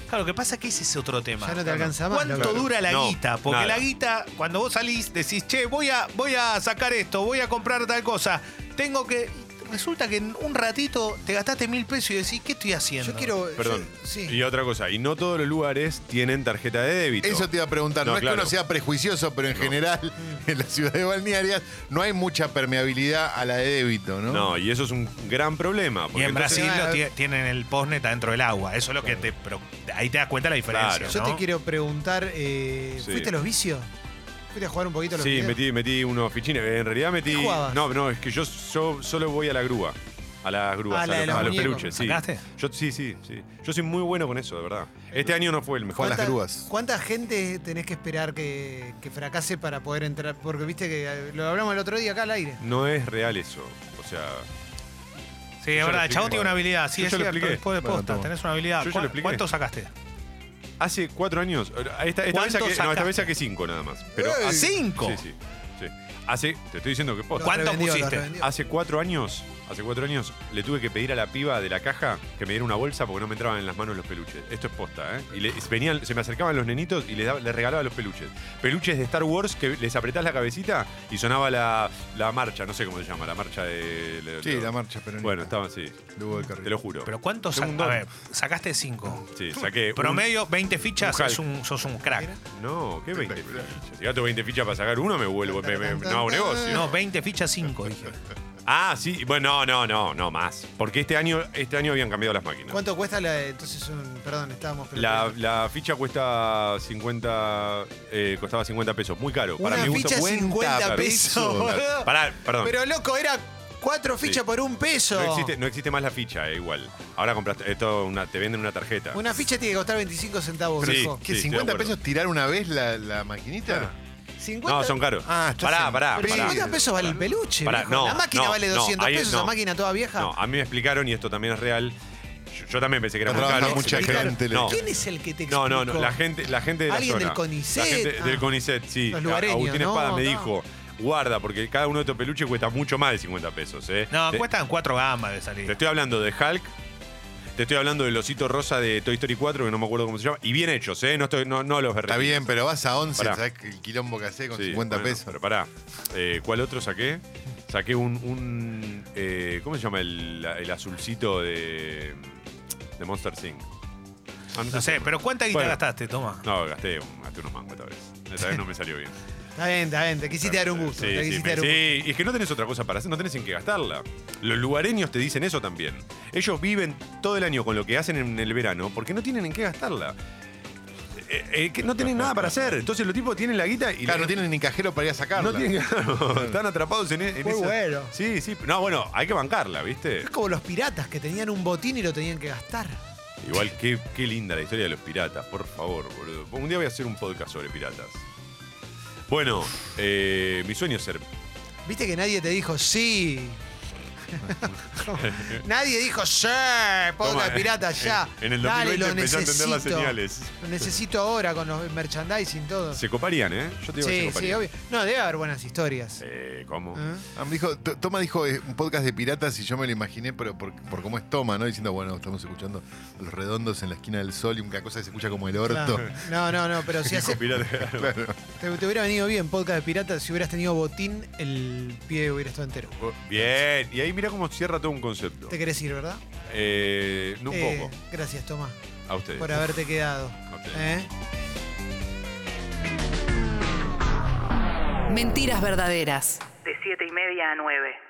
[SPEAKER 4] Claro, lo que pasa es que ese es otro tema.
[SPEAKER 2] Ya no te alcanza más,
[SPEAKER 4] ¿Cuánto
[SPEAKER 2] loco.
[SPEAKER 4] dura la
[SPEAKER 1] No,
[SPEAKER 4] guita? Porque
[SPEAKER 1] nada.
[SPEAKER 4] la guita, cuando vos salís, decís, che, voy a, voy a sacar esto, voy a comprar tal cosa, tengo que... Resulta que en un ratito te gastaste mil pesos y decís, ¿qué estoy haciendo?
[SPEAKER 2] Yo quiero...
[SPEAKER 1] Perdón.
[SPEAKER 2] yo- sí.
[SPEAKER 1] Y otra cosa, y no todos los lugares tienen tarjeta de débito.
[SPEAKER 3] Eso te iba a preguntar. No,
[SPEAKER 1] No,
[SPEAKER 3] es
[SPEAKER 1] claro.
[SPEAKER 3] que uno sea prejuicioso, pero en general, en las ciudades balnearias, no hay mucha permeabilidad a la de débito, ¿no?
[SPEAKER 1] No, y eso es un gran problema.
[SPEAKER 4] Y
[SPEAKER 1] porque
[SPEAKER 4] en
[SPEAKER 1] entonces- eh,
[SPEAKER 4] Brasil
[SPEAKER 2] Claro.
[SPEAKER 4] lo tie- tienen el postnet adentro del agua. Eso es lo que te. pro- ahí te das cuenta la diferencia.
[SPEAKER 1] Claro.
[SPEAKER 2] Yo
[SPEAKER 4] ¿no?
[SPEAKER 2] te quiero preguntar, eh,
[SPEAKER 1] Sí.
[SPEAKER 2] ¿fuiste a los vicios? ¿Fuiste a jugar un poquito a los
[SPEAKER 1] Sí,
[SPEAKER 2] videos?
[SPEAKER 1] metí, metí unos fichines. En realidad metí.
[SPEAKER 2] ¿Qué jugabas?
[SPEAKER 1] No, no, es que yo, so- solo voy a la grúa. A las grúas,
[SPEAKER 2] Ah, la
[SPEAKER 1] a,
[SPEAKER 2] de
[SPEAKER 1] los,
[SPEAKER 2] los
[SPEAKER 1] a los
[SPEAKER 2] muñecos.
[SPEAKER 1] peluches, sí.
[SPEAKER 4] ¿Sacaste?
[SPEAKER 1] Yo, sí, sí, sí. Yo soy muy bueno con eso, de verdad. Este año no fue el mejor.
[SPEAKER 3] Juega las
[SPEAKER 2] ¿Cuánta-
[SPEAKER 3] grúas.
[SPEAKER 2] ¿Cuánta gente tenés que esperar que, que fracase para poder entrar? Porque viste que eh, lo hablamos el otro día acá al aire.
[SPEAKER 1] No es real eso. O sea,
[SPEAKER 4] Sí,
[SPEAKER 1] ya
[SPEAKER 4] es
[SPEAKER 1] lo
[SPEAKER 4] verdad.
[SPEAKER 1] expliqué.
[SPEAKER 4] Chabón tiene una habilidad. Sí,
[SPEAKER 1] Yo
[SPEAKER 4] es
[SPEAKER 1] ya lo
[SPEAKER 4] cierto.
[SPEAKER 1] expliqué.
[SPEAKER 4] Después de
[SPEAKER 3] Bueno,
[SPEAKER 4] posta,
[SPEAKER 3] toma.
[SPEAKER 4] tenés una habilidad.
[SPEAKER 1] Yo ya lo
[SPEAKER 4] ¿Cuán-
[SPEAKER 1] expliqué.
[SPEAKER 4] ¿Cuánto sacaste?
[SPEAKER 1] hace cuatro años. eh, Esta, esta vez
[SPEAKER 4] ¿Cuánto
[SPEAKER 1] que, no, esta
[SPEAKER 4] sacaste?
[SPEAKER 1] vez que cinco nada más. Pero
[SPEAKER 2] Eh.
[SPEAKER 4] ¡Ey!
[SPEAKER 1] hace-
[SPEAKER 4] ¿Cinco?
[SPEAKER 1] Sí, sí, sí. Hace, te estoy diciendo que es posta.
[SPEAKER 2] Lo
[SPEAKER 4] ¿Cuánto
[SPEAKER 2] revendió, lo
[SPEAKER 4] pusiste?
[SPEAKER 2] revendió.
[SPEAKER 1] Hace cuatro años, hace cuatro años, le tuve que pedir a la piba de la caja que me diera una bolsa porque no me entraban en las manos los peluches. Esto es posta, ¿eh? Y le- venían, se me acercaban los nenitos y les, daba- les regalaba los peluches. Peluches de Star Wars que les apretás la cabecita y sonaba la, la marcha, no sé cómo se llama, la marcha de... de-
[SPEAKER 3] Sí,
[SPEAKER 1] de-
[SPEAKER 3] la marcha, pero
[SPEAKER 1] Bueno, estaba así, te lo juro.
[SPEAKER 4] Pero ¿cuánto
[SPEAKER 1] Tengo un
[SPEAKER 4] sacaste? A
[SPEAKER 1] don.
[SPEAKER 4] ver, sacaste 5.
[SPEAKER 1] Sí, saqué un-
[SPEAKER 4] Promedio, 20 fichas,
[SPEAKER 1] un
[SPEAKER 4] es un- sos un crack.
[SPEAKER 1] No, ¿qué 20 fichas? Si gasto 20 fichas para sacar uno, me vuelvo, me- me- no
[SPEAKER 3] [laughs]
[SPEAKER 1] hago negocio.
[SPEAKER 4] No, 20 fichas, 5, dije.
[SPEAKER 1] Ah, sí, bueno, no, no, no, más. Porque este año, este año habían cambiado las máquinas.
[SPEAKER 2] ¿Cuánto cuesta la, entonces un, perdón, estábamos
[SPEAKER 1] La, la ficha cuesta 50. eh, costaba 50 pesos. Muy caro. Para
[SPEAKER 2] Una
[SPEAKER 1] mi gusto.
[SPEAKER 2] ficha
[SPEAKER 1] Buen-
[SPEAKER 2] 50
[SPEAKER 3] caro.
[SPEAKER 2] pesos, boludo.
[SPEAKER 1] Pará, perdón.
[SPEAKER 2] Pero loco, era cuatro fichas por un peso.
[SPEAKER 1] no, existe, no existe más la ficha, eh, igual. Ahora compraste. Esto una, te venden una tarjeta.
[SPEAKER 2] Una ficha tiene que costar 25 centavos,
[SPEAKER 1] Sí.
[SPEAKER 2] viejo.
[SPEAKER 3] ¿Qué,
[SPEAKER 1] Sí, estoy de
[SPEAKER 3] 50
[SPEAKER 1] acuerdo.
[SPEAKER 3] pesos tirar una vez la, la maquinita?
[SPEAKER 1] Claro.
[SPEAKER 2] 50,
[SPEAKER 1] No, son caros.
[SPEAKER 3] Ah, estás
[SPEAKER 1] pará,
[SPEAKER 3] en-
[SPEAKER 1] pará,
[SPEAKER 2] pero
[SPEAKER 3] Sí.
[SPEAKER 1] pará.
[SPEAKER 2] 50 pesos vale el peluche.
[SPEAKER 1] Pará,
[SPEAKER 2] viejo.
[SPEAKER 1] no,
[SPEAKER 2] la máquina
[SPEAKER 1] no,
[SPEAKER 2] vale
[SPEAKER 1] no,
[SPEAKER 2] 200
[SPEAKER 1] ahí-
[SPEAKER 2] pesos,
[SPEAKER 1] no.
[SPEAKER 2] una máquina toda vieja.
[SPEAKER 1] No, a mí me explicaron, y esto también es real. Yo, yo también pensé que era
[SPEAKER 3] No
[SPEAKER 1] muy
[SPEAKER 3] trabaja
[SPEAKER 1] caro.
[SPEAKER 3] mucha
[SPEAKER 1] Me explicaron-
[SPEAKER 3] gente, le
[SPEAKER 1] No,
[SPEAKER 2] ¿Quién es el que te explicó?
[SPEAKER 1] No, no, no, la gente, la gente de la
[SPEAKER 2] Alguien
[SPEAKER 1] zona.
[SPEAKER 2] del CONICET.
[SPEAKER 1] La gente
[SPEAKER 2] Ah.
[SPEAKER 1] del CONICET, sí.
[SPEAKER 2] Los lugareños,
[SPEAKER 1] Agustín
[SPEAKER 2] ¿no?
[SPEAKER 1] Espada me
[SPEAKER 2] No.
[SPEAKER 1] dijo, guarda, porque cada uno de estos peluches cuesta mucho más de 50 pesos. ¿eh?
[SPEAKER 4] No,
[SPEAKER 1] Te-
[SPEAKER 4] cuestan cuatro gamas de
[SPEAKER 1] Te
[SPEAKER 4] salir.
[SPEAKER 1] estoy hablando de Hulk. Te estoy hablando del osito rosa de Toy Story 4, que no me acuerdo cómo se llama. Y bien hechos, ¿eh? No, estoy, no, no los berretes.
[SPEAKER 3] Está bien, pero vas a 11,
[SPEAKER 1] Pará.
[SPEAKER 3] ¿sabes el quilombo que hace con
[SPEAKER 1] Sí,
[SPEAKER 3] 50
[SPEAKER 1] bueno,
[SPEAKER 3] pesos?
[SPEAKER 1] Pero pará. Eh, ¿Cuál otro saqué? Saqué un. un, eh, ¿Cómo se llama el, el azulcito de, de Monster Inc? Ah,
[SPEAKER 4] No sé, pero ¿cuánta guita
[SPEAKER 1] Bueno.
[SPEAKER 4] gastaste? Toma.
[SPEAKER 1] No, gasté, un- gasté unos mangos esta vez. Esta vez no me salió bien.
[SPEAKER 2] Está bien, está bien. Te quisiste dar un gusto.
[SPEAKER 1] Sí,
[SPEAKER 2] te
[SPEAKER 1] sí,
[SPEAKER 2] quisiste
[SPEAKER 1] me-
[SPEAKER 2] dar un
[SPEAKER 1] sí, y es que no tenés otra cosa para hacer, no tenés en qué gastarla. Los lugareños te dicen eso también. Ellos viven todo el año con lo que hacen en el verano porque no tienen en qué gastarla. Eh, eh, que no tienen nada para hacer. Entonces los tipos tienen la guita y
[SPEAKER 3] Claro,
[SPEAKER 1] la-
[SPEAKER 3] no tienen ni cajero para ir a sacarla.
[SPEAKER 1] no tienen [laughs] claro, están atrapados en, e- en
[SPEAKER 2] Muy
[SPEAKER 1] esa-
[SPEAKER 2] bueno.
[SPEAKER 1] Sí, sí. No, bueno, hay que bancarla, ¿viste?
[SPEAKER 2] Es como los piratas que tenían un botín y lo tenían que gastar.
[SPEAKER 1] Igual qué, qué linda la historia de los piratas, por favor, boludo. Un día voy a hacer un podcast sobre piratas. Bueno, eh, mi sueño es ser
[SPEAKER 2] Viste que nadie te dijo sí. [laughs] nadie dijo sí,
[SPEAKER 1] Toma,
[SPEAKER 2] podcast pirata ya.
[SPEAKER 1] en- en el
[SPEAKER 2] Dale,
[SPEAKER 1] 2020
[SPEAKER 2] lo
[SPEAKER 1] empecé a entender
[SPEAKER 2] necesito.
[SPEAKER 1] las señales.
[SPEAKER 2] Lo necesito ahora con los merchandising todo.
[SPEAKER 1] Se coparían, ¿eh? Yo te digo que se
[SPEAKER 2] Ah. sí, sí,
[SPEAKER 1] coparían.
[SPEAKER 2] obvio. No, debe haber buenas historias.
[SPEAKER 1] Eh, ¿Cómo? [laughs]
[SPEAKER 2] ¿Eh?
[SPEAKER 3] Ah, me dijo, T- Toma dijo eh, un podcast de piratas y yo me lo imaginé, pero por, por cómo es Toma, ¿no? Diciendo, bueno, estamos escuchando los redondos en la esquina del sol y una cosa que se escucha como el orto.
[SPEAKER 2] Claro. No, no, no,
[SPEAKER 1] [laughs]
[SPEAKER 2] pero si hace,
[SPEAKER 1] Pirata, claro.
[SPEAKER 3] Claro.
[SPEAKER 2] te, te hubiera venido bien podcast de pirata si hubieras tenido botín, el pie hubiera estado entero.
[SPEAKER 1] Bien, y ahí mira cómo cierra todo un concepto.
[SPEAKER 2] Te querés ir, ¿verdad?
[SPEAKER 1] Eh, no un
[SPEAKER 2] Eh,
[SPEAKER 1] poco,
[SPEAKER 2] Gracias, Tomás,
[SPEAKER 1] a ustedes.
[SPEAKER 2] por haberte quedado.
[SPEAKER 1] Ok.
[SPEAKER 2] ¿Eh?
[SPEAKER 8] Mentiras verdaderas.
[SPEAKER 9] de 7 y media a 9.